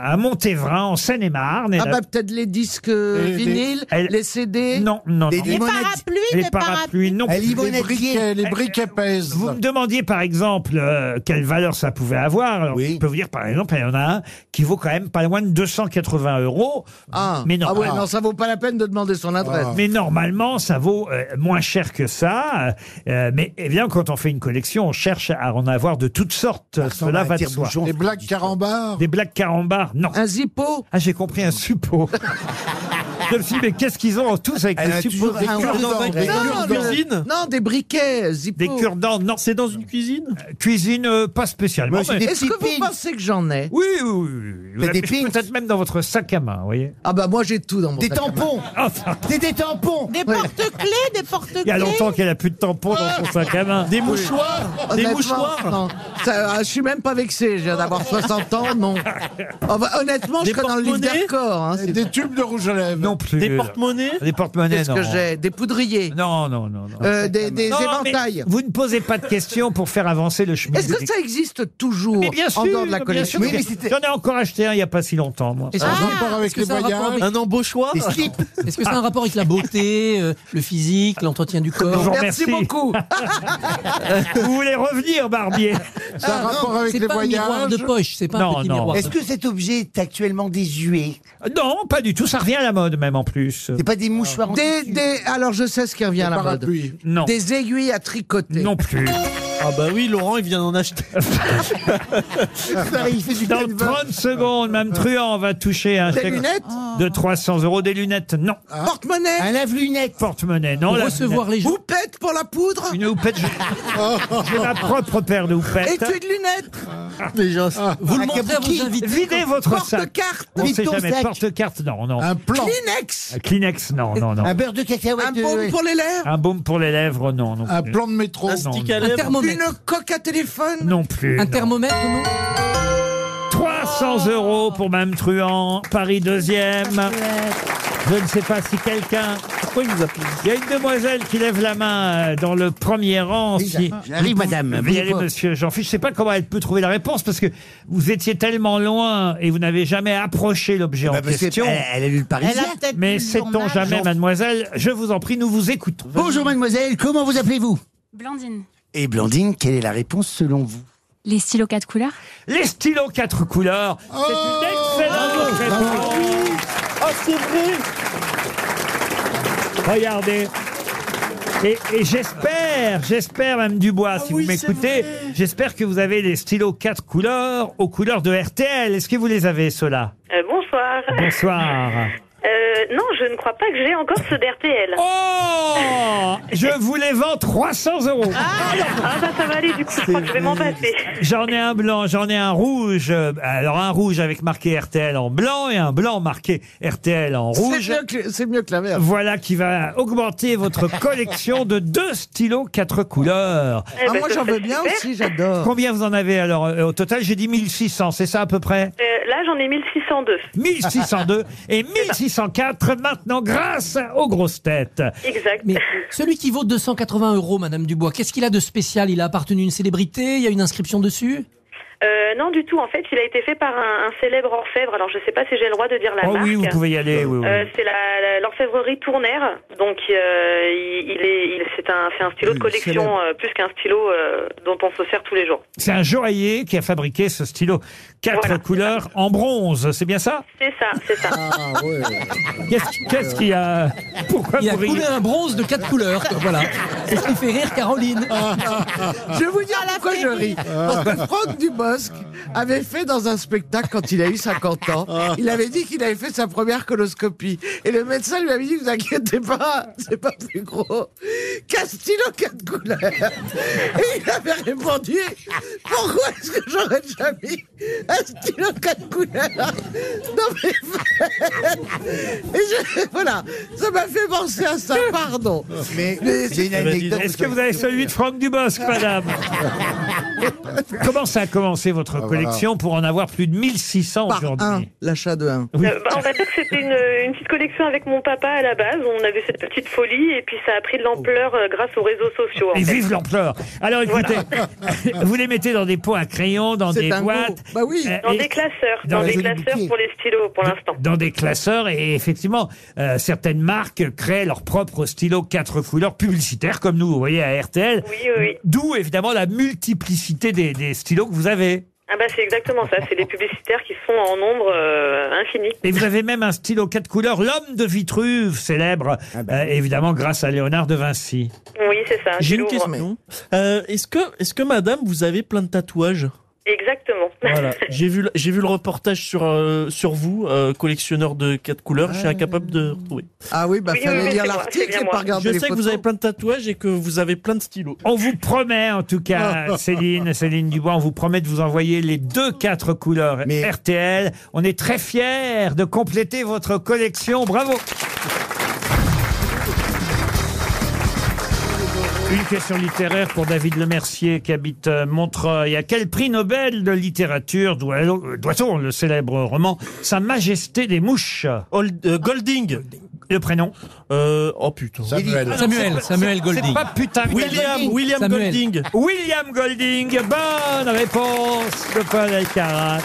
Speaker 2: à, à Montévrain, en Seine-et-Marne. Elle
Speaker 8: Ah
Speaker 2: a-
Speaker 8: bah peut-être les disques euh,
Speaker 2: Et des-
Speaker 8: vinyles,
Speaker 2: elle-
Speaker 8: les CD.
Speaker 2: Non, non,
Speaker 4: Des
Speaker 2: non.
Speaker 4: limonades.
Speaker 5: Les parapluies,
Speaker 2: les
Speaker 5: des
Speaker 2: parapluies, non.
Speaker 4: Elle est
Speaker 3: Les briquets, les briquets pèsent.
Speaker 2: Vous me demandiez par exemple euh, quelle valeur ça pouvait avoir. Alors, Je peux vous dire par exemple, il y en a un qui vaut quand même pas loin de 280 euros.
Speaker 8: Ah,
Speaker 2: mais non,
Speaker 8: ah ouais,
Speaker 2: ah.
Speaker 8: non, ça vaut pas la peine de demander son adresse.
Speaker 2: Mais normalement, ça vaut euh, moins cher que ça. Euh, mais évidemment, quand on fait une collection, on cherche à en avoir de toutes sortes. Cela
Speaker 4: à un
Speaker 2: va de soi.
Speaker 4: tire-bouchon.
Speaker 3: Les blagues carambars
Speaker 2: Des blagues carambars, non.
Speaker 8: Un zippo
Speaker 2: Ah, j'ai compris, un suppôt. Je me suis dit, mais qu'est-ce qu'ils ont en tous avec
Speaker 8: Elle
Speaker 2: des
Speaker 8: a toujours
Speaker 2: supposés
Speaker 8: un
Speaker 2: cure-dents
Speaker 8: cure-dent,
Speaker 2: des
Speaker 8: des
Speaker 2: cure-dents.
Speaker 8: cure-dents. Non, des briquets, Zippo.
Speaker 2: Des cure-dents, non. C'est dans une cuisine Cuisine, euh, pas spécialement. mais-
Speaker 8: Est-ce que vous pensez que j'en ai
Speaker 2: Oui, oui, oui. Vous l'avez Peut-être même dans votre sac à main, vous voyez.
Speaker 8: Ah bah moi j'ai tout dans mon
Speaker 2: Des
Speaker 8: sac à main. Ah,
Speaker 2: tampons.
Speaker 8: Des, des tampons
Speaker 5: Des porte-clés, des porte-clés.
Speaker 2: Il y a longtemps qu'elle a plus de tampons dans son sac à main.
Speaker 8: Oui. Honnêtement, non. Ça, ah, Je suis même pas vexé, je viens d'avoir 60 ans, non. Ah bah, honnêtement, je serais dans le livre d'Arcor. hein,
Speaker 3: Des tubes de rouge à lèvres.
Speaker 2: Non plus.
Speaker 8: Des porte-monnaies
Speaker 2: Des porte-monnaies,
Speaker 8: Qu'est-ce
Speaker 2: non.
Speaker 8: que j'ai Des poudriers
Speaker 2: Non, non, non. non.
Speaker 8: Euh, des- des
Speaker 2: Non, mais
Speaker 8: éventails.
Speaker 2: Vous ne posez pas de questions pour faire avancer le chemin.
Speaker 8: Est-ce que ça existe toujours
Speaker 2: Mais bien sûr,
Speaker 8: en dehors de la
Speaker 2: bien
Speaker 8: collection
Speaker 2: sûr. J'en ai encore acheté un il n'y a pas si longtemps, moi. Ah.
Speaker 7: Ah, Est-ce que ça a un rapport avec les voyages Un
Speaker 2: embauchois
Speaker 7: Des slips. Est-ce que ça a un rapport avec la beauté, euh, le physique, l'entretien du corps
Speaker 2: Je vous Merci remercie. beaucoup. Vous voulez revenir, Barbier
Speaker 7: Ça a Ah, rapport non, avec c'est les pas un miroir voyages de poche, c'est pas un petit miroir.
Speaker 4: Est-ce que cet objet est actuellement désuet
Speaker 2: Non, pas du tout. Ça revient à la mode, même en plus.
Speaker 4: C'est pas des mouchoirs en
Speaker 8: Des, des- alors je sais ce qui revient à la mode.
Speaker 2: parapluies. Non.
Speaker 8: Des aiguilles à tricoter. Non
Speaker 2: plus.
Speaker 6: Ah bah oui, Laurent, il vient d'en acheter.
Speaker 2: Dans 30 secondes, même Truand va toucher un
Speaker 6: Des
Speaker 2: chèque
Speaker 6: lunettes
Speaker 2: de 300 euros. Des lunettes, non.
Speaker 8: Ah. Porte-monnaie
Speaker 2: Un lave-lunette. Porte-monnaie, non. lave-lunette.
Speaker 8: Houppette pour la poudre
Speaker 2: Une houppette. je- J'ai ma propre Ah. paire de
Speaker 8: Et
Speaker 2: houpettes.
Speaker 8: tu de lunettes
Speaker 2: Déjà,
Speaker 8: Vous le montrez Ah. à vos invités.
Speaker 2: Videz votre sac.
Speaker 8: Porte-carte.
Speaker 2: On
Speaker 8: Vide
Speaker 2: sait
Speaker 8: ton
Speaker 2: jamais.
Speaker 8: sac.
Speaker 2: Porte-carte, non, non.
Speaker 8: Un plan. Kleenex.
Speaker 2: Un Euh, Kleenex, non, non, non.
Speaker 4: Un beurre de cacahuète.
Speaker 8: Un
Speaker 4: de-
Speaker 8: baume pour les lèvres
Speaker 2: Un baume pour les lèvres, non. non
Speaker 3: Un
Speaker 2: plus.
Speaker 3: plan de métro.
Speaker 2: Un stick à lèvres. Un thermomètre.
Speaker 8: Une coque à téléphone
Speaker 2: Non plus. non.
Speaker 8: thermomètre, non
Speaker 2: 300 euros pour Mme Truand, Paris deuxième. Je ne sais pas si quelqu'un. Pourquoi il nous Il y a une demoiselle qui lève la main euh, dans le premier rang.
Speaker 4: Oui,
Speaker 2: Si-
Speaker 4: j'arrive, madame.
Speaker 2: Vous y
Speaker 4: Bougez
Speaker 2: allez,
Speaker 4: pas.
Speaker 2: monsieur Jean-Fiche. Je ne sais pas comment elle peut trouver la réponse parce que vous étiez tellement loin et vous n'avez jamais approché l'objet en
Speaker 4: Eh ben, parce que
Speaker 2: question.
Speaker 4: elle- elle a lu le Parisien. Elle a peut-être
Speaker 2: Mais
Speaker 4: lu le
Speaker 2: sait-on
Speaker 4: journal.
Speaker 2: jamais,
Speaker 4: Jean-
Speaker 2: mademoiselle Je vous en prie, nous vous écoutons.
Speaker 4: Bonjour mademoiselle, comment vous appelez-vous
Speaker 19: Blandine.
Speaker 4: Et Blandine, quelle est la réponse selon vous
Speaker 19: Les stylos quatre couleurs
Speaker 2: Les stylos quatre couleurs. C'est
Speaker 4: Oh.
Speaker 8: Oh.
Speaker 2: une excellente réponse.
Speaker 18: Ah, c'est vrai
Speaker 2: Regardez. Et, et j'espère, j'espère, Mme Dubois,
Speaker 18: Ah
Speaker 2: si vous m'écoutez, j'espère que vous avez les stylos quatre couleurs aux couleurs de RTL. Est-ce que vous les avez, ceux-là
Speaker 20: Euh, bonsoir.
Speaker 2: Bonsoir.
Speaker 20: Euh, non, je ne crois pas que j'ai encore ceux d'RTL.
Speaker 2: Oh Je vous les vends 300 euros.
Speaker 20: Ah bah ça va aller du coup, je crois que je vais m'en passer.
Speaker 2: J'en ai un blanc, j'en ai un rouge. Euh, Alors un rouge avec marqué RTL en blanc et un blanc marqué RTL en rouge.
Speaker 8: C'est mieux que la merde.
Speaker 2: Voilà qui va augmenter votre collection de deux stylos quatre couleurs.
Speaker 20: Eh,
Speaker 8: Ah,
Speaker 20: bah, ben,
Speaker 8: moi j'en veux bien aussi, j'adore.
Speaker 2: Combien vous en avez alors euh, au total J'ai dit 1600, c'est ça à peu près
Speaker 20: Euh, là, j'en ai 1602.
Speaker 2: 1602 et 1604 maintenant grâce aux grosses têtes.
Speaker 20: Exact.
Speaker 7: Mais celui qui vaut 280 euros, Madame Dubois, qu'est-ce qu'il a de spécial Il a appartenu à une célébrité Il y a une inscription dessus
Speaker 20: Euh, non, du tout. En fait, il a été fait par un, un célèbre orfèvre. Alors, je sais pas si j'ai le droit de dire la
Speaker 2: Oh
Speaker 20: marque.
Speaker 2: oui, vous pouvez y aller, oui, oui.
Speaker 20: Euh, c'est la- la- l'orfèvrerie Tournaire. Donc, euh, il, il est, il, c'est un, c'est un stylo de collection
Speaker 2: célèbre.
Speaker 20: euh, plus qu'un stylo euh, dont on se sert tous les jours.
Speaker 2: C'est un joaillier qui a fabriqué ce stylo quatre couleurs en bronze, c'est bien ça
Speaker 20: C'est ça, c'est ça.
Speaker 2: Qu'est-ce qu'est-ce qu'il y a Pourquoi
Speaker 7: Il a
Speaker 2: vous riez
Speaker 7: coulé un bronze de quatre couleurs. quoi, Voilà. C'est ce qui fait rire Caroline.
Speaker 8: Je vais vous dire pourquoi je ris. Parce que Franck Dubosc avait fait dans un spectacle quand il a eu 50 ans, il avait dit qu'il avait fait sa première coloscopie. Et le médecin lui avait dit, vous inquiétez pas, c'est pas plus gros qu'un stylo quatre couleurs. Et il avait répondu, pourquoi est-ce que j'aurais déjà mis un stylo quatre couleurs dans mes fesses Et je- voilà, ça m'a fait penser à ça, pardon.
Speaker 4: Mais,
Speaker 8: j'ai une
Speaker 2: Eh ben, dis
Speaker 8: anecdose.
Speaker 2: donc, Est-ce que vous avez celui de Franck Dubosc,
Speaker 8: Ah.
Speaker 2: madame Comment ça a commencé votre
Speaker 8: voilà.
Speaker 2: collection pour en avoir plus de 1600
Speaker 8: Par un,
Speaker 2: aujourd'hui
Speaker 8: l'achat de un.
Speaker 20: Euh, bah, on va dire que c'était une, une petite collection avec mon papa à la base. On avait cette petite folie et puis ça a pris de l'ampleur euh, grâce aux réseaux sociaux. en
Speaker 2: Et
Speaker 20: fait.
Speaker 2: vive l'ampleur Alors écoutez, vous les mettez dans des pots à crayons, dans
Speaker 20: C'est
Speaker 2: des
Speaker 20: un mot.
Speaker 2: boîtes, euh,
Speaker 20: Dans
Speaker 2: et-
Speaker 20: des classeurs,
Speaker 2: dans
Speaker 20: dans,
Speaker 2: les
Speaker 20: des
Speaker 2: jolis
Speaker 20: classeurs
Speaker 2: bouquets.
Speaker 20: pour les stylos pour l'instant.
Speaker 2: dans des classeurs, et effectivement, euh, certaines marques créent leur propre stylo quatre couleurs publicitaires, comme nous, vous voyez, à RTL. D'où évidemment la multiplicité des, des stylos que vous avez.
Speaker 20: Ah bah c'est exactement ça, c'est des publicitaires qui sont en nombre euh, infini.
Speaker 2: Et vous avez même un stylo quatre couleurs, l'homme de Vitruve, célèbre
Speaker 20: Ah ben.
Speaker 2: euh, évidemment grâce à Léonard de Vinci.
Speaker 20: Oui, c'est ça.
Speaker 6: J'ai
Speaker 20: du
Speaker 6: une
Speaker 20: Louvre.
Speaker 6: question. Euh, est-ce que, est-ce que madame, vous avez plein de tatouages
Speaker 20: Exactement.
Speaker 6: Voilà. J'ai vu, le- j'ai vu le reportage sur, euh, sur vous, euh, collectionneur de quatre couleurs. Je suis incapable de retrouver.
Speaker 8: Ah oui, bah
Speaker 6: Oui, oui,
Speaker 8: fallait
Speaker 6: oui,
Speaker 8: lire
Speaker 6: c'est moi, c'est
Speaker 8: l'article
Speaker 6: bien
Speaker 8: et pas
Speaker 6: moi.
Speaker 8: regarder
Speaker 6: Je
Speaker 8: les
Speaker 6: sais que
Speaker 8: photos.
Speaker 6: vous avez plein de tatouages et que vous avez plein de stylos.
Speaker 2: On vous promet, en tout cas, Céline, Céline Dubois, on vous promet de vous envoyer les deux quatre couleurs RTL. On est très fiers de compléter votre collection. Bravo. Une question littéraire pour David Lemercier qui habite euh, Montreuil. À quel prix Nobel de littérature doit- euh, doit-on le célèbre roman Sa Majesté des Mouches euh, Golding. Euh, Le prénom
Speaker 6: Oh putain.
Speaker 2: Ah non, c'est pas- c'est- C'est pas putain.
Speaker 6: William, William Golding.
Speaker 2: William Golding. Bonne réponse de Paul Alcarat.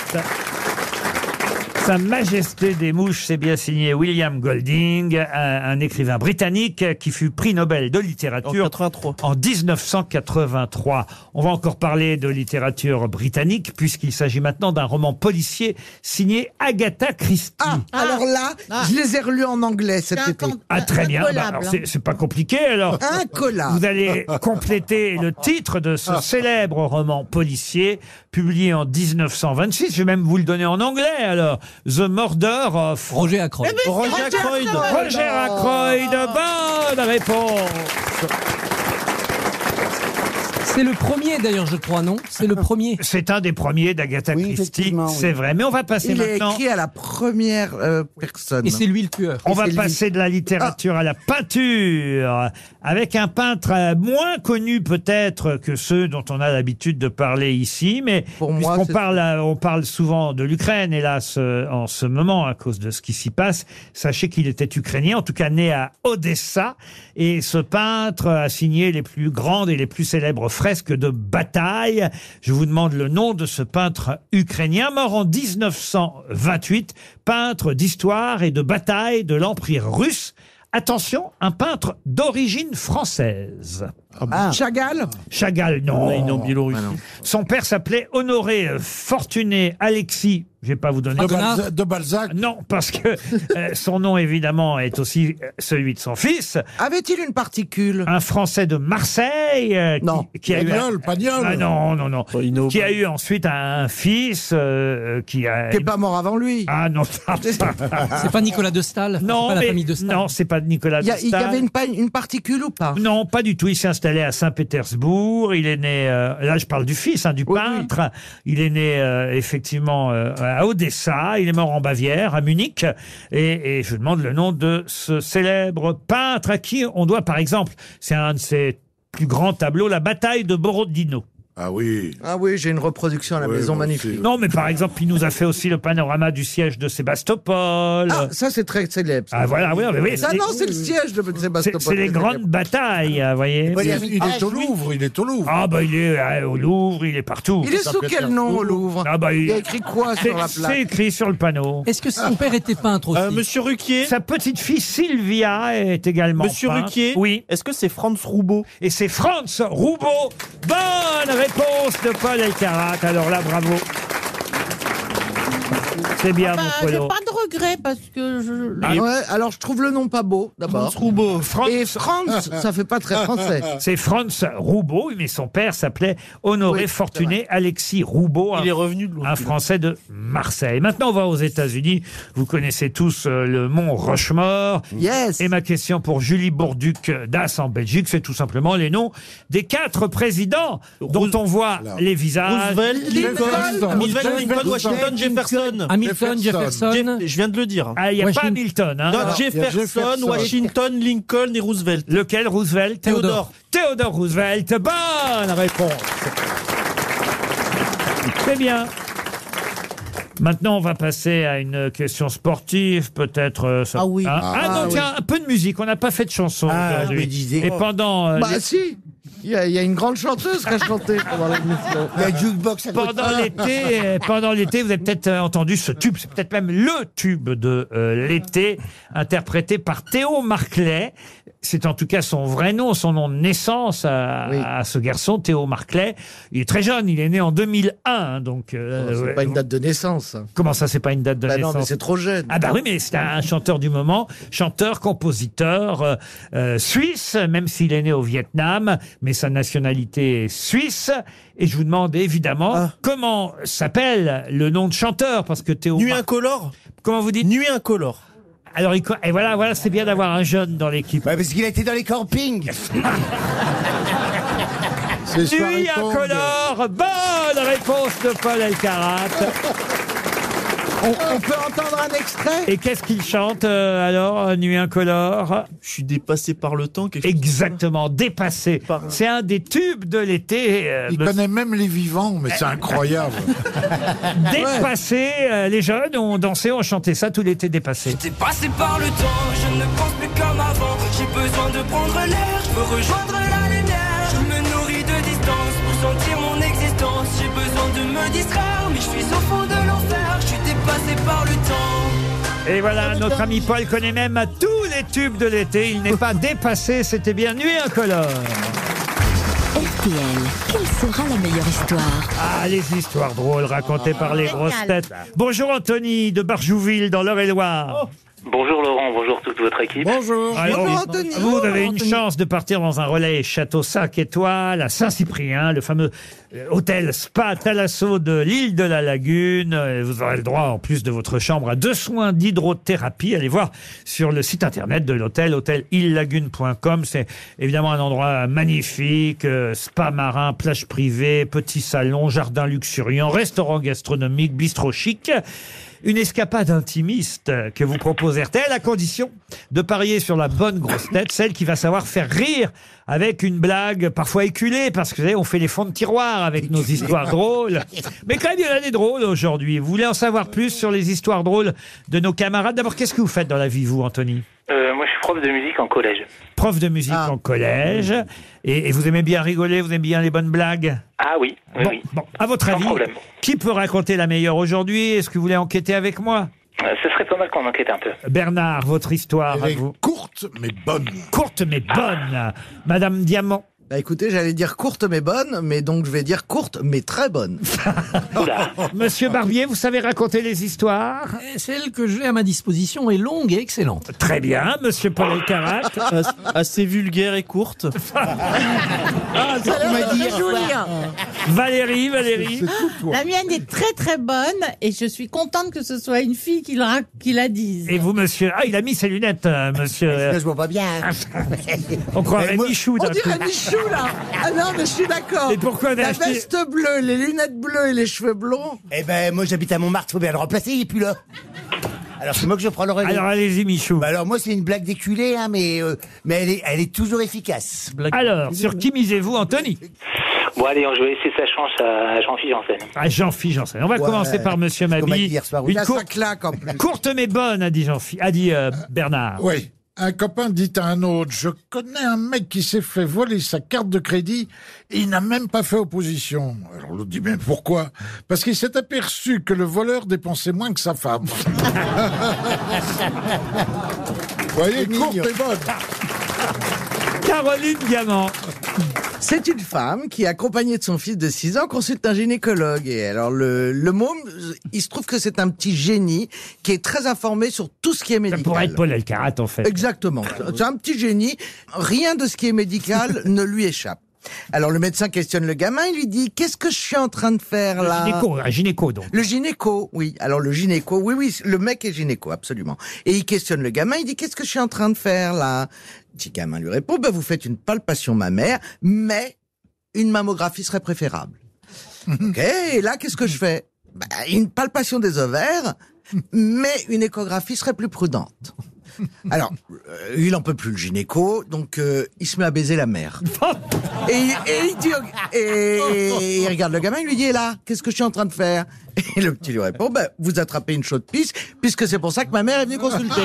Speaker 2: Sa Majesté des Mouches, c'est bien signé William Golding, un, un écrivain britannique qui fut prix Nobel de littérature en, 1983. On va encore parler de littérature britannique puisqu'il s'agit maintenant d'un roman policier signé Agatha Christie.
Speaker 8: Ah, Alors là, je les ai relus en anglais cet été.
Speaker 2: Ah très bien, Bah, alors, c'est- c'est pas compliqué alors.
Speaker 8: Incollable. Ah.
Speaker 2: Vous allez compléter le titre de ce célèbre roman policier publié en 1926. Je vais même vous le donner en anglais alors. The Murder of Roger Ackroyd.
Speaker 18: Eh ben,
Speaker 2: Roger
Speaker 18: c'est Roger
Speaker 2: Ackroyd.
Speaker 18: Ackroyd. Oh.
Speaker 2: Roger Ackroyd. Bonne réponse.
Speaker 7: C'est le premier d'ailleurs, je crois, non C'est le premier.
Speaker 2: C'est un des premiers d'Agatha Christie, c'est vrai. Mais on va passer
Speaker 8: Il est
Speaker 2: maintenant.
Speaker 8: écrit à la première euh, personne.
Speaker 7: Et c'est lui le tueur.
Speaker 2: On va passer de la littérature à la peinture avec un peintre euh, moins connu peut-être que ceux dont on a l'habitude de parler ici, mais
Speaker 8: moi,
Speaker 2: puisqu'on
Speaker 8: c'est-
Speaker 2: parle, euh, on parle souvent de l'Ukraine, hélas, euh, en ce moment à cause de ce qui s'y passe. Sachez qu'il était ukrainien, en tout cas né à Odessa, et ce peintre a signé les plus grandes et les plus célèbres fresques de bataille. Je vous demande le nom de ce peintre ukrainien, mort en 1928, peintre d'histoire et de bataille de l'Empire russe. Attention, un peintre d'origine française.
Speaker 3: Ah
Speaker 8: Ah. Chagall
Speaker 2: Chagall, non.
Speaker 6: Ah, il est en Biélorussie.
Speaker 2: Son père s'appelait Honoré euh, Fortuné Alexis. Je vais pas vous donner
Speaker 3: De Balzac-
Speaker 2: Non, parce que euh, son nom évidemment est aussi euh, celui de son fils.
Speaker 8: Avait-il une particule
Speaker 2: Un Français de Marseille euh, qui, qui a eu
Speaker 3: Pagnol, Pagnol.
Speaker 2: Ah non, non, non. qui a eu ensuite un fils euh, euh, qui a
Speaker 8: Qui est pas mort avant lui.
Speaker 2: Ah non.
Speaker 7: C'est pas Nicolas de Stahl
Speaker 2: Non,
Speaker 7: pas la
Speaker 2: mais-
Speaker 7: famille de Stahl
Speaker 2: non, c'est pas Nicolas
Speaker 8: Il y, a-
Speaker 2: de
Speaker 8: il y
Speaker 2: Staël.
Speaker 8: avait une, pa- une particule ou pas
Speaker 2: Non, pas du tout. Il s'est installé à Saint-Pétersbourg. Il est né, euh, là je parle du fils, hein, du peintre. Il est né euh, effectivement euh, à Odessa. Il est mort en Bavière, à Munich. Et, et je demande le nom de ce célèbre peintre à qui on doit, par exemple, c'est un de ses plus grands tableaux, la bataille de Borodino.
Speaker 8: Ah oui. Ah oui, j'ai une reproduction à la maison magnifique.
Speaker 2: Non, mais par exemple, il nous a fait aussi le panorama du siège de Sébastopol.
Speaker 8: Ah, ça c'est très célèbre.
Speaker 2: Ah, voilà, oui, oui, oui,
Speaker 8: Ah
Speaker 2: c'est-
Speaker 8: non, c'est le siège de
Speaker 2: C'est-
Speaker 8: Sébastopol.
Speaker 2: C'est les grandes batailles, vous voyez.
Speaker 8: Il Ah, est- il est au
Speaker 2: Louvre, il est au Louvre. Ah bah il est euh, au Louvre, il est partout.
Speaker 8: Il est sous quel nom au Louvre
Speaker 2: Ah bah,
Speaker 8: Il y a écrit quoi sur
Speaker 2: C'est-
Speaker 8: la plaque
Speaker 2: C'est écrit sur le panneau.
Speaker 7: Est-ce que son père était peintre aussi
Speaker 2: Euh, Monsieur Ruquier Sa petite fille Sylvia est également
Speaker 6: Monsieur
Speaker 2: peintre.
Speaker 6: Ruquier
Speaker 2: Oui.
Speaker 6: Est-ce que c'est Franz Roubaud
Speaker 2: Et c'est Franz Roubaud. Bonne réponse de Paul Elkarat. Alors là, bravo. C'est bien,
Speaker 5: Bah,
Speaker 2: mon
Speaker 5: j'ai
Speaker 2: polo.
Speaker 5: pas de regret parce que je.
Speaker 8: Ah ouais, alors je trouve le nom pas beau d'abord.
Speaker 2: Franz Roubaud.
Speaker 8: Et France, ça fait pas très français.
Speaker 2: C'est Franz Roubaud, mais son père s'appelait Honoré
Speaker 8: Oui, c'est
Speaker 2: Fortuné Alexis Roubaud.
Speaker 6: Il
Speaker 2: un-
Speaker 6: est revenu de l'autre
Speaker 2: Un
Speaker 6: côté.
Speaker 2: Français de Marseille. Maintenant, on va aux États-Unis. Vous connaissez tous euh, le mont Rochemore.
Speaker 8: Yes.
Speaker 2: Et ma question pour Julie Bourduc d'Asse en Belgique, c'est tout simplement les noms des quatre présidents dont on voit les visages.
Speaker 6: Roosevelt, Lincoln, Hamilton, Roosevelt, Lincoln, Washington, Jefferson.
Speaker 2: Hamilton, Jefferson.
Speaker 6: Jeff- je viens de le dire. hein.
Speaker 2: Ah, il n'y a pas Hamilton. hein.
Speaker 6: Non, Jefferson, Washington, Lincoln et Roosevelt.
Speaker 2: Lequel Roosevelt
Speaker 6: Théodore.
Speaker 2: Théodore Roosevelt. Bonne réponse. Très bien. Maintenant, on va passer à une question sportive, peut-être. euh, ça-
Speaker 18: Ah oui.
Speaker 2: Hein
Speaker 18: Ah,
Speaker 2: Ah, non,
Speaker 18: ah
Speaker 2: tiens,
Speaker 18: oui.
Speaker 2: un peu de musique. On n'a pas fait de chanson
Speaker 18: Ah,
Speaker 2: aujourd'hui.
Speaker 18: je me disais.
Speaker 2: Et pendant. euh,
Speaker 8: bah
Speaker 2: les-
Speaker 8: si, il y, a- il y a une grande chanteuse qui a chanté pendant la mission.
Speaker 2: pendant l'été, euh, pendant l'été, vous avez peut-être euh, entendu ce tube. C'est peut-être même le tube de euh, l'été, interprété par Théo Marclay. C'est en tout cas son vrai nom, son nom de naissance à, à ce garçon, Théo Marclay. Il est très jeune, il est né en 2001, hein, donc...
Speaker 8: Oh, c'est pas une date de naissance.
Speaker 2: Comment ça, c'est pas une date de
Speaker 8: Bah non,
Speaker 2: naissance
Speaker 8: mais c'est trop jeune.
Speaker 2: Ah bah oui, mais c'est un chanteur du moment, chanteur, compositeur euh, euh, suisse, même s'il est né au Vietnam, mais sa nationalité est suisse. Et je vous demande évidemment comment s'appelle le nom de chanteur, parce que Théo. Nuit incolore. Comment vous dites Nuit incolore. Alors, il co- et voilà, voilà, c'est bien d'avoir un jeune dans l'équipe. parce qu'il a été dans les campings.
Speaker 18: C'est soirée
Speaker 2: Nuit incolore. Bonne réponse de Paul Elkarat. On, peut entendre un extrait Et qu'est-ce qu'il chante euh, alors, Nuit incolore Je suis dépassé par le temps. Exactement, dépassé. C'est un des tubes de l'été. euh,
Speaker 3: Il
Speaker 2: me-
Speaker 3: connaît même les vivants, mais c'est incroyable.
Speaker 2: Dépassé, euh, les jeunes ont dansé, ont chanté ça tout l'été dépassé.
Speaker 18: Passé par le temps, je ne pense plus comme avant. J'ai besoin de prendre l'air, je veux rejoindre la lumière. Je me nourris de distance pour sentir mon existence. J'ai besoin de me distraire, mais je suis au fond de l'enfer. Je suis dépassé par le temps.
Speaker 2: Et voilà, notre ami Paul connaît même tous les tubes de l'été. Il n'est pas dépassé, c'était bien Nuit incolore.
Speaker 10: RTL, quelle sera la meilleure histoire
Speaker 2: Ah, les histoires drôles racontées par les grosses têtes. Bonjour Anthony de Barjouville dans l'Eure-et-Loire.
Speaker 15: Bonjour Laurent, bonjour toute votre équipe. Bonjour.
Speaker 2: Alors, vous- Vous avez une chance de partir dans un relais Château 5 étoiles à Saint-Cyprien, le fameux euh, hôtel Spa Thalasso de l'île de la Lagune. Euh, Vous aurez le droit, en plus de votre chambre, à deux soins d'hydrothérapie. Allez voir sur le site internet de l'hôtel, hôtelillagune.com. C'est évidemment un endroit magnifique, euh, spa marin, plage privée, petit salon, jardin luxuriant, restaurant gastronomique, bistrot chic. Une escapade intimiste que vous propose RTL à condition de parier sur la bonne grosse tête, celle qui va savoir faire rire avec une blague parfois éculée, parce que vous savez, on fait les fonds de tiroir avec nos histoires drôles. Mais quand même, il y en a des drôles aujourd'hui. Vous voulez en savoir plus sur les histoires drôles de nos camarades D'abord, qu'est-ce que vous faites dans la vie, vous, Anthony
Speaker 15: Euh, moi je suis prof de musique en collège.
Speaker 2: Prof de musique
Speaker 15: Ah.
Speaker 2: en collège, et, et vous aimez bien rigoler, vous aimez bien les bonnes blagues
Speaker 15: Ah oui, oui, oui.
Speaker 2: Bon, à votre avis, qui peut raconter la meilleure aujourd'hui Est-ce que vous voulez enquêter avec moi
Speaker 15: Euh, ce serait pas mal qu'on enquête un peu.
Speaker 2: Bernard, votre histoire à vous.
Speaker 3: Courte mais bonne.
Speaker 2: Courte mais bonne. Madame Diamant.
Speaker 8: Bah écoutez, j'allais dire courte mais bonne, mais donc je vais dire courte mais très bonne.
Speaker 2: Monsieur Barbier, vous savez raconter les histoires
Speaker 7: Eh, Celle que j'ai à ma disposition est longue et excellente.
Speaker 2: Très bien, monsieur Paul Elkarat.
Speaker 6: Assez vulgaire et courte.
Speaker 5: Ah,
Speaker 6: ça, on m'a dit hier soir.
Speaker 2: Valérie, Valérie.
Speaker 5: La mienne est très très bonne et je suis contente que ce soit une fille qui la, qui la dise.
Speaker 2: Et vous, monsieur Ah, il a mis ses lunettes, euh, monsieur.
Speaker 5: je vois pas bien.
Speaker 2: On croirait
Speaker 8: Eh, moi-
Speaker 2: Michou
Speaker 8: On
Speaker 2: d'un
Speaker 8: dirait
Speaker 2: coup.
Speaker 8: Michou là. Ah non, mais je suis d'accord.
Speaker 2: Et pourquoi on a
Speaker 8: La
Speaker 2: acheté-
Speaker 8: veste bleue, les lunettes bleues et les cheveux blonds.
Speaker 4: Eh ben, moi, j'habite à Montmartre, faut bien le remplacer, il est plus là. Alors, c'est moi que je prends le relais. Bah,
Speaker 2: Alors, allez-y, Michou.
Speaker 4: alors, moi, c'est une blague déculée, hein, mais, euh, mais elle, est, elle est toujours efficace.
Speaker 2: Alors, sur qui misez-vous, Anthony
Speaker 15: Bon allez, je vais laisser sa chance à Jean-Philippe Janssen.
Speaker 2: Ah, Jean-Philippe Janssen. On va
Speaker 15: Ouais.
Speaker 2: commencer par monsieur
Speaker 15: Parce qu'on m'a dit
Speaker 2: Mabille.
Speaker 15: hier soir,
Speaker 2: Une
Speaker 15: là, ça
Speaker 2: cour-
Speaker 8: claque en plus.
Speaker 2: Courte mais bonne, a dit Jean-Philippe. A dit euh, Bernard.
Speaker 3: Oui. Un copain dit à un autre, je connais un mec qui s'est fait voler sa carte de crédit et il n'a même pas fait opposition. Alors l'autre dit, mais pourquoi Parce qu'il s'est aperçu que le voleur dépensait moins que sa femme. Vous voyez, courte et bonne.
Speaker 2: Caroline Diamant.
Speaker 8: C'est une femme qui, accompagnée de son fils de 6 ans, consulte un gynécologue. Et alors, le, le môme, il se trouve que c'est un petit génie qui est très informé sur tout ce qui est médical.
Speaker 2: Pour être Paul Elkarat, en fait.
Speaker 8: Exactement. C'est un petit génie. Rien de ce qui est médical ne lui échappe. Alors, le médecin questionne le gamin. Il lui dit, qu'est-ce que je suis en train de faire là?
Speaker 2: Gynéco, un gynéco, donc.
Speaker 8: Le gynéco, oui. Alors le gynéco, oui, oui, le mec est gynéco, absolument. Et il questionne le gamin, il dit qu'est-ce que je suis en train de faire là Le petit gamin lui répond, ben vous faites une palpation mammaire, mais une mammographie serait préférable. ok, et là qu'est-ce que je fais Ben, Une palpation des ovaires, mais une échographie serait plus prudente. Alors, euh, il en peut plus le gynéco, donc euh, il se met à baiser la mère. et, il- et il dit au- et- et il regarde le gamin, il lui dit, et là, qu'est-ce que je suis en train de faire Et le petit lui répond, ben, vous attrapez une chaude pisse, puisque c'est pour ça que ma mère est venue consulter.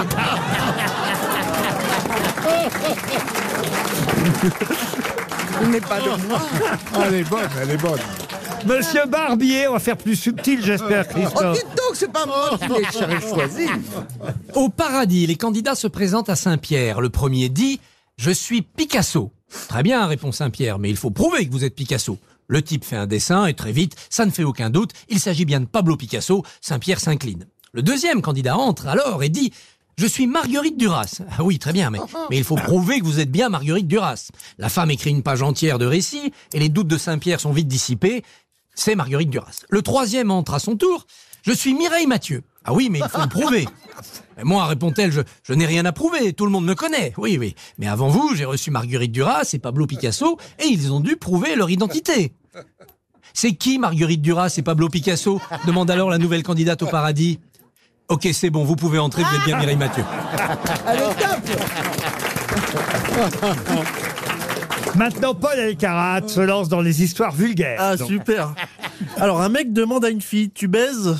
Speaker 8: Il n'est pas de moi.
Speaker 3: Ah, Elle est bonne, elle est bonne.
Speaker 2: Monsieur Barbier, on va faire plus subtil, j'espère,
Speaker 8: Oh,
Speaker 2: Christophe.
Speaker 8: dites donc, c'est pas moi qui l'ai cher- choisi.
Speaker 7: Au paradis, les candidats se présentent à Saint-Pierre. Le premier dit Je suis Picasso. Très bien, répond Saint-Pierre, mais il faut prouver que vous êtes Picasso. Le type fait un dessin et très vite, ça ne fait aucun doute, il s'agit bien de Pablo Picasso. Saint-Pierre s'incline. Le deuxième candidat entre alors et dit je suis Marguerite Duras. Ah oui, très bien, mais, mais il faut prouver que vous êtes bien Marguerite Duras. La femme écrit une page entière de récit et les doutes de Saint-Pierre sont vite dissipés. C'est Marguerite Duras. Le troisième entre à son tour. Je suis Mireille Mathieu. Ah oui, mais il faut le prouver. Mais moi, répond-elle, je, je n'ai rien à prouver, tout le monde me connaît. Oui, oui. Mais avant vous, j'ai reçu Marguerite Duras et Pablo Picasso, et ils ont dû prouver leur identité. C'est qui Marguerite Duras et Pablo Picasso demande alors la nouvelle candidate au paradis. Ok, c'est bon, vous pouvez entrer, vous êtes bien Mireille Mathieu.
Speaker 2: Maintenant, Paul Elkarat se lance dans les histoires vulgaires.
Speaker 6: Ah,
Speaker 2: Donc,
Speaker 6: super. Alors, un mec demande à une fille Tu baises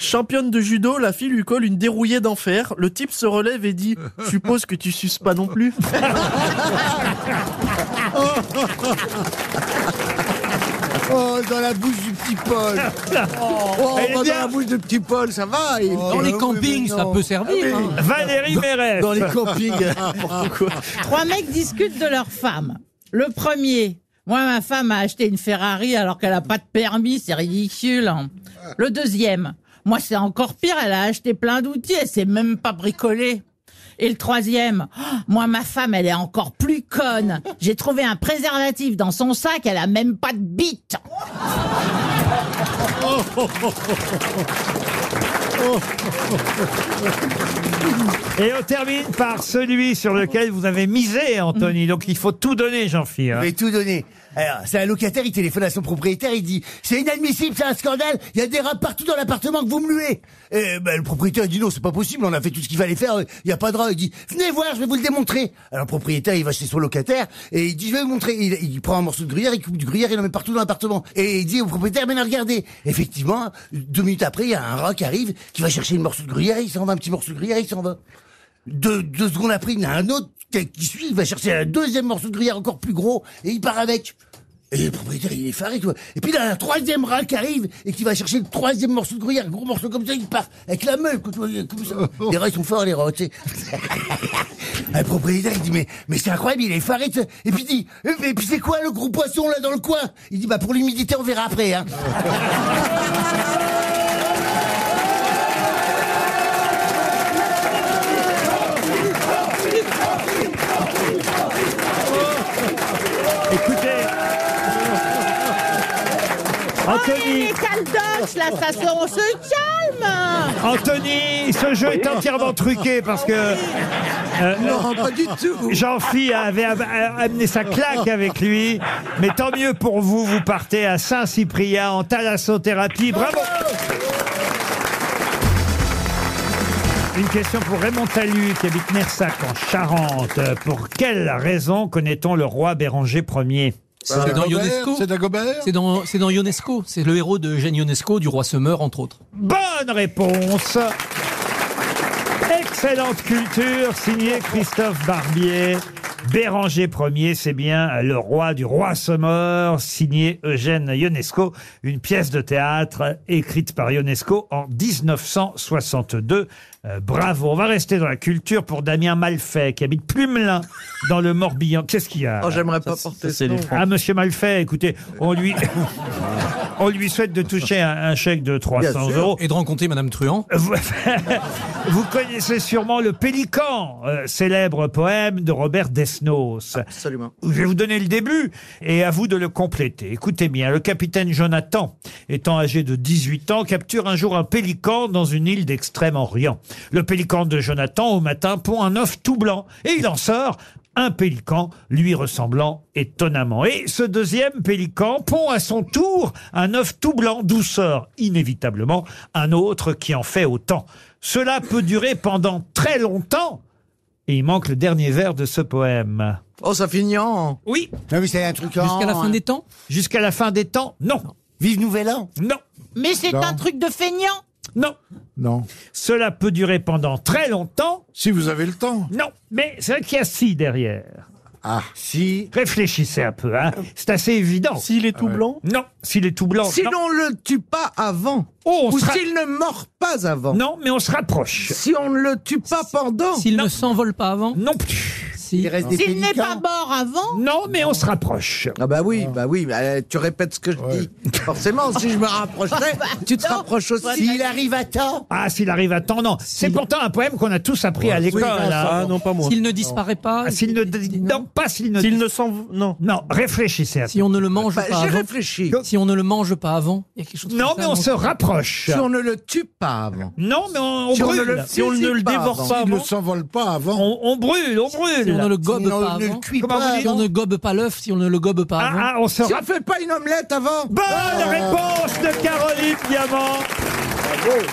Speaker 6: Championne de judo, la fille lui colle une dérouillée d'enfer. Le type se relève et dit Suppose que tu suces pas non plus.
Speaker 8: Oh, dans la bouche du petit Paul. Oh, oh,
Speaker 18: Elle est
Speaker 8: dans
Speaker 18: bien.
Speaker 8: la bouche du petit Paul, ça va. il-
Speaker 7: Dans les
Speaker 8: oui,
Speaker 7: campings,
Speaker 8: mais
Speaker 7: ça
Speaker 8: non.
Speaker 7: peut servir,
Speaker 8: Ah,
Speaker 7: hein.
Speaker 8: oui.
Speaker 2: Valérie
Speaker 8: Dans-
Speaker 2: Mérès.
Speaker 8: Dans les campings.
Speaker 5: Ah. Trois mecs discutent de leur femme. Le premier, moi, ma femme a acheté une Ferrari alors qu'elle n'a pas de permis, c'est ridicule. hein. Le deuxième, moi, c'est encore pire, elle a acheté plein d'outils, elle s'est même pas bricolée. Et le troisième, oh, moi, ma femme, elle est encore plus conne. J'ai trouvé un préservatif dans son sac, elle a même pas de bite.
Speaker 2: Et on termine par celui sur lequel vous avez misé, Anthony. Donc il faut tout donner, Jean-Philippe. hein.
Speaker 4: Je vais tout donner. Alors, c'est un locataire, il téléphone à son propriétaire, il dit C'est inadmissible, c'est un scandale, il y a des rats partout dans l'appartement que vous me luez. Et ben, le propriétaire il dit Non, c'est pas possible, on a fait tout ce qu'il fallait faire, il n'y a pas de rats. Il dit Venez voir, je vais vous le démontrer. Alors, le propriétaire, il va chez son locataire et il dit Je vais vous montrer. Il, il prend un morceau de gruyère, il coupe du gruyère, il en met partout dans l'appartement. Et il dit au propriétaire Mais regardez. Effectivement, deux minutes après, il y a un rat qui arrive, qui va chercher une morceau de gruyère, il s'en va, un petit morceau de gruyère, il s'en va. Deux, deux secondes après, il y en a un autre qui qui suit, il va chercher un deuxième morceau de gruyère encore plus gros, et il part avec. Et le propriétaire, il est effaré, tu vois. Et puis, il y a un troisième rat qui arrive, et qui va chercher le troisième morceau de gruyère, un gros morceau comme ça, il part avec la meule, quoi, tu vois, comme ça. Les rats, ils sont forts, les rats, tu sais. Le propriétaire, il dit, mais, mais c'est incroyable, il est effaré, tu sais. Et puis, il dit, euh, et puis c'est quoi le gros poisson, là, dans le coin? Il dit, bah, pour l'humidité, on verra après, hein.
Speaker 2: Écoutez. Anthony.
Speaker 5: Oh, Les caldoches, là, ça se- on se calme.
Speaker 2: Anthony, ce jeu est entièrement truqué parce que. euh,
Speaker 8: Non, pas du tout.
Speaker 2: Jean-Phi avait am- a- amené sa claque avec lui. Mais tant mieux pour vous, vous partez à Saint-Cyprien en thalassothérapie. Bravo! Une question pour Raymond Talu, qui habite Nersac en Charente. Pour quelle raison connaît-on le roi Béranger Ier
Speaker 7: C'est dans Ionesco.
Speaker 3: C'est Dagobert
Speaker 7: C'est dans, c'est dans Ionesco. C'est le héros de Eugène Ionesco, du roi Semeur, entre autres.
Speaker 2: Bonne réponse. Excellente culture, signé Christophe Barbier. Béranger Ier, c'est bien le roi du roi Sommeur, signé Eugène Ionesco, une pièce de théâtre écrite par Ionesco en 1962. Euh, bravo, on va rester dans la culture pour Damien Malfait, qui habite Plumelin, dans le Morbihan. Qu'est-ce qu'il y a
Speaker 8: Oh, j'aimerais pas porter ça.
Speaker 2: ah, monsieur Malfait, écoutez, on lui, on lui souhaite de toucher un, un chèque de 300 euros. Euh,
Speaker 7: Et de rencontrer Madame Truand.
Speaker 2: Vous, vous connaissez sûrement le Pélican, euh, célèbre poème de Robert Desnos.
Speaker 8: Absolument.
Speaker 2: Je vais vous donner le début et à vous de le compléter. Écoutez bien, le capitaine Jonathan, étant âgé de 18 ans, capture un jour un pélican dans une île d'Extrême-Orient. Le pélican de Jonathan, au matin, pond un œuf tout blanc et il en sort un pélican lui ressemblant étonnamment. Et ce deuxième pélican pond à son tour un œuf tout blanc d'où sort inévitablement un autre qui en fait autant. Cela peut durer pendant très longtemps et il manque le dernier vers de ce poème.
Speaker 8: Oh, ça finit en.
Speaker 2: Oui.
Speaker 4: Non, mais Ah c'est un truc
Speaker 7: Jusqu'à la fin des temps
Speaker 2: Jusqu'à la fin des temps, non.
Speaker 4: Vive Nouvel An
Speaker 2: Non.
Speaker 5: Mais c'est
Speaker 3: Non.
Speaker 5: un truc de feignant.
Speaker 2: Non.
Speaker 3: Non.
Speaker 2: Cela peut durer pendant très longtemps.
Speaker 3: Si vous avez le temps. Ah,
Speaker 2: Non. Mais c'est vrai qu'il y a si derrière. Si. Réfléchissez un peu, hein. C'est assez évident. S'il est tout blanc Non. S'il est tout blanc.
Speaker 8: Si
Speaker 2: non.
Speaker 8: l'on ne le tue pas avant, ou s'il ne mord pas avant.
Speaker 2: Non, mais on se rapproche.
Speaker 8: Si on ne le tue pas pendant.
Speaker 7: S'il ne s'envole pas avant.
Speaker 2: Non plus.
Speaker 8: Il reste des
Speaker 5: S'il n'est pas mort avant
Speaker 2: Non, mais on se rapproche.
Speaker 8: Ah bah oui, bah oui, bah, euh, tu répètes ce que je dis. Forcément, si je me
Speaker 5: Bah
Speaker 8: rapprochais, tu te rapproches aussi.
Speaker 4: S'il arrive à temps.
Speaker 2: Ah, s'il arrive à temps, non. C'est pourtant un poème qu'on a tous appris à
Speaker 6: Oui,
Speaker 2: l'école.
Speaker 6: ah, ça,
Speaker 2: hein.
Speaker 6: ah, non, pas moi. S'il ne disparaît
Speaker 7: pas,
Speaker 2: Ah, s'il ne, non, pas s'il ne. S'il ne s'en, non. Non, réfléchissez.
Speaker 7: Si on ne le mange pas avant.
Speaker 8: réfléchi.
Speaker 7: Si on ne le mange pas avant, il y a quelque chose.
Speaker 2: Non,
Speaker 7: comme
Speaker 2: mais
Speaker 7: ça,
Speaker 2: on
Speaker 7: donc-
Speaker 2: se rapproche.
Speaker 8: Si on ne le tue pas avant.
Speaker 2: Non, mais on, on
Speaker 8: Si on
Speaker 2: brûle.
Speaker 8: ne le- si on ne le dévore pas
Speaker 2: S'il
Speaker 8: avant.
Speaker 2: ne
Speaker 3: s'envole pas avant.
Speaker 2: On, on brûle, on brûle.
Speaker 7: Si on ne le gobe
Speaker 2: Sinon,
Speaker 7: pas
Speaker 2: on ne le
Speaker 7: avant.
Speaker 2: cuit Comment pas vous dites
Speaker 7: si on ne gobe pas l'œuf, si on ne le gobe pas avant.
Speaker 2: Ah, ah, on se
Speaker 8: Si on fait pas une omelette avant. Ah.
Speaker 2: Bonne réponse de Caroline Diamant.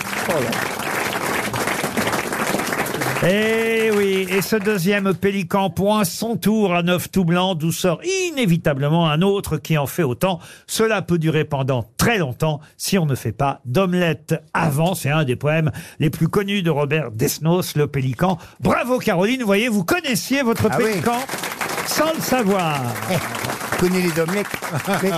Speaker 2: Eh oui, et ce deuxième pélican point son tour à neuf tout blanc, d'où sort inévitablement un autre qui en fait autant. Cela peut durer pendant très longtemps si on ne fait pas d'omelette avant. C'est un des poèmes les plus connus de Robert Desnos, le pélican. Bravo Caroline, vous voyez, vous connaissiez votre
Speaker 4: Ah oui.
Speaker 2: pélican sans le savoir.
Speaker 4: Eh, Connais les omelettes. Mais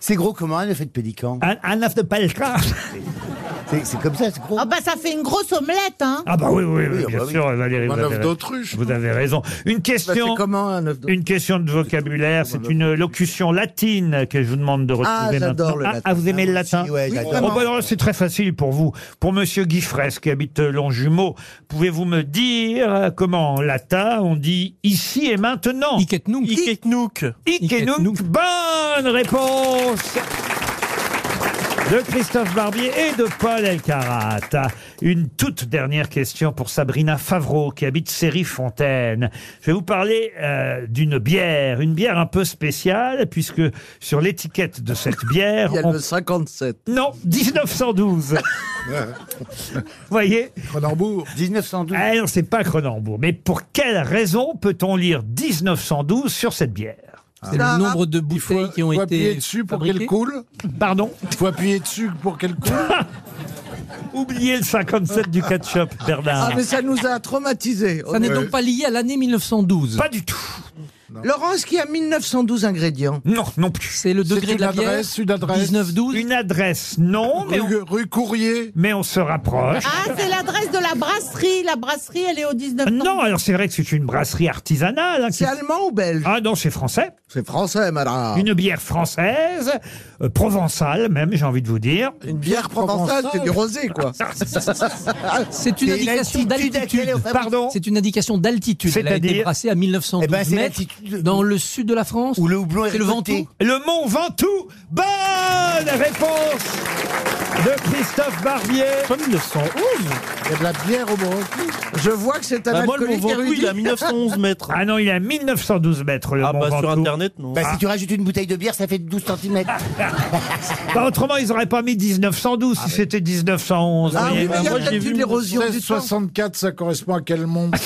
Speaker 4: C'est gros comment un œuf de pélican
Speaker 2: Un, œuf de pélican
Speaker 4: C'est c'est comme ça, c'est gros.
Speaker 5: Ah bah ça fait une grosse omelette, hein
Speaker 2: Ah bah oui, oui, oui, bien
Speaker 4: ah bah oui.
Speaker 2: sûr, Valérie.
Speaker 4: Ou un
Speaker 2: vous
Speaker 4: œuf
Speaker 2: avez-
Speaker 4: d'autruche.
Speaker 2: Vous avez raison. Une question. Une question de vocabulaire. C'est une locution latine que je vous demande de
Speaker 8: Ah,
Speaker 2: retrouver
Speaker 8: j'adore
Speaker 2: maintenant.
Speaker 8: le
Speaker 2: Ah,
Speaker 8: latin.
Speaker 2: ah, vous aimez le
Speaker 8: Ah,
Speaker 2: latin
Speaker 8: si, ouais, j'adore.
Speaker 2: Oh, bah alors, c'est très facile pour vous. Pour Monsieur Guy Fraisse, qui habite euh, Longjumeau, pouvez-vous me dire euh, comment en latin on dit ici et maintenant Iketnouk.
Speaker 6: Iketnouk.
Speaker 2: Iketnouk. Bonne réponse de Christophe Barbier et de Paul Elkarat. Une toute dernière question pour Sabrina Favreau qui habite Série-Fontaine. Je vais vous parler euh, d'une bière, une bière un peu spéciale puisque sur l'étiquette de cette bière...
Speaker 8: Il y a
Speaker 2: on-
Speaker 8: le 57.
Speaker 2: Non, 1912 voyez
Speaker 3: Cronenbourg.
Speaker 4: 1912.
Speaker 2: Ah non, c'est pas Cronenbourg. Mais pour quelle raison peut-on lire 1912 sur cette bière
Speaker 7: C'est le nombre de bouteilles qui ont
Speaker 3: faut appuyer
Speaker 7: été.
Speaker 3: dessus pour
Speaker 7: fabriquées.
Speaker 3: qu'elle coule.
Speaker 2: Pardon
Speaker 3: Faut appuyer dessus pour qu'elle coule.
Speaker 2: Oubliez le 57 du ketchup, Bernard.
Speaker 8: Ah, mais ça nous a traumatisés.
Speaker 7: Ça n'est donc pas lié à l'année 1912.
Speaker 2: Pas du tout.
Speaker 8: Laurent, est-ce qu'il y a 1912 ingrédients
Speaker 2: Non, non plus.
Speaker 7: C'est le
Speaker 3: C'est
Speaker 7: degré
Speaker 3: une
Speaker 7: de la bière.
Speaker 3: adresse, une adresse.
Speaker 7: 1912.
Speaker 2: Une adresse, non, mais
Speaker 3: Rue,
Speaker 2: on,
Speaker 3: rue Courrier.
Speaker 2: mais on se rapproche.
Speaker 5: Ah, c'est l'adresse de la brasserie. La brasserie, elle est au 19
Speaker 2: Non, alors c'est vrai que c'est une brasserie artisanale. hein, qui-
Speaker 8: C'est allemand ou belge
Speaker 2: Ah non, c'est français.
Speaker 8: C'est français, madame.
Speaker 2: Une bière française, euh, provençale même, j'ai envie de vous dire.
Speaker 8: Une bière provençale, c'est du rosé, quoi.
Speaker 7: Ah, C'est une
Speaker 4: Et
Speaker 7: indication
Speaker 4: l'altitude à laquelle
Speaker 7: d'altitude.
Speaker 4: on fabrique-
Speaker 2: Pardon
Speaker 7: C'est une indication d'altitude. Elle a été
Speaker 2: C'est-à-dire
Speaker 7: brassée à 1912
Speaker 4: Eh ben, c'est
Speaker 7: mètres
Speaker 4: l'altitude-
Speaker 7: dans le sud de la France.
Speaker 4: Où le houblon est
Speaker 7: C'est le
Speaker 4: récolté.
Speaker 7: Ventoux.
Speaker 2: Le Mont Ventoux. Bonne réponse de Christophe Barbier.
Speaker 6: Pas 1911.
Speaker 3: Il y a de la bière au Maroc.
Speaker 8: Je vois que c'est un
Speaker 6: Bah, moi, le
Speaker 8: alcoolique
Speaker 6: Mont Ventoux,
Speaker 8: érudit.
Speaker 6: il est à 1911 mètres.
Speaker 2: Ah non, il est à 1912 mètres le
Speaker 6: Ah
Speaker 2: Mont
Speaker 6: bah sur
Speaker 2: Ventoux.
Speaker 6: Internet, non.
Speaker 4: Bah, Si tu rajoutes une bouteille de bière, ça fait 12 cm.
Speaker 2: Bah, autrement, ils n'auraient pas mis 1912 si c'était 1911.
Speaker 8: Ah
Speaker 2: vous
Speaker 8: oui,
Speaker 2: voyez.
Speaker 8: mais il y a
Speaker 6: Ah, moi, je l'ai
Speaker 8: peut-être
Speaker 6: vu,
Speaker 8: une érosion du temps.
Speaker 3: 1664, ça correspond à quel monde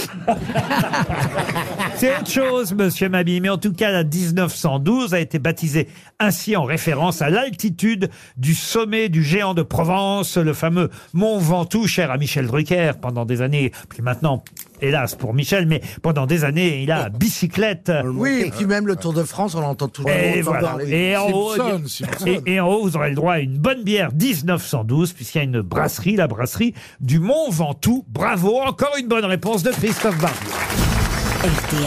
Speaker 2: C'est autre chose, monsieur Mabille. Mais en tout cas, la 1912 a été baptisée ainsi en référence à l'altitude du sommet du géant de Provence, le fameux Mont Ventoux, cher à Michel Drucker pendant des années. Puis maintenant, hélas pour Michel, mais pendant des années, il a à bicyclette.
Speaker 8: Oui, et puis même le Tour de France, on l'entend toujours.
Speaker 2: Et,
Speaker 8: on entend
Speaker 2: voilà.
Speaker 8: parler.
Speaker 2: et, en haut,
Speaker 3: Simpson, Simpson.
Speaker 2: et- et en haut, vous aurez le droit à une bonne bière 1912, puisqu'il y a une brasserie, la brasserie du Mont Ventoux. Bravo, encore une bonne réponse de Christophe Barbier.
Speaker 10: RTL,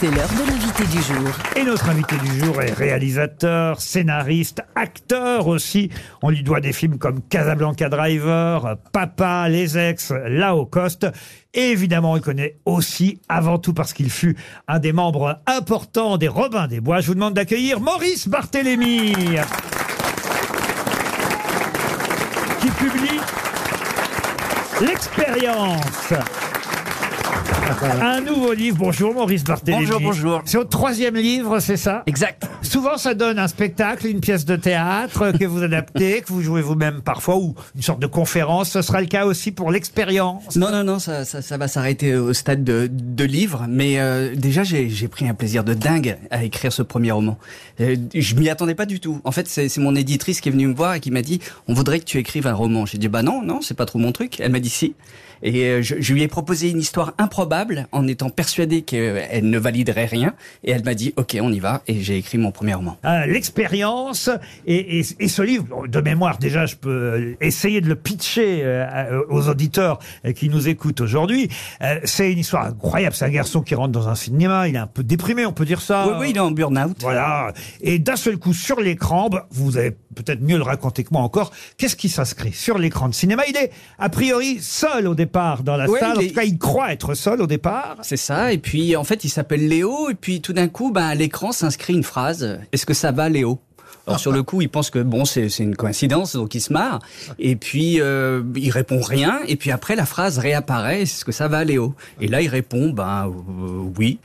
Speaker 10: c'est l'heure de l'invité du jour.
Speaker 2: Et notre invité du jour est réalisateur, scénariste, acteur aussi. On lui doit des films comme Casablanca Driver, Papa, Les Ex, La Haut Coste. Et évidemment, on le connaît aussi, avant tout parce qu'il fut un des membres importants des Robins des Bois. Je vous demande d'accueillir Maurice Barthélémy. Qui publie L'expérience. Un nouveau livre. Bonjour Maurice Barthélémy.
Speaker 21: Bonjour, bonjour.
Speaker 2: C'est au troisième livre, c'est ça
Speaker 21: Exact.
Speaker 2: Souvent, ça donne un spectacle, une pièce de théâtre que vous adaptez, que vous jouez vous-même parfois, ou une sorte de conférence. Ce sera le cas aussi pour l'expérience.
Speaker 21: Non, non, non, ça, ça, ça va s'arrêter au stade de, de livre, mais euh, déjà j'ai j'ai pris un plaisir de dingue à écrire ce premier roman. Euh, je m'y attendais pas du tout. En fait, c'est c'est mon éditrice qui est venue me voir et qui m'a dit « on voudrait que tu écrives un roman ». J'ai dit « bah non, non, c'est pas trop mon truc ». Elle m'a dit « si ». Et euh, je, je lui ai proposé une histoire improbable improbable en étant persuadée qu'elle ne validerait rien. Et elle m'a dit, OK, on y va. Et j'ai écrit mon premier roman.
Speaker 2: Ah, l'expérience et, et- et ce livre bon, de mémoire déjà je peux euh, essayer de le pitcher euh, à- aux auditeurs euh, qui nous écoutent aujourd'hui Euh, c'est une histoire incroyable c'est un garçon qui rentre dans un cinéma il est un peu déprimé on peut dire ça
Speaker 21: Oui, oui, il est en burn-out
Speaker 2: voilà et d'un seul coup sur l'écran bah, vous avez peut-être mieux le raconter que moi encore qu'est-ce qui s'inscrit sur l'écran de cinéma il est a priori seul au départ dans la
Speaker 21: Ouais,
Speaker 2: salle
Speaker 21: il
Speaker 2: en
Speaker 21: est-
Speaker 2: tout cas il croit être seul au départ
Speaker 21: C'est ça. Et puis, en fait, il s'appelle Léo. Et puis, tout d'un coup, ben, à l'écran s'inscrit une phrase. Est-ce que ça va, Léo alors sur le coup, il pense que bon, c'est c'est une coïncidence, donc il se marre. Et puis euh, il répond rien. Et puis après, la phrase réapparaît. Est-ce que ça va, Léo Et là, il répond ben euh, oui.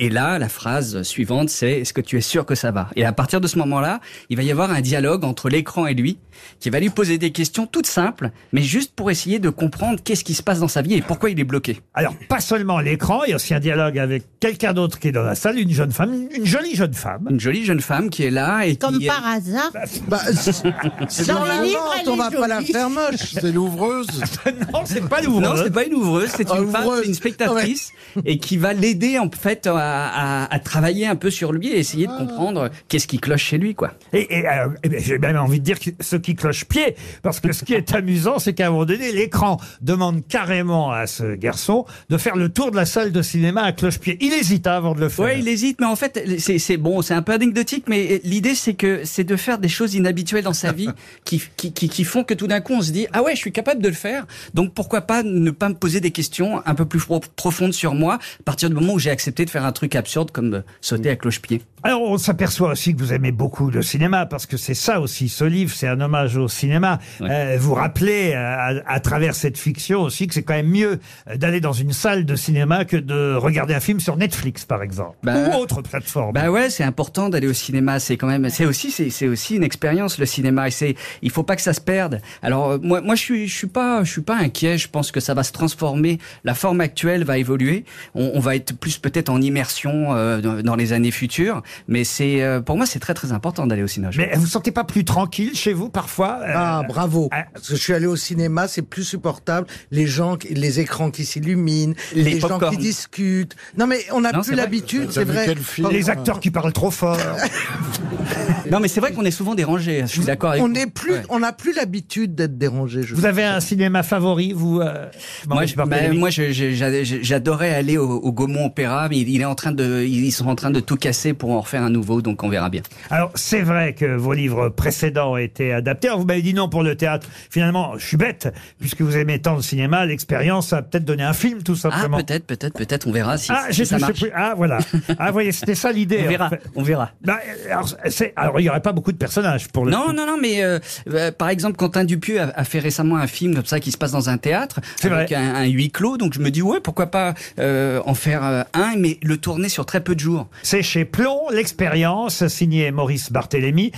Speaker 21: Et là, la phrase suivante, c'est est-ce que tu es sûr que ça va Et à partir de ce moment-là, il va y avoir un dialogue entre l'écran et lui, qui va lui poser des questions toutes simples, mais juste pour essayer de comprendre qu'est-ce qui se passe dans sa vie et pourquoi il est bloqué.
Speaker 2: Alors, pas seulement l'écran, il y a aussi un dialogue avec quelqu'un d'autre qui est dans la salle, une jeune femme, une- une jolie jeune femme.
Speaker 21: Une jolie jeune femme qui est là et
Speaker 5: Comme
Speaker 21: qui...
Speaker 5: par hasard.
Speaker 2: Bah,
Speaker 21: c'est
Speaker 5: dans
Speaker 21: dans la
Speaker 5: le livre,
Speaker 21: vente,
Speaker 5: elle
Speaker 21: on
Speaker 5: est
Speaker 21: va pas la
Speaker 5: jolie.
Speaker 21: faire moche.
Speaker 3: C'est l'ouvreuse
Speaker 2: Non, c'est pas l'ouvreuse.
Speaker 21: Non, c'est pas une ouvreuse, Ah, c'est
Speaker 2: Ah,
Speaker 21: une femme,
Speaker 2: ouvreuse.
Speaker 21: c'est une spectatrice et qui va l'aider en fait à, à- à travailler un peu sur lui et essayer de comprendre qu'est-ce qui cloche chez lui, quoi.
Speaker 2: Et, et, euh, eh bien, j'ai même envie de dire que ce qui cloche pied, parce que ce qui est amusant, c'est qu'à un moment donné, l'écran demande carrément à ce garçon de faire le tour de la salle de cinéma à cloche pied. Il hésite hein, avant de le faire.
Speaker 21: Ouais, il hésite, mais en fait, c'est c'est bon, c'est un peu anecdotique, mais l'idée c'est que c'est de faire des choses inhabituelles dans sa vie qui, qui, qui, qui font que tout d'un coup on se dit ah ouais, je suis capable de le faire, donc pourquoi pas ne pas me poser des questions un peu plus pro- profondes sur moi à partir du moment où j'ai accepté de faire un truc absurde comme euh, sauter à cloche-pied.
Speaker 2: Alors, on s'aperçoit aussi que vous aimez beaucoup le cinéma, parce que c'est ça aussi, ce livre, c'est un hommage au cinéma. Euh, vous rappelez, euh, à, à travers cette fiction aussi, que c'est quand même mieux euh, d'aller dans une salle de cinéma que de regarder un film sur Netflix, par exemple.
Speaker 21: Bah-
Speaker 2: Ou autre plateforme.
Speaker 21: Bah ouais, c'est important d'aller au cinéma. C'est quand même, c'est aussi, c'est c'est aussi une expérience le cinéma. Et c'est, il faut pas que ça se perde. Alors euh, moi, moi je suis, je suis pas, je suis pas inquiet. Je pense que ça va se transformer. La forme actuelle va évoluer. On, on va être plus peut-être en immersion euh, dans, dans les années futures. Mais c'est, euh, pour moi, c'est très très important d'aller au cinéma.
Speaker 2: Mais vous sentez pas plus tranquille chez vous parfois
Speaker 8: Ah, bravo.
Speaker 2: euh,
Speaker 8: Parce que je suis allé au cinéma, c'est plus supportable. Les gens, qui- les écrans qui s'illuminent,
Speaker 21: Les
Speaker 8: les, gens
Speaker 21: pop-corn.
Speaker 8: qui discutent. Non, mais on n'a
Speaker 21: Non,
Speaker 8: plus
Speaker 21: c'est vrai.
Speaker 8: l'habitude, c'est vrai.
Speaker 21: euh,
Speaker 8: euh
Speaker 2: Les acteurs qui parlent trop fort.
Speaker 21: non, mais c'est vrai qu'on est souvent dérangé. Je suis d'accord. avec
Speaker 8: On
Speaker 21: vous.
Speaker 8: n'est plus,
Speaker 21: Ouais.
Speaker 8: on n'a plus l'habitude d'être dérangé. je
Speaker 2: Vous avez un cinéma favori, vous euh,
Speaker 21: Moi,
Speaker 2: Maurice
Speaker 21: je-
Speaker 2: Barthélémy
Speaker 21: bah, moi, je- je- j'a- j'adorais aller au, au Gaumont Opéra, mais il, il est en train de, ils sont en train de tout casser pour en refaire un nouveau, donc on verra bien.
Speaker 2: Alors, c'est vrai que vos livres précédents ont été adaptés. Alors, vous m'avez dit non pour le théâtre. Finalement, je suis bête, puisque vous aimez tant le cinéma, l'expérience a peut-être donné un film, tout simplement.
Speaker 21: Ah, peut-être, peut-être, peut-être, on verra si,
Speaker 2: Ah,
Speaker 21: si
Speaker 2: j'ai
Speaker 21: ça
Speaker 2: touché
Speaker 21: marche.
Speaker 2: plus- Ah, voilà. Ah, voyez, c'était ça l'idée. Bah,
Speaker 21: On verra, on verra.
Speaker 2: alors, c'est- alors, il n'y aurait pas beaucoup de personnages pour le coup.
Speaker 21: Non, non, non, mais euh, euh, par exemple, Quentin Dupieux a, a fait récemment un film comme ça qui se passe dans un théâtre avec un, un huis clos, donc je me dis ouais, pourquoi pas euh, en faire euh, un, mais le tourner sur très peu de jours.
Speaker 2: C'est chez Plomb, l'expérience, signé Maurice Barthélémy.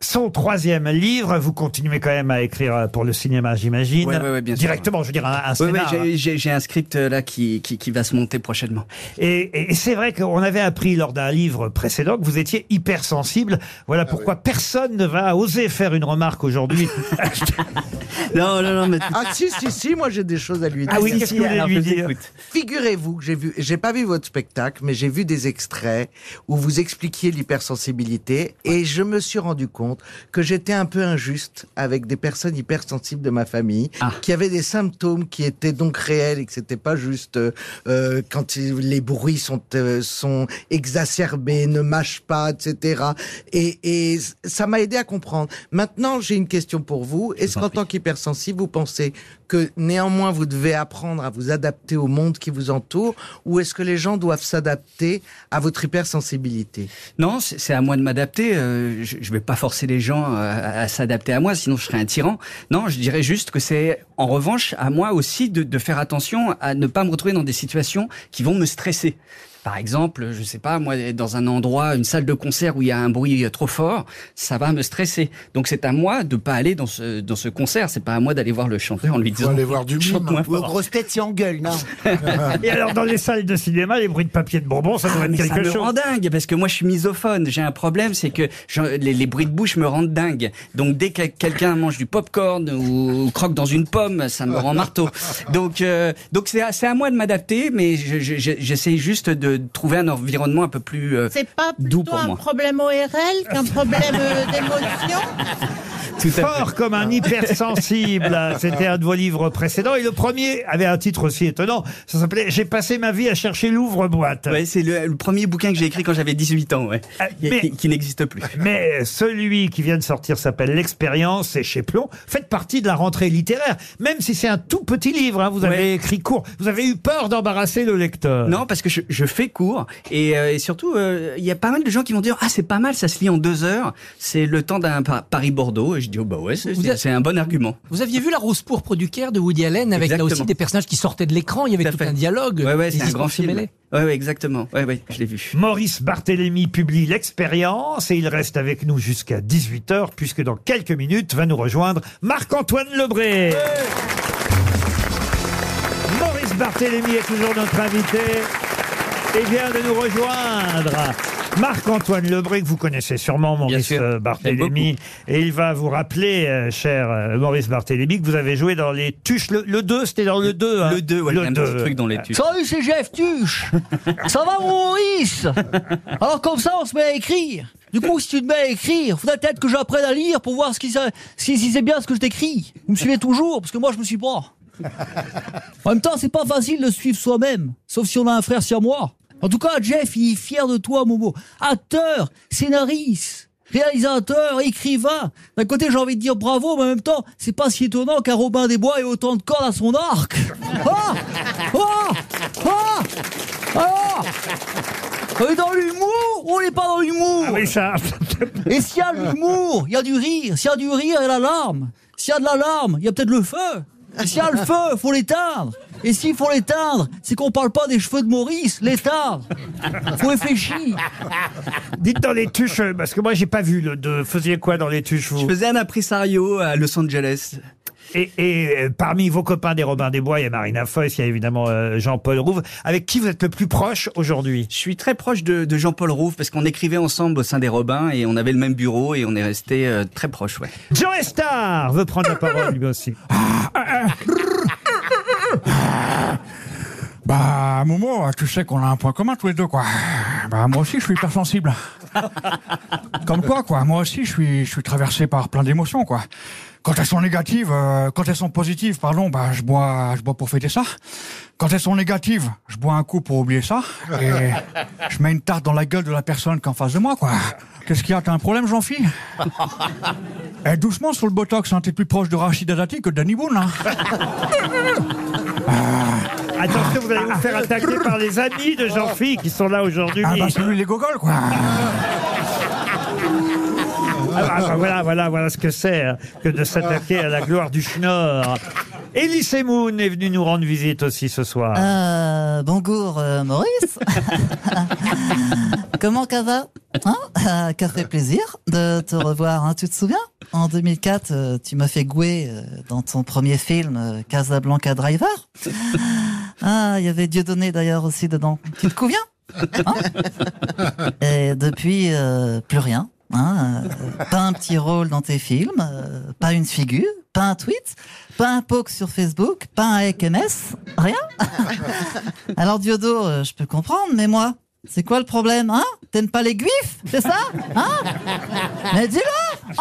Speaker 2: Son troisième livre, vous continuez quand même à écrire euh, pour le cinéma, j'imagine.
Speaker 21: Ouais, ouais, ouais, bien sûr.
Speaker 2: Directement, je veux dire, un, un
Speaker 21: Oui,
Speaker 2: scénar.
Speaker 21: j'ai j'ai un script euh, là qui, qui, qui va se monter prochainement.
Speaker 2: Et, et- et c'est vrai qu'on avait appris lors d'un livre précédent que vous étiez hypersensible.
Speaker 8: Ah
Speaker 2: Voilà pourquoi personne ne va oser faire une remarque aujourd'hui.
Speaker 21: non, non, non, mais...
Speaker 8: Ah si, si, si, moi j'ai des choses à lui dire.
Speaker 2: Ah oui, qu'est-ce que vous voulez
Speaker 8: alors,
Speaker 2: lui
Speaker 8: je vous
Speaker 2: dire
Speaker 8: écoute. Figurez-vous que j'ai vu, j'ai pas vu votre spectacle, mais j'ai vu des extraits où vous expliquiez l'hypersensibilité et je me suis rendu compte que j'étais un peu injuste avec des personnes hypersensibles de ma famille qui avaient des symptômes qui étaient donc réels et que c'était pas juste euh, euh, quand il- les bruits sont, euh, sont exacerbés, ne mâche pas, etc. Et, et ça m'a aidé à comprendre. Maintenant, j'ai une question pour vous. Est-ce qu'en tant qu'hypersensible, vous pensez que néanmoins vous devez apprendre à vous adapter au monde qui vous entoure ou est-ce que les gens doivent s'adapter à votre hypersensibilité
Speaker 21: Non, c'est c'est à moi de m'adapter. euh, je ne vais pas forcer les gens euh, à, à s'adapter à moi, sinon je serais un tyran. Non, je dirais juste que c'est en revanche à moi aussi de, de faire attention à ne pas me retrouver dans des situations qui vont me stresser. Par exemple, je sais pas, moi, dans un endroit, une salle de concert où il y a un bruit euh, trop fort, ça va me stresser. Donc c'est à moi de pas aller dans ce, dans ce concert. C'est pas à moi d'aller voir le chanteur en lui disant.
Speaker 3: aller voir du
Speaker 21: chante moins
Speaker 4: Ou aux
Speaker 21: fort.
Speaker 4: grosses têtes, si on gueule, non
Speaker 2: Et alors, dans les salles de cinéma, les bruits de papier de bonbon, ça doit
Speaker 21: Ah,
Speaker 2: être
Speaker 21: mais ça
Speaker 2: quelque
Speaker 21: me rend
Speaker 2: chose.
Speaker 21: dingue parce que moi je suis misophone. J'ai un problème, c'est que je- les, les bruits de bouche me rendent dingue. Donc dès que quelqu'un mange du popcorn ou croque dans une pomme, ça me rend marteau. Donc euh, donc c'est à, c'est à moi de m'adapter, mais je- je- je- j'essaie juste de trouver un environnement un peu plus euh,
Speaker 5: C'est pas
Speaker 21: doux
Speaker 5: plutôt
Speaker 21: pour
Speaker 5: un
Speaker 21: moi.
Speaker 5: problème ORL qu'un problème euh, d'émotion
Speaker 2: Fort comme
Speaker 21: Ah.
Speaker 2: un hypersensible. C'était un de vos livres précédents. Et le premier avait un titre aussi étonnant. Ça s'appelait J'ai passé ma vie à chercher l'ouvre-boîte. Ah,
Speaker 21: Ouais, c'est le, le premier bouquin que j'ai écrit quand j'avais 18 ans, ouais, qui,
Speaker 2: mais-
Speaker 21: qui- qui n'existe plus.
Speaker 2: Mais celui qui vient de sortir s'appelle L'expérience, c'est chez Plon. Faites partie de la rentrée littéraire, même si c'est un tout petit livre. hein, vous avez écrit court. Vous avez eu peur d'embarrasser le lecteur.
Speaker 21: Non, parce que je, je fais court et, euh, et surtout, euh, il y a pas mal de gens qui vont dire ah c'est pas mal, ça se lit en deux heures, c'est le temps d'un Pa- Paris-Bordeaux et je dis oh bah ouais, c'est-
Speaker 7: Vous
Speaker 21: c'est
Speaker 7: êtes-
Speaker 21: c'est un bon argument.
Speaker 7: Vous aviez vu La Rose pourpre du Caire de Woody Allen avec là aussi
Speaker 21: Exactement.
Speaker 7: des personnages qui sortaient de l'écran. Il y avait tout, un dialogue.
Speaker 21: Ouais ouais,
Speaker 7: les
Speaker 21: c'est un
Speaker 7: histoires
Speaker 21: grand
Speaker 7: se
Speaker 21: film.
Speaker 7: mêlaient.
Speaker 21: Ouais ouais, exactement. Ouais ouais, je l'ai vu.
Speaker 2: Maurice Barthélémy publie L'expérience et il reste avec nous jusqu'à 18h puisque dans quelques minutes va nous rejoindre Marc-Antoine Lebré. Maurice Barthélémy est toujours notre invité et vient de nous rejoindre. Marc-Antoine Lebré, que vous connaissez sûrement, Maurice euh, Barthélémy. Et il va vous rappeler, euh, cher euh, Maurice Barthélémy, que vous avez joué dans les Tuches. Le, 2, c'était dans le 2.
Speaker 21: Le 2, ouais, il y a un petit truc dans les Tuches.
Speaker 9: Salut, c'est Jeff Tuche. Ça va, mon Maurice Alors, comme ça, on se met à écrire. Du coup, si tu te mets à écrire, faudrait peut-être que j'apprenne à lire pour voir ce qui, ça- si, si c'est bien ce que je t'écris. Vous me suivez toujours, parce que moi, je me suis pas. En même temps, c'est pas facile de se suivre soi-même, sauf si on a un frère siamois. En tout cas, Jeff, il est fier de toi, Momo. Acteur, scénariste, réalisateur, écrivain. D'un côté, j'ai envie de dire bravo, mais en même temps, c'est pas si étonnant qu'un Robin des Bois ait autant de cordes à son arc. Ah Ah Ah Ah on est dans l'humour ou on n'est pas dans l'humour Et s'il y a de l'humour, il y a du rire. S'il y a du rire, il y a l'alarme. S'il y a de l'alarme, il y a peut-être le feu. Et S'il y a le feu, faut l'éteindre. Et s'il faut l'éteindre, c'est qu'on parle pas des cheveux de Maurice, l'éteindre. Faut réfléchir.
Speaker 2: Dites dans les Tuches, euh, parce que moi, j'ai pas vu le 2. Faisiez quoi dans les Tuches, vous
Speaker 21: Je faisais un impresario à Los Angeles.
Speaker 2: Et, et, euh, parmi vos copains des Robins des Bois, il y a Marina Foïs, il y a évidemment euh, Jean-Paul Rouve. Avec qui vous êtes le plus proche aujourd'hui
Speaker 21: Je suis très proche de, de Jean-Paul Rouve parce qu'on écrivait ensemble au sein des Robins et on avait le même bureau et on est resté euh, très proche, ouais.
Speaker 2: Jean Estar veut prendre la parole lui aussi.
Speaker 22: Bah, Momo, tu sais qu'on a un point commun tous les deux, quoi. Bah, moi aussi, je suis hypersensible. Comme toi, quoi. Moi aussi, je suis, je suis traversé par plein d'émotions, quoi. Quand elles sont négatives, euh, quand elles sont positives, pardon, bah, je bois, je bois pour fêter ça. Quand elles sont négatives, je bois un coup pour oublier ça. Et je mets une tarte dans la gueule de la personne qui est en face de moi, quoi. Qu'est-ce qu'il y a T'as un problème, jean phil Eh, doucement sur le Botox, hein. T'es plus proche de Rachida Dati que de Danny Boone, hein.
Speaker 2: Attention, vous allez vous faire attaquer par les amis de Jean-Philippe qui sont là aujourd'hui.
Speaker 22: Ah, bah, c'est lui les gogoles, quoi.
Speaker 2: Ah, bah, bah, voilà, voilà, voilà ce que c'est hein, que de s'attaquer à la gloire du Schnorr. Elie Semoun est venu nous rendre visite aussi ce soir.
Speaker 23: Euh, bonjour euh, Maurice. Comment ça va hein Euh, Qu'a fait plaisir de te revoir. hein. tu te souviens En 2004, euh, tu m'as fait gouer euh, dans ton premier film euh, Casablanca Driver. Ah, il y avait Dieudonné d'ailleurs aussi dedans. Tu te souviens Hein Et depuis, euh, plus rien. hein. Euh, pas un petit rôle dans tes films, euh, pas une figure, pas un tweet, pas un poke sur Facebook, pas un SMS, rien. Alors Diodo, euh, je peux comprendre, mais moi, c'est quoi le problème, hein T'aimes pas les guifs, c'est ça Hein Mais dis-le hein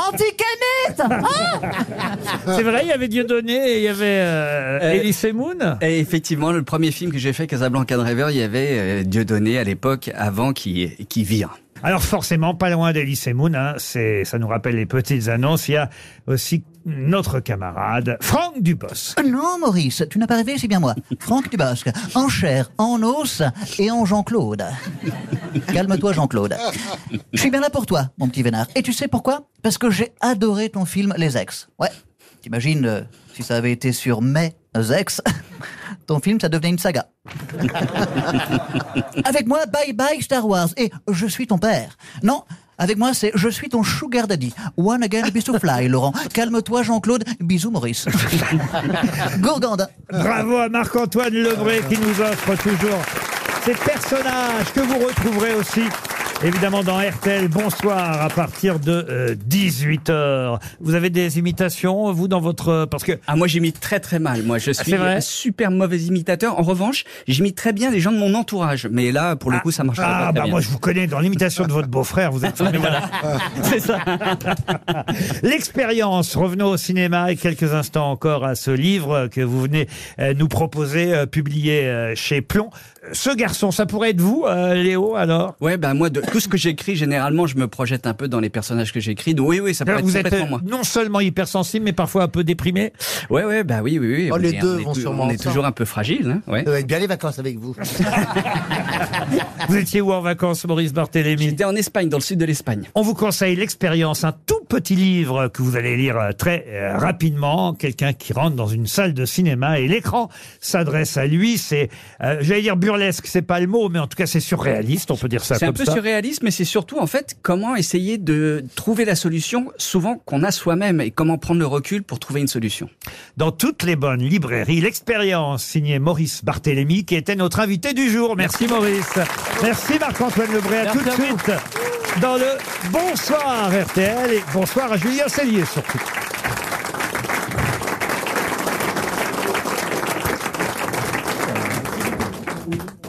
Speaker 23: Anticanite
Speaker 2: C'est vrai, il y avait Dieudonné et il y avait euh, Elie Semoun
Speaker 21: Et effectivement, le premier film que j'ai fait, Casablanca Driver, il y avait euh, Dieudonné à l'époque, avant qui qui vire.
Speaker 2: Alors forcément, pas loin d'Elie Semoun, hein, c'est, ça nous rappelle les petites annonces. Il y a aussi notre camarade Franck Dubos.
Speaker 23: Non, Maurice, tu n'as pas rêvé, c'est bien moi. Franck Dubosc, en chair, en os et en Jean-Claude. Calme-toi, Jean-Claude. Je suis bien là pour toi, mon petit vénard. Et tu sais pourquoi Parce que j'ai adoré ton film Les Ex. Ouais. T'imagines euh, si ça avait été sur mes ex Ton film, ça devenait une saga. Avec moi, bye bye Star Wars et je suis ton père. Non, avec moi, c'est je suis ton sugar daddy. One again, bisous fly, Laurent. Calme-toi, Jean-Claude. Bisous, Maurice. Gourgande.
Speaker 2: Bravo à Marc-Antoine Lebré qui nous offre toujours ces personnages que vous retrouverez aussi. Évidemment dans RTL, bonsoir à partir de 18h. Vous avez des imitations, vous, dans votre... euh, Parce que... Ah,
Speaker 21: Ah, moi j'imite très très mal. Moi je suis
Speaker 2: c'est vrai
Speaker 21: un super mauvais imitateur. En revanche, j'imite très bien les gens de mon entourage. Mais là, pour le coup, ça marche pas.
Speaker 2: Ah,
Speaker 21: très
Speaker 2: bah
Speaker 21: bien.
Speaker 2: moi je vous connais dans l'imitation de votre beau-frère, vous êtes formidable.
Speaker 21: C'est ça.
Speaker 2: L'expérience, revenons au cinéma et quelques instants encore à ce livre que vous venez euh, nous proposer, euh, publié euh, chez Plomb. Ce garçon, ça pourrait être vous, euh, Léo, alors
Speaker 21: Ouais, bah moi, de tout ce que j'écris, généralement, je me projette un peu dans les personnages que j'écris. Donc oui, oui, ça peut être
Speaker 2: vous êtes
Speaker 21: complètement
Speaker 2: euh,
Speaker 21: moi.
Speaker 2: non seulement hypersensible, mais parfois un peu déprimé.
Speaker 21: Ouais, ouais, bah oui, oui, oui.
Speaker 2: Oh,
Speaker 21: On
Speaker 2: les
Speaker 21: est-
Speaker 2: deux
Speaker 21: on est
Speaker 2: vont
Speaker 21: tou-
Speaker 2: sûrement
Speaker 21: On est
Speaker 2: ensemble.
Speaker 21: toujours un peu fragile, hein, ouais.
Speaker 4: Ça va être bien les vacances avec vous.
Speaker 2: Vous étiez où en vacances, Maurice Barthélémy
Speaker 21: J'étais en Espagne, dans le sud de l'Espagne.
Speaker 2: On vous conseille l'expérience, un tout petit livre que vous allez lire euh, très euh, rapidement. Quelqu'un qui rentre dans une salle de cinéma et l'écran s'adresse à lui. C'est, euh, j'allais dire burlesque, c'est pas le mot, mais en tout cas c'est surréaliste. On peut dire ça
Speaker 21: C'est un
Speaker 2: comme
Speaker 21: peu
Speaker 2: ça.
Speaker 21: surréaliste, mais c'est surtout en fait comment essayer de trouver la solution souvent qu'on a soi-même et comment prendre le recul pour trouver une solution.
Speaker 2: Dans toutes les bonnes librairies, l'expérience signée Maurice Barthélémy, qui était notre invité du jour. Merci Maurice. Merci Marc-Antoine Lebré. À
Speaker 18: Merci
Speaker 2: tout de
Speaker 18: à vous.
Speaker 2: suite dans le bonsoir RTL et bonsoir à Julien Cellier surtout.